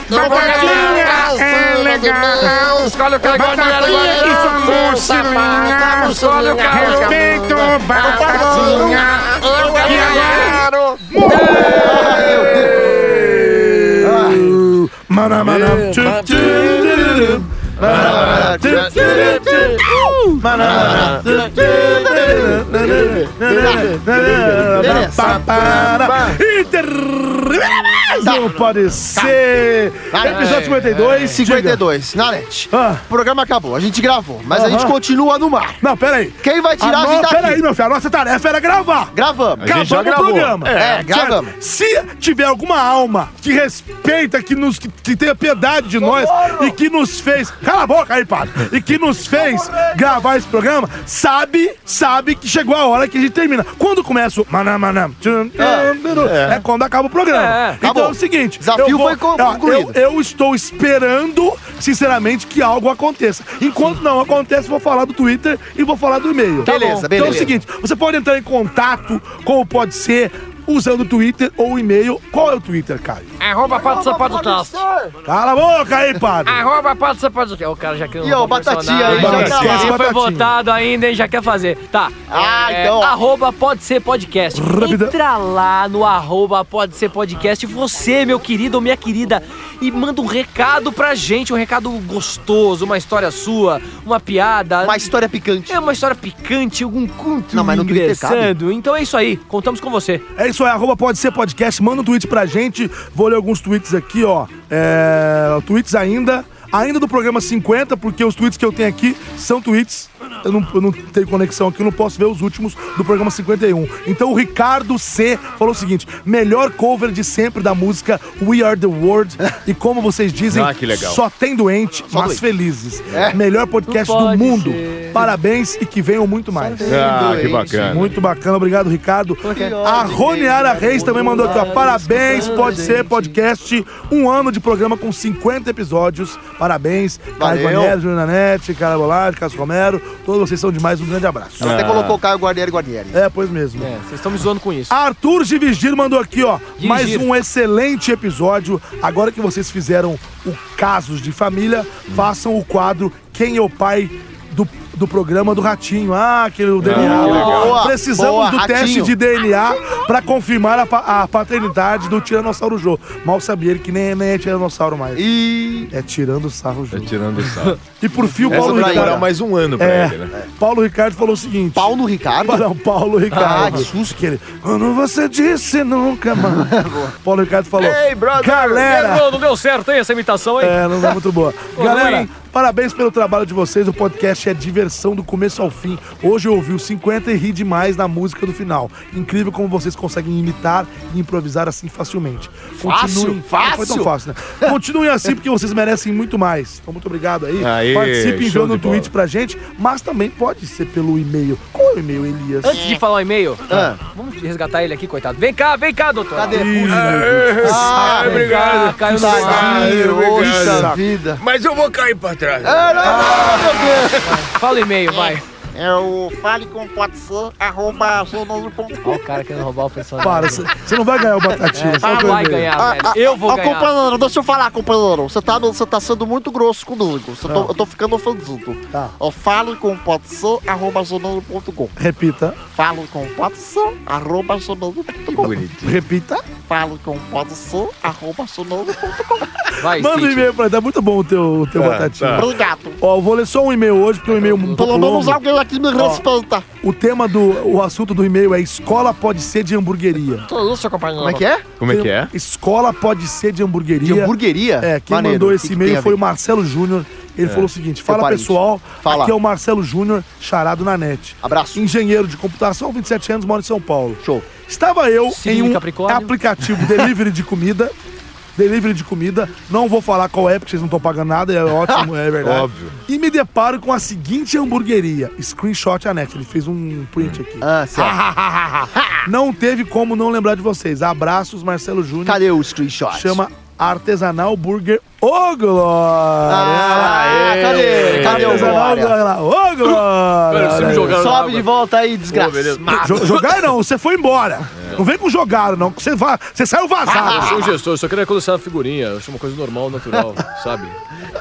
[SPEAKER 15] Batatinha é legal.
[SPEAKER 5] Escolhe o cara
[SPEAKER 15] Batatinha e sua mochilinha.
[SPEAKER 5] Escolhe o é. cara
[SPEAKER 15] Respeito, batatinha.
[SPEAKER 5] Eu quero.
[SPEAKER 2] Manamana. E termina
[SPEAKER 3] Tá.
[SPEAKER 2] mais um Pode Ser. Episódio 52.
[SPEAKER 3] 52, na net. O programa acabou, a gente gravou, mas a gente
[SPEAKER 2] Ah. Aham.
[SPEAKER 3] continua no mar.
[SPEAKER 2] Não, peraí.
[SPEAKER 3] Quem vai tirar a,
[SPEAKER 2] no-
[SPEAKER 3] gente daqui?
[SPEAKER 2] Peraí, meu filho, a nossa tarefa era gravar.
[SPEAKER 3] Gravamos. A gente
[SPEAKER 2] Gravamos
[SPEAKER 3] já
[SPEAKER 2] o
[SPEAKER 3] gravou.
[SPEAKER 2] programa.
[SPEAKER 3] É,
[SPEAKER 2] Certo?
[SPEAKER 3] gravamos.
[SPEAKER 2] Se tiver alguma alma que respeita, que, nos, que, que tenha piedade de nós e que nos fez. Cala a boca aí, padre. E que nos fez gravar esse programa, sabe, sabe que chegou a hora que a gente termina. Quando começa o maná, maná, tchum, tchum, é. quando acaba o programa.
[SPEAKER 3] Ah, É,
[SPEAKER 2] Então
[SPEAKER 3] acabou.
[SPEAKER 2] é o seguinte:
[SPEAKER 3] Desafio
[SPEAKER 2] eu vou-
[SPEAKER 3] foi co-
[SPEAKER 2] Ah,
[SPEAKER 3] concluído.
[SPEAKER 2] eu- eu estou esperando, sinceramente, que algo aconteça. Enquanto não acontece, vou falar do Twitter e vou falar do e-mail.
[SPEAKER 3] Tá Beleza,
[SPEAKER 2] bom?
[SPEAKER 3] beleza.
[SPEAKER 2] Então é o seguinte, você pode entrar em contato com o Pode Ser usando o Twitter ou o e-mail. Qual é o Twitter, Caio?
[SPEAKER 13] Arroba Patrícia Podcast.
[SPEAKER 2] Cala a boca
[SPEAKER 13] É
[SPEAKER 2] aí, padre.
[SPEAKER 13] Arroba Patrícia Podcast. Ó, O cara já criou
[SPEAKER 1] E, ó,
[SPEAKER 13] novo
[SPEAKER 1] o Batatinha
[SPEAKER 13] personagem.
[SPEAKER 1] aí, já tá lá.
[SPEAKER 13] Esse foi
[SPEAKER 1] Batatinha.
[SPEAKER 13] votado ainda, hein? Já quer fazer. Tá.
[SPEAKER 1] Ah, então, ó.
[SPEAKER 13] Arroba Pode Ser Podcast. Entra lá no arroba Pode Ser Podcast. Você, meu querido ou minha querida, e manda um recado pra gente. Um recado gostoso, uma história sua, uma piada. Uma
[SPEAKER 3] história picante.
[SPEAKER 13] É uma história picante, algum conto
[SPEAKER 3] Não, mas no Twitter cabe.
[SPEAKER 13] interessante. Então é isso aí. Contamos com você.
[SPEAKER 2] É isso aí, arroba pode ser podcast, manda um tweet pra gente. Vou ler alguns tweets aqui, ó. É, tweets ainda. Ainda do programa 50, porque os tweets que eu tenho aqui são tweets. Eu não, eu não tenho conexão aqui, eu não posso ver os últimos do programa 51. Então o Ricardo C falou o seguinte: melhor cover de sempre da música We Are the World. E como vocês dizem,
[SPEAKER 4] Ah, que legal.
[SPEAKER 2] só tem doente,
[SPEAKER 4] Só
[SPEAKER 2] mas
[SPEAKER 4] doente.
[SPEAKER 2] felizes.
[SPEAKER 4] É.
[SPEAKER 2] Melhor podcast
[SPEAKER 4] Não
[SPEAKER 2] do
[SPEAKER 4] pode
[SPEAKER 2] mundo. Parabéns e que venham muito mais.
[SPEAKER 4] tem Ah, doente. é que bacana.
[SPEAKER 2] Muito bacana, obrigado, Ricardo. A Roniara Reis também mandou aqui, ó. Parabéns, pode ser podcast. Um ano de programa com 50 episódios. Parabéns. Caio
[SPEAKER 3] Valeu.
[SPEAKER 2] Guarneri, Juliana Nete, Cara Bolade, Cássio Romero. Todos vocês são demais. Um grande abraço.
[SPEAKER 3] Ela até colocou o Caio Guarnieri Guarnieri.
[SPEAKER 2] É, pois mesmo.
[SPEAKER 13] É, Ah. vocês estão me zoando com isso.
[SPEAKER 2] Arthur Givigir mandou aqui, ó.
[SPEAKER 13] Givigir.
[SPEAKER 2] Mais um excelente episódio. Agora que vocês fizeram o Casos de Família, façam o quadro Quem é o Pai do, do programa do Ratinho. Ah, aquele do DNA.
[SPEAKER 3] que legal. Boa,
[SPEAKER 2] Precisamos
[SPEAKER 3] boa,
[SPEAKER 2] do teste
[SPEAKER 3] Ratinho.
[SPEAKER 2] de DNA pra confirmar a, pa- a paternidade do Tiranossauro Jô. Mal sabia ele que nem, nem é Tiranossauro mais.
[SPEAKER 3] E...
[SPEAKER 2] É tirando sarro, Jô. É
[SPEAKER 4] tirando sarro.
[SPEAKER 2] E por fim, o
[SPEAKER 4] Essa
[SPEAKER 2] Paulo
[SPEAKER 4] vai
[SPEAKER 2] Ricardo. É.
[SPEAKER 4] durar mais um ano pra ele, né?
[SPEAKER 2] Paulo Ricardo falou o seguinte.
[SPEAKER 3] Paulo Ricardo?
[SPEAKER 2] Não, Paulo Ricardo.
[SPEAKER 3] Ah, que
[SPEAKER 2] susto. Que ele, Quando você disse nunca, mano. Paulo Ricardo falou.
[SPEAKER 13] Ei,
[SPEAKER 2] brother!
[SPEAKER 13] Não
[SPEAKER 2] Galera!
[SPEAKER 13] deu- Não deu certo, hein, essa imitação aí?
[SPEAKER 2] É, não foi muito boa.
[SPEAKER 13] Ô,
[SPEAKER 2] Galera,
[SPEAKER 13] Luiz.
[SPEAKER 2] parabéns pelo trabalho de vocês. O podcast é diversão do começo ao fim. Hoje eu ouvi os 50 e ri demais na música do final. Incrível como vocês conseguem imitar e improvisar assim facilmente.
[SPEAKER 3] Fácil,
[SPEAKER 2] Continuem- Não foi tão
[SPEAKER 3] fácil.
[SPEAKER 2] fácil, né? Continuem assim porque vocês merecem muito mais. Então, muito obrigado aí.
[SPEAKER 4] Aê,
[SPEAKER 2] Participe
[SPEAKER 4] show
[SPEAKER 2] enviando
[SPEAKER 4] de
[SPEAKER 2] um tweet pra gente, mas também pode ser pelo e-mail. Qual é o e-mail, Elias?
[SPEAKER 13] Antes de falar o e-mail,
[SPEAKER 2] Ah.
[SPEAKER 13] vamos resgatar ele aqui, coitado. Vem cá, vem cá, doutor. Cadê?
[SPEAKER 15] Ah, obrigado.
[SPEAKER 13] Caiu
[SPEAKER 15] Tá
[SPEAKER 13] na
[SPEAKER 15] aqui, obrigado.
[SPEAKER 3] vida.
[SPEAKER 15] Mas eu vou cair pra trás.
[SPEAKER 13] Fala o e-mail, vai.
[SPEAKER 5] É o fale com pode ser, arroba gmail.com.
[SPEAKER 13] O cara querendo roubar o personagem.
[SPEAKER 2] Para, você não vai ganhar o Batatinha.
[SPEAKER 13] É,
[SPEAKER 2] só
[SPEAKER 13] não
[SPEAKER 2] pelo
[SPEAKER 13] vai
[SPEAKER 2] e-mail.
[SPEAKER 13] ganhar, velho.
[SPEAKER 5] Ah,
[SPEAKER 13] Eu vou
[SPEAKER 5] ah,
[SPEAKER 13] ganhar.
[SPEAKER 5] companheiro, deixa eu falar, companheiro. Você tá, você tá sendo muito grosso comigo. Você tô- eu tô ficando ofendido.
[SPEAKER 2] Ah. Tá.
[SPEAKER 5] Eu falo com pode ser, arroba gmail.com.
[SPEAKER 2] Repita.
[SPEAKER 5] Falo com pode ser, arroba gmail.com.
[SPEAKER 2] Repita.
[SPEAKER 5] Falo com pode ser, arroba gmail.com.
[SPEAKER 13] Vai,
[SPEAKER 2] Manda um e-mail pra ele. Tá muito bom o teu, o teu
[SPEAKER 5] Tá,
[SPEAKER 2] Batatinha.
[SPEAKER 5] tá. Obrigado.
[SPEAKER 2] Ó, eu vou ler só um e-mail hoje, porque é um e-mail um pouco
[SPEAKER 5] Pelo
[SPEAKER 2] longo.
[SPEAKER 5] menos alguém aqui me
[SPEAKER 2] Ó.
[SPEAKER 5] respeita.
[SPEAKER 2] O tema do... O assunto do e-mail é Escola pode ser de hamburgueria.
[SPEAKER 5] Que isso, companheiro?
[SPEAKER 3] Como é que é?
[SPEAKER 4] Como é que é?
[SPEAKER 2] um Escola pode ser de hamburgueria.
[SPEAKER 3] De hamburgueria?
[SPEAKER 2] É, quem
[SPEAKER 3] Maneiro.
[SPEAKER 2] mandou
[SPEAKER 3] O que
[SPEAKER 2] esse
[SPEAKER 3] que
[SPEAKER 2] e-mail
[SPEAKER 3] tem a
[SPEAKER 2] foi
[SPEAKER 3] ver?
[SPEAKER 2] o Marcelo Júnior. Ele
[SPEAKER 3] É.
[SPEAKER 2] falou o seguinte:
[SPEAKER 3] Seu
[SPEAKER 2] fala
[SPEAKER 3] parente.
[SPEAKER 2] pessoal,
[SPEAKER 3] Fala.
[SPEAKER 2] aqui é o Marcelo Júnior, charado na net.
[SPEAKER 3] Abraço.
[SPEAKER 2] Engenheiro de computação, 27 anos, mora em São Paulo. Show. Estava eu
[SPEAKER 13] Signo
[SPEAKER 2] em um
[SPEAKER 13] Capricórnio.
[SPEAKER 2] aplicativo delivery de comida. Delivery de comida, não vou falar qual é, porque vocês não estão pagando nada, é ótimo, é verdade.
[SPEAKER 4] Óbvio.
[SPEAKER 2] E me deparo com a seguinte hamburgueria. Screenshot anexo, ele fez um print aqui.
[SPEAKER 3] Ah, certo.
[SPEAKER 2] não teve como não lembrar de vocês. Abraços, Marcelo Júnior.
[SPEAKER 3] Cadê o screenshot?
[SPEAKER 2] Chama Artesanal Burger Ô Glória!
[SPEAKER 3] Ah, cadê? Cadê o
[SPEAKER 2] Artesanal
[SPEAKER 3] Glória?
[SPEAKER 2] Burger lá. Ô Glória!
[SPEAKER 3] Pera, você me jogaram na Sobe água. de volta aí, desgraça.
[SPEAKER 2] Jo- jogar não, você foi embora.
[SPEAKER 3] É.
[SPEAKER 2] Não vem com jogar, não. que Você, va... você saiu
[SPEAKER 3] Ah,
[SPEAKER 13] Eu sou um
[SPEAKER 2] vazado.
[SPEAKER 13] gestor, eu só queria colecionar uma figurinha. Eu acho uma coisa normal, natural, sabe?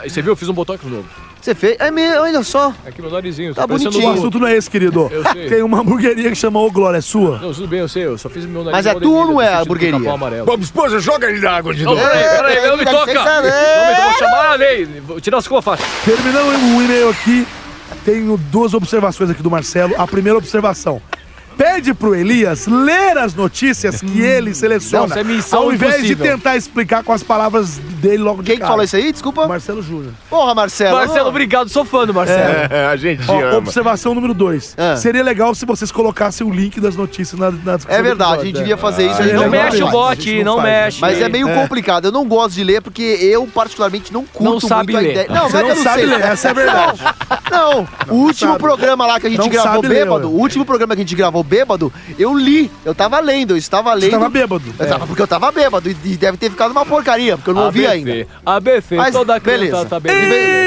[SPEAKER 13] E você viu, eu fiz um botox novo.
[SPEAKER 3] Você fez? É mesmo, olha só.
[SPEAKER 13] Aqui meu narizinho.
[SPEAKER 2] Tá
[SPEAKER 13] parecendo
[SPEAKER 2] bonitinho. O
[SPEAKER 13] um-
[SPEAKER 2] assunto não é esse, querido.
[SPEAKER 13] Eu sei.
[SPEAKER 2] Tem uma hamburgueria que chama Ô Glória, é sua?
[SPEAKER 13] Não, tudo bem, eu sei, eu só fiz meu nariz.
[SPEAKER 2] Mas é
[SPEAKER 13] igual
[SPEAKER 2] tua
[SPEAKER 13] Emília,
[SPEAKER 2] ou não é
[SPEAKER 13] do
[SPEAKER 2] a
[SPEAKER 13] sentido do
[SPEAKER 2] hamburgueria? É,
[SPEAKER 13] capão tá amarelo.
[SPEAKER 2] Bob Esponja, joga ele na água né?
[SPEAKER 13] Não, peraí, peraí, não me toca! Não me toca, vou chamar a lei!
[SPEAKER 1] tirei. Vou tirar as cofas.
[SPEAKER 2] Terminando o e-mail aqui, tenho duas observações aqui do Marcelo. A primeira observação. Pede pro Elias ler as notícias
[SPEAKER 3] Hum.
[SPEAKER 2] que ele seleciona.
[SPEAKER 1] Não, isso é missão
[SPEAKER 2] ao invés
[SPEAKER 1] impossível.
[SPEAKER 2] de tentar explicar com as palavras dele logo de
[SPEAKER 3] Quem que
[SPEAKER 2] cara.
[SPEAKER 3] falou isso aí? Desculpa.
[SPEAKER 2] Marcelo Júnior.
[SPEAKER 3] Porra, Marcelo.
[SPEAKER 1] Marcelo, obrigado. Sou fã do Marcelo.
[SPEAKER 4] É, a gente
[SPEAKER 2] Ó,
[SPEAKER 4] ama.
[SPEAKER 2] observação número 2. Seria legal se vocês colocassem o link das notícias na, na descrição.
[SPEAKER 3] Ah. É verdade,
[SPEAKER 2] do
[SPEAKER 3] a gente
[SPEAKER 2] episódio.
[SPEAKER 3] devia
[SPEAKER 2] Ah.
[SPEAKER 3] fazer isso. a gente
[SPEAKER 2] Seria legal.
[SPEAKER 3] faz.
[SPEAKER 2] faz, né?
[SPEAKER 3] Mas é meio complicado. Eu não gosto de ler porque eu, particularmente, não curto muito
[SPEAKER 2] sabe
[SPEAKER 3] a
[SPEAKER 2] ler.
[SPEAKER 3] ideia.
[SPEAKER 2] Você
[SPEAKER 3] é que
[SPEAKER 2] não
[SPEAKER 3] eu
[SPEAKER 2] sabe
[SPEAKER 3] sei.
[SPEAKER 2] ler, essa é a verdade.
[SPEAKER 3] Não, não. o último
[SPEAKER 2] sabe.
[SPEAKER 3] programa lá que a gente
[SPEAKER 2] Não
[SPEAKER 3] gravou
[SPEAKER 2] sabe ler,
[SPEAKER 3] bêbado, o último programa que a gente gravou bêbado, eu li. Eu tava lendo, eu estava lendo.
[SPEAKER 2] tava bêbado. É.
[SPEAKER 3] Eu tava, porque eu tava bêbado. E e deve ter ficado uma porcaria, porque eu não
[SPEAKER 2] Ah,
[SPEAKER 3] ouvi ainda.
[SPEAKER 1] ABC,
[SPEAKER 3] Mas
[SPEAKER 1] toda criança
[SPEAKER 3] beleza.
[SPEAKER 1] tá bem.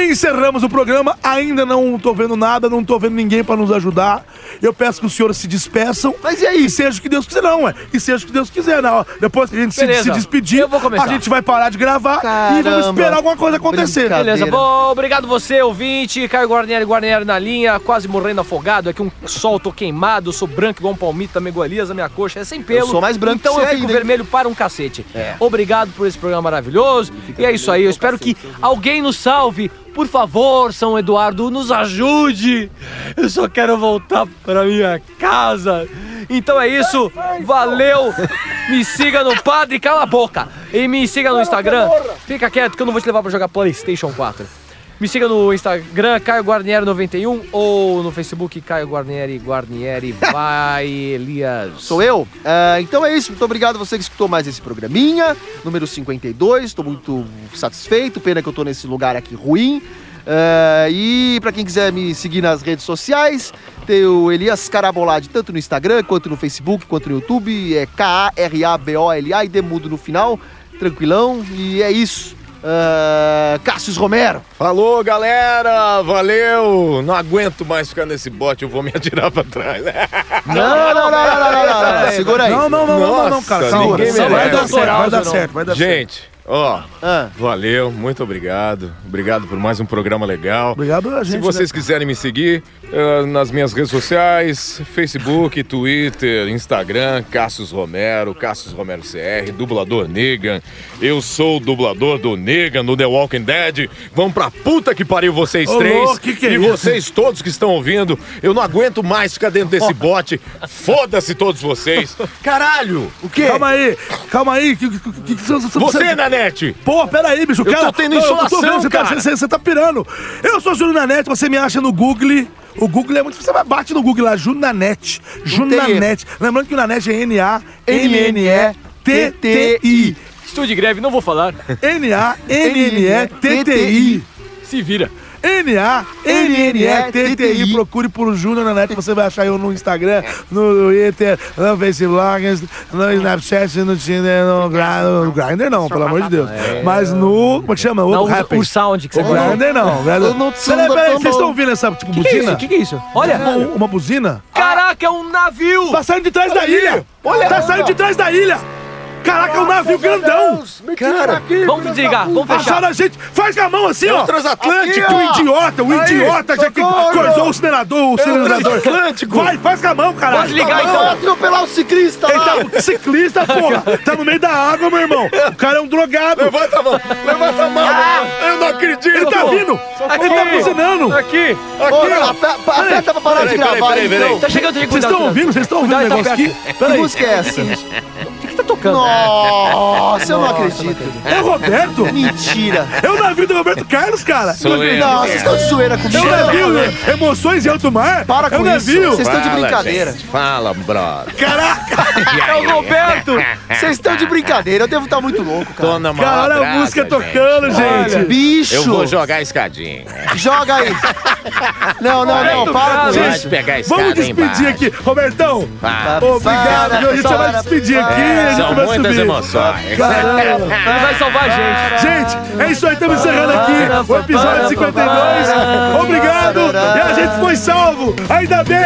[SPEAKER 2] E encerramos o programa. Ainda não tô vendo nada, não tô vendo ninguém pra nos ajudar. Eu peço que os senhores se despeçam.
[SPEAKER 3] Mas e aí?
[SPEAKER 2] seja o que Deus quiser, não, é. E seja o que Deus quiser, não. Depois que a gente se,
[SPEAKER 1] Beleza.
[SPEAKER 2] se despedir, a gente vai parar de gravar e vamos esperar alguma coisa acontecer.
[SPEAKER 1] né? Beleza, bom, obrigado você, ouvinte. Caio Guarnieri, Guarnieri na linha, quase morrendo afogado. Aqui um sol, tô queimado, sou branco igual um palmito, também igual a Elias, a minha coxa é sem pelo.
[SPEAKER 3] Eu sou mais branco
[SPEAKER 1] Então
[SPEAKER 3] que
[SPEAKER 1] eu
[SPEAKER 3] você
[SPEAKER 1] fico
[SPEAKER 3] ainda, hein?
[SPEAKER 1] vermelho para um cacete. Obrigado por esse programa maravilhoso. E é isso aí, eu espero que alguém nos salve. Por favor, São Eduardo, nos ajude. Eu só quero voltar pra minha casa. Então é isso, valeu. Me siga no Padre Cala a Boca. E me siga no Instagram. Fica quieto que eu não vou te levar pra jogar PlayStation 4. Me siga no Instagram, Caio Guarnieri91 ou no Facebook, Caio Guarnieri, Guarnieri, vai Elias.
[SPEAKER 3] Sou eu? Ah, então é isso, muito obrigado você que escutou mais esse programinha, número 52. Tô muito satisfeito, pena que eu tô nesse lugar aqui ruim. Ah, e pra quem quiser me seguir nas redes sociais, tem o Elias Carabolade tanto no Instagram, quanto no Facebook, quanto no YouTube. É K-A-R-A-B-O-L-A e demudo no final, tranquilão. E é isso. Ah, Cássio Romero.
[SPEAKER 4] Falou, galera! Valeu! Não aguento mais ficar nesse bote, eu vou me atirar pra trás.
[SPEAKER 3] Não, não, não, não, não, não, não, não, não, segura aí.
[SPEAKER 2] Não, não, não, não, não, não, cara.
[SPEAKER 4] Nossa,
[SPEAKER 2] Segura,
[SPEAKER 4] ninguém
[SPEAKER 2] segura. Vai
[SPEAKER 4] merece.
[SPEAKER 2] dar certo, vai dar certo, vai dar certo.
[SPEAKER 4] Gente, ó,
[SPEAKER 2] Ah.
[SPEAKER 4] valeu, muito obrigado. Obrigado por mais um programa legal.
[SPEAKER 2] Obrigado a
[SPEAKER 4] Se
[SPEAKER 2] gente, né,
[SPEAKER 4] vocês quiserem me seguir eh, nas minhas redes sociais, Facebook, Twitter, Instagram, Cassius Romero, Cassius Romero CR, dublador Negan. Eu sou o dublador do Negan no The Walking Dead. Vamos pra puta que pariu vocês
[SPEAKER 2] Ô,
[SPEAKER 4] três.
[SPEAKER 2] louco, que que é
[SPEAKER 4] e
[SPEAKER 2] isso?
[SPEAKER 4] vocês todos que estão ouvindo, eu não aguento mais ficar dentro desse bote. Foda-se todos vocês. Caralho!
[SPEAKER 2] O quê? Calma aí, calma aí. Que, que, que, que,
[SPEAKER 4] Você, Nanete!
[SPEAKER 2] Pô, peraí, bicho.
[SPEAKER 4] Eu
[SPEAKER 2] cara.
[SPEAKER 4] tô tendo
[SPEAKER 2] Não, eu tô
[SPEAKER 4] insolação,
[SPEAKER 2] vendo, você tá-
[SPEAKER 4] cara.
[SPEAKER 2] Você você tá pirando. Eu sou Júlio Nanete, você me acha no Google. O Google é muito. Você vai- bate no Google lá, Júlio Nanete. Júlio
[SPEAKER 3] tem erro.
[SPEAKER 2] Nanete. Lembrando que o Nanete é
[SPEAKER 1] T-T-I.
[SPEAKER 2] N-A-N-N-E-T-T-I.
[SPEAKER 1] Estou de greve, não vou falar.
[SPEAKER 2] N-A-N-N-E-T-T-I.
[SPEAKER 1] Se vira.
[SPEAKER 2] N-A-N-N-E-T-T-I. Procure por Júnior na net, você vai achar eu no Instagram, no Twitter, no Facebook, no Snapchat, no Tinder, no Grindr. No Grindr não, pelo amor de Deus. Mas no. Como é que chama? Outro
[SPEAKER 1] Não, o-
[SPEAKER 2] rapper.
[SPEAKER 1] o sound que você
[SPEAKER 2] O
[SPEAKER 1] falou.
[SPEAKER 2] Grindr não.
[SPEAKER 1] Eu não
[SPEAKER 2] Grindr.
[SPEAKER 1] sou
[SPEAKER 2] Peraí,
[SPEAKER 1] da
[SPEAKER 2] peraí,
[SPEAKER 1] Tambor.
[SPEAKER 2] vocês estão ouvindo essa tipo
[SPEAKER 1] Que que é
[SPEAKER 2] buzina?
[SPEAKER 1] isso? Que que é isso? Olha.
[SPEAKER 2] Uma- Uma buzina?
[SPEAKER 1] Caraca, é um navio!
[SPEAKER 2] Tá saindo de trás da ilha!
[SPEAKER 1] Olha,
[SPEAKER 2] Tá
[SPEAKER 1] olha.
[SPEAKER 2] saindo de trás da ilha! Caraca, é um navio grandão!
[SPEAKER 1] Cara, vamos desligar, vamos fechar.
[SPEAKER 2] Acharam a gente. Faz com a mão assim,
[SPEAKER 1] É
[SPEAKER 2] ó.
[SPEAKER 1] o transatlântico.
[SPEAKER 2] Aqui, ó. O idiota, o
[SPEAKER 1] Aí,
[SPEAKER 2] idiota já que
[SPEAKER 1] socorro.
[SPEAKER 2] coisou o
[SPEAKER 5] um
[SPEAKER 2] acelerador, o
[SPEAKER 1] É o
[SPEAKER 2] acelerador.
[SPEAKER 1] transatlântico.
[SPEAKER 2] Vai, faz com a mão, caralho.
[SPEAKER 1] Pode ligar, então.
[SPEAKER 3] Ah, atropelar o ciclista
[SPEAKER 2] Ele
[SPEAKER 3] lá.
[SPEAKER 2] tá, ciclista, porra. Tá no meio da água, meu irmão. O cara é um drogado.
[SPEAKER 4] Levanta a mão. Levanta a
[SPEAKER 3] Ah.
[SPEAKER 4] mão. Eu não acredito.
[SPEAKER 2] Ele tá vindo. Ele tá buzinando.
[SPEAKER 1] Aqui.
[SPEAKER 3] Ô, ape- ape- aperta pra parar de gravar, então.
[SPEAKER 1] Tá chegando, tem que
[SPEAKER 2] Vocês
[SPEAKER 1] cuidar.
[SPEAKER 2] estão ouvindo? Vocês estão ouvindo o
[SPEAKER 1] Cuidado,
[SPEAKER 2] negócio
[SPEAKER 1] tá
[SPEAKER 2] aqui?
[SPEAKER 1] perto.
[SPEAKER 3] Que música é essa?
[SPEAKER 1] Tocando.
[SPEAKER 3] Nossa, eu não acredito.
[SPEAKER 2] É o Roberto?
[SPEAKER 3] Mentira.
[SPEAKER 2] É o navio do Roberto Carlos, cara.
[SPEAKER 4] Sou eu.
[SPEAKER 3] Não, vocês estão de zoeira
[SPEAKER 2] É
[SPEAKER 3] comigo.
[SPEAKER 2] o navio. Emoções em alto mar.
[SPEAKER 3] Para
[SPEAKER 2] é o
[SPEAKER 3] com isso.
[SPEAKER 2] navio.
[SPEAKER 3] Vocês estão de brincadeira.
[SPEAKER 4] gente. Fala, brother.
[SPEAKER 1] É o Roberto.
[SPEAKER 3] Vocês estão de brincadeira. Eu devo estar muito louco, cara.
[SPEAKER 4] Tô na
[SPEAKER 2] Cara, olha a
[SPEAKER 4] malandragem,
[SPEAKER 2] música tocando, gente.
[SPEAKER 3] Bicho.
[SPEAKER 4] Eu vou jogar a escadinha.
[SPEAKER 3] Joga aí. Não, não, não. Para com
[SPEAKER 4] Vai
[SPEAKER 3] isso.
[SPEAKER 4] pegar a escada
[SPEAKER 2] Vamos
[SPEAKER 4] hein,
[SPEAKER 2] despedir aqui. Robertão,
[SPEAKER 1] Ah,
[SPEAKER 4] Vai.
[SPEAKER 2] Então, obrigado. viu? A gente só vai despedir aqui.
[SPEAKER 1] É,
[SPEAKER 2] a gente
[SPEAKER 4] São
[SPEAKER 2] vai
[SPEAKER 4] muitas
[SPEAKER 2] subir.
[SPEAKER 4] emoções.
[SPEAKER 2] Caramba.
[SPEAKER 1] Ele vai salvar a gente.
[SPEAKER 2] Gente, é isso aí. Estamos encerrando aqui o episódio 52. Obrigado. E a gente foi salvo. Ainda bem.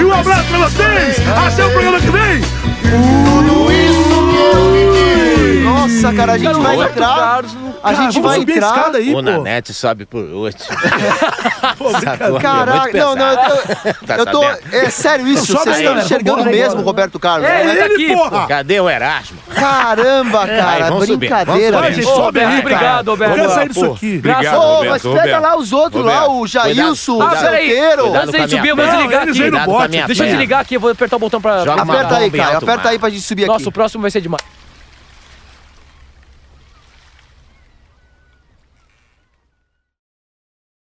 [SPEAKER 2] E um abraço pra vocês. Até o programa que vem.
[SPEAKER 3] Tudo isso que eu me
[SPEAKER 2] Fui.
[SPEAKER 3] Nossa, cara, a gente
[SPEAKER 5] Cara,
[SPEAKER 3] vai
[SPEAKER 5] Roberto
[SPEAKER 3] entrar.
[SPEAKER 5] Carlos,
[SPEAKER 3] A
[SPEAKER 5] cara,
[SPEAKER 3] gente
[SPEAKER 5] vamos
[SPEAKER 3] vai
[SPEAKER 5] subir a
[SPEAKER 3] entrar.
[SPEAKER 5] escada aí, O pô. Nanete sobe por último. é
[SPEAKER 3] Caraca, Caraca, não, não, eu,
[SPEAKER 5] Tá
[SPEAKER 3] eu tô.
[SPEAKER 5] sabendo?
[SPEAKER 3] É sério isso?
[SPEAKER 5] Sobe
[SPEAKER 3] Vocês
[SPEAKER 5] aí,
[SPEAKER 3] estão
[SPEAKER 5] cara.
[SPEAKER 3] enxergando
[SPEAKER 5] Vambora,
[SPEAKER 3] mesmo,
[SPEAKER 5] vambora.
[SPEAKER 3] Roberto Carlos?
[SPEAKER 5] É
[SPEAKER 3] Não
[SPEAKER 5] ele, porra.
[SPEAKER 3] pô.
[SPEAKER 5] Cadê o Erasmo?
[SPEAKER 3] Caramba,
[SPEAKER 5] É.
[SPEAKER 3] cara,
[SPEAKER 5] Aí, vamos subir,
[SPEAKER 3] brincadeira.
[SPEAKER 5] vamos subir.
[SPEAKER 3] velho.
[SPEAKER 5] Ô, Sobe aí, Roberto, cara. obrigado, Roberto. Vamos sair disso
[SPEAKER 3] Pô,
[SPEAKER 5] aqui.
[SPEAKER 3] Graças
[SPEAKER 5] Obrigado,
[SPEAKER 3] Ô,
[SPEAKER 5] Roberto,
[SPEAKER 3] mas pega
[SPEAKER 5] Roberto.
[SPEAKER 3] lá os outros lá,
[SPEAKER 5] Roberto,
[SPEAKER 3] o
[SPEAKER 5] cuidado,
[SPEAKER 3] Jailson,
[SPEAKER 5] cuidado. Ah,
[SPEAKER 3] o Zanqueiro.
[SPEAKER 5] Cuidado
[SPEAKER 1] Antes da gente subir, eu vou desligar aqui. Deixa eu desligar aqui, eu vou apertar o botão pra.
[SPEAKER 3] Aperta aí,
[SPEAKER 1] cara.
[SPEAKER 3] Caio, aperta aí pra gente subir aqui.
[SPEAKER 1] Nossa, o próximo vai ser demais.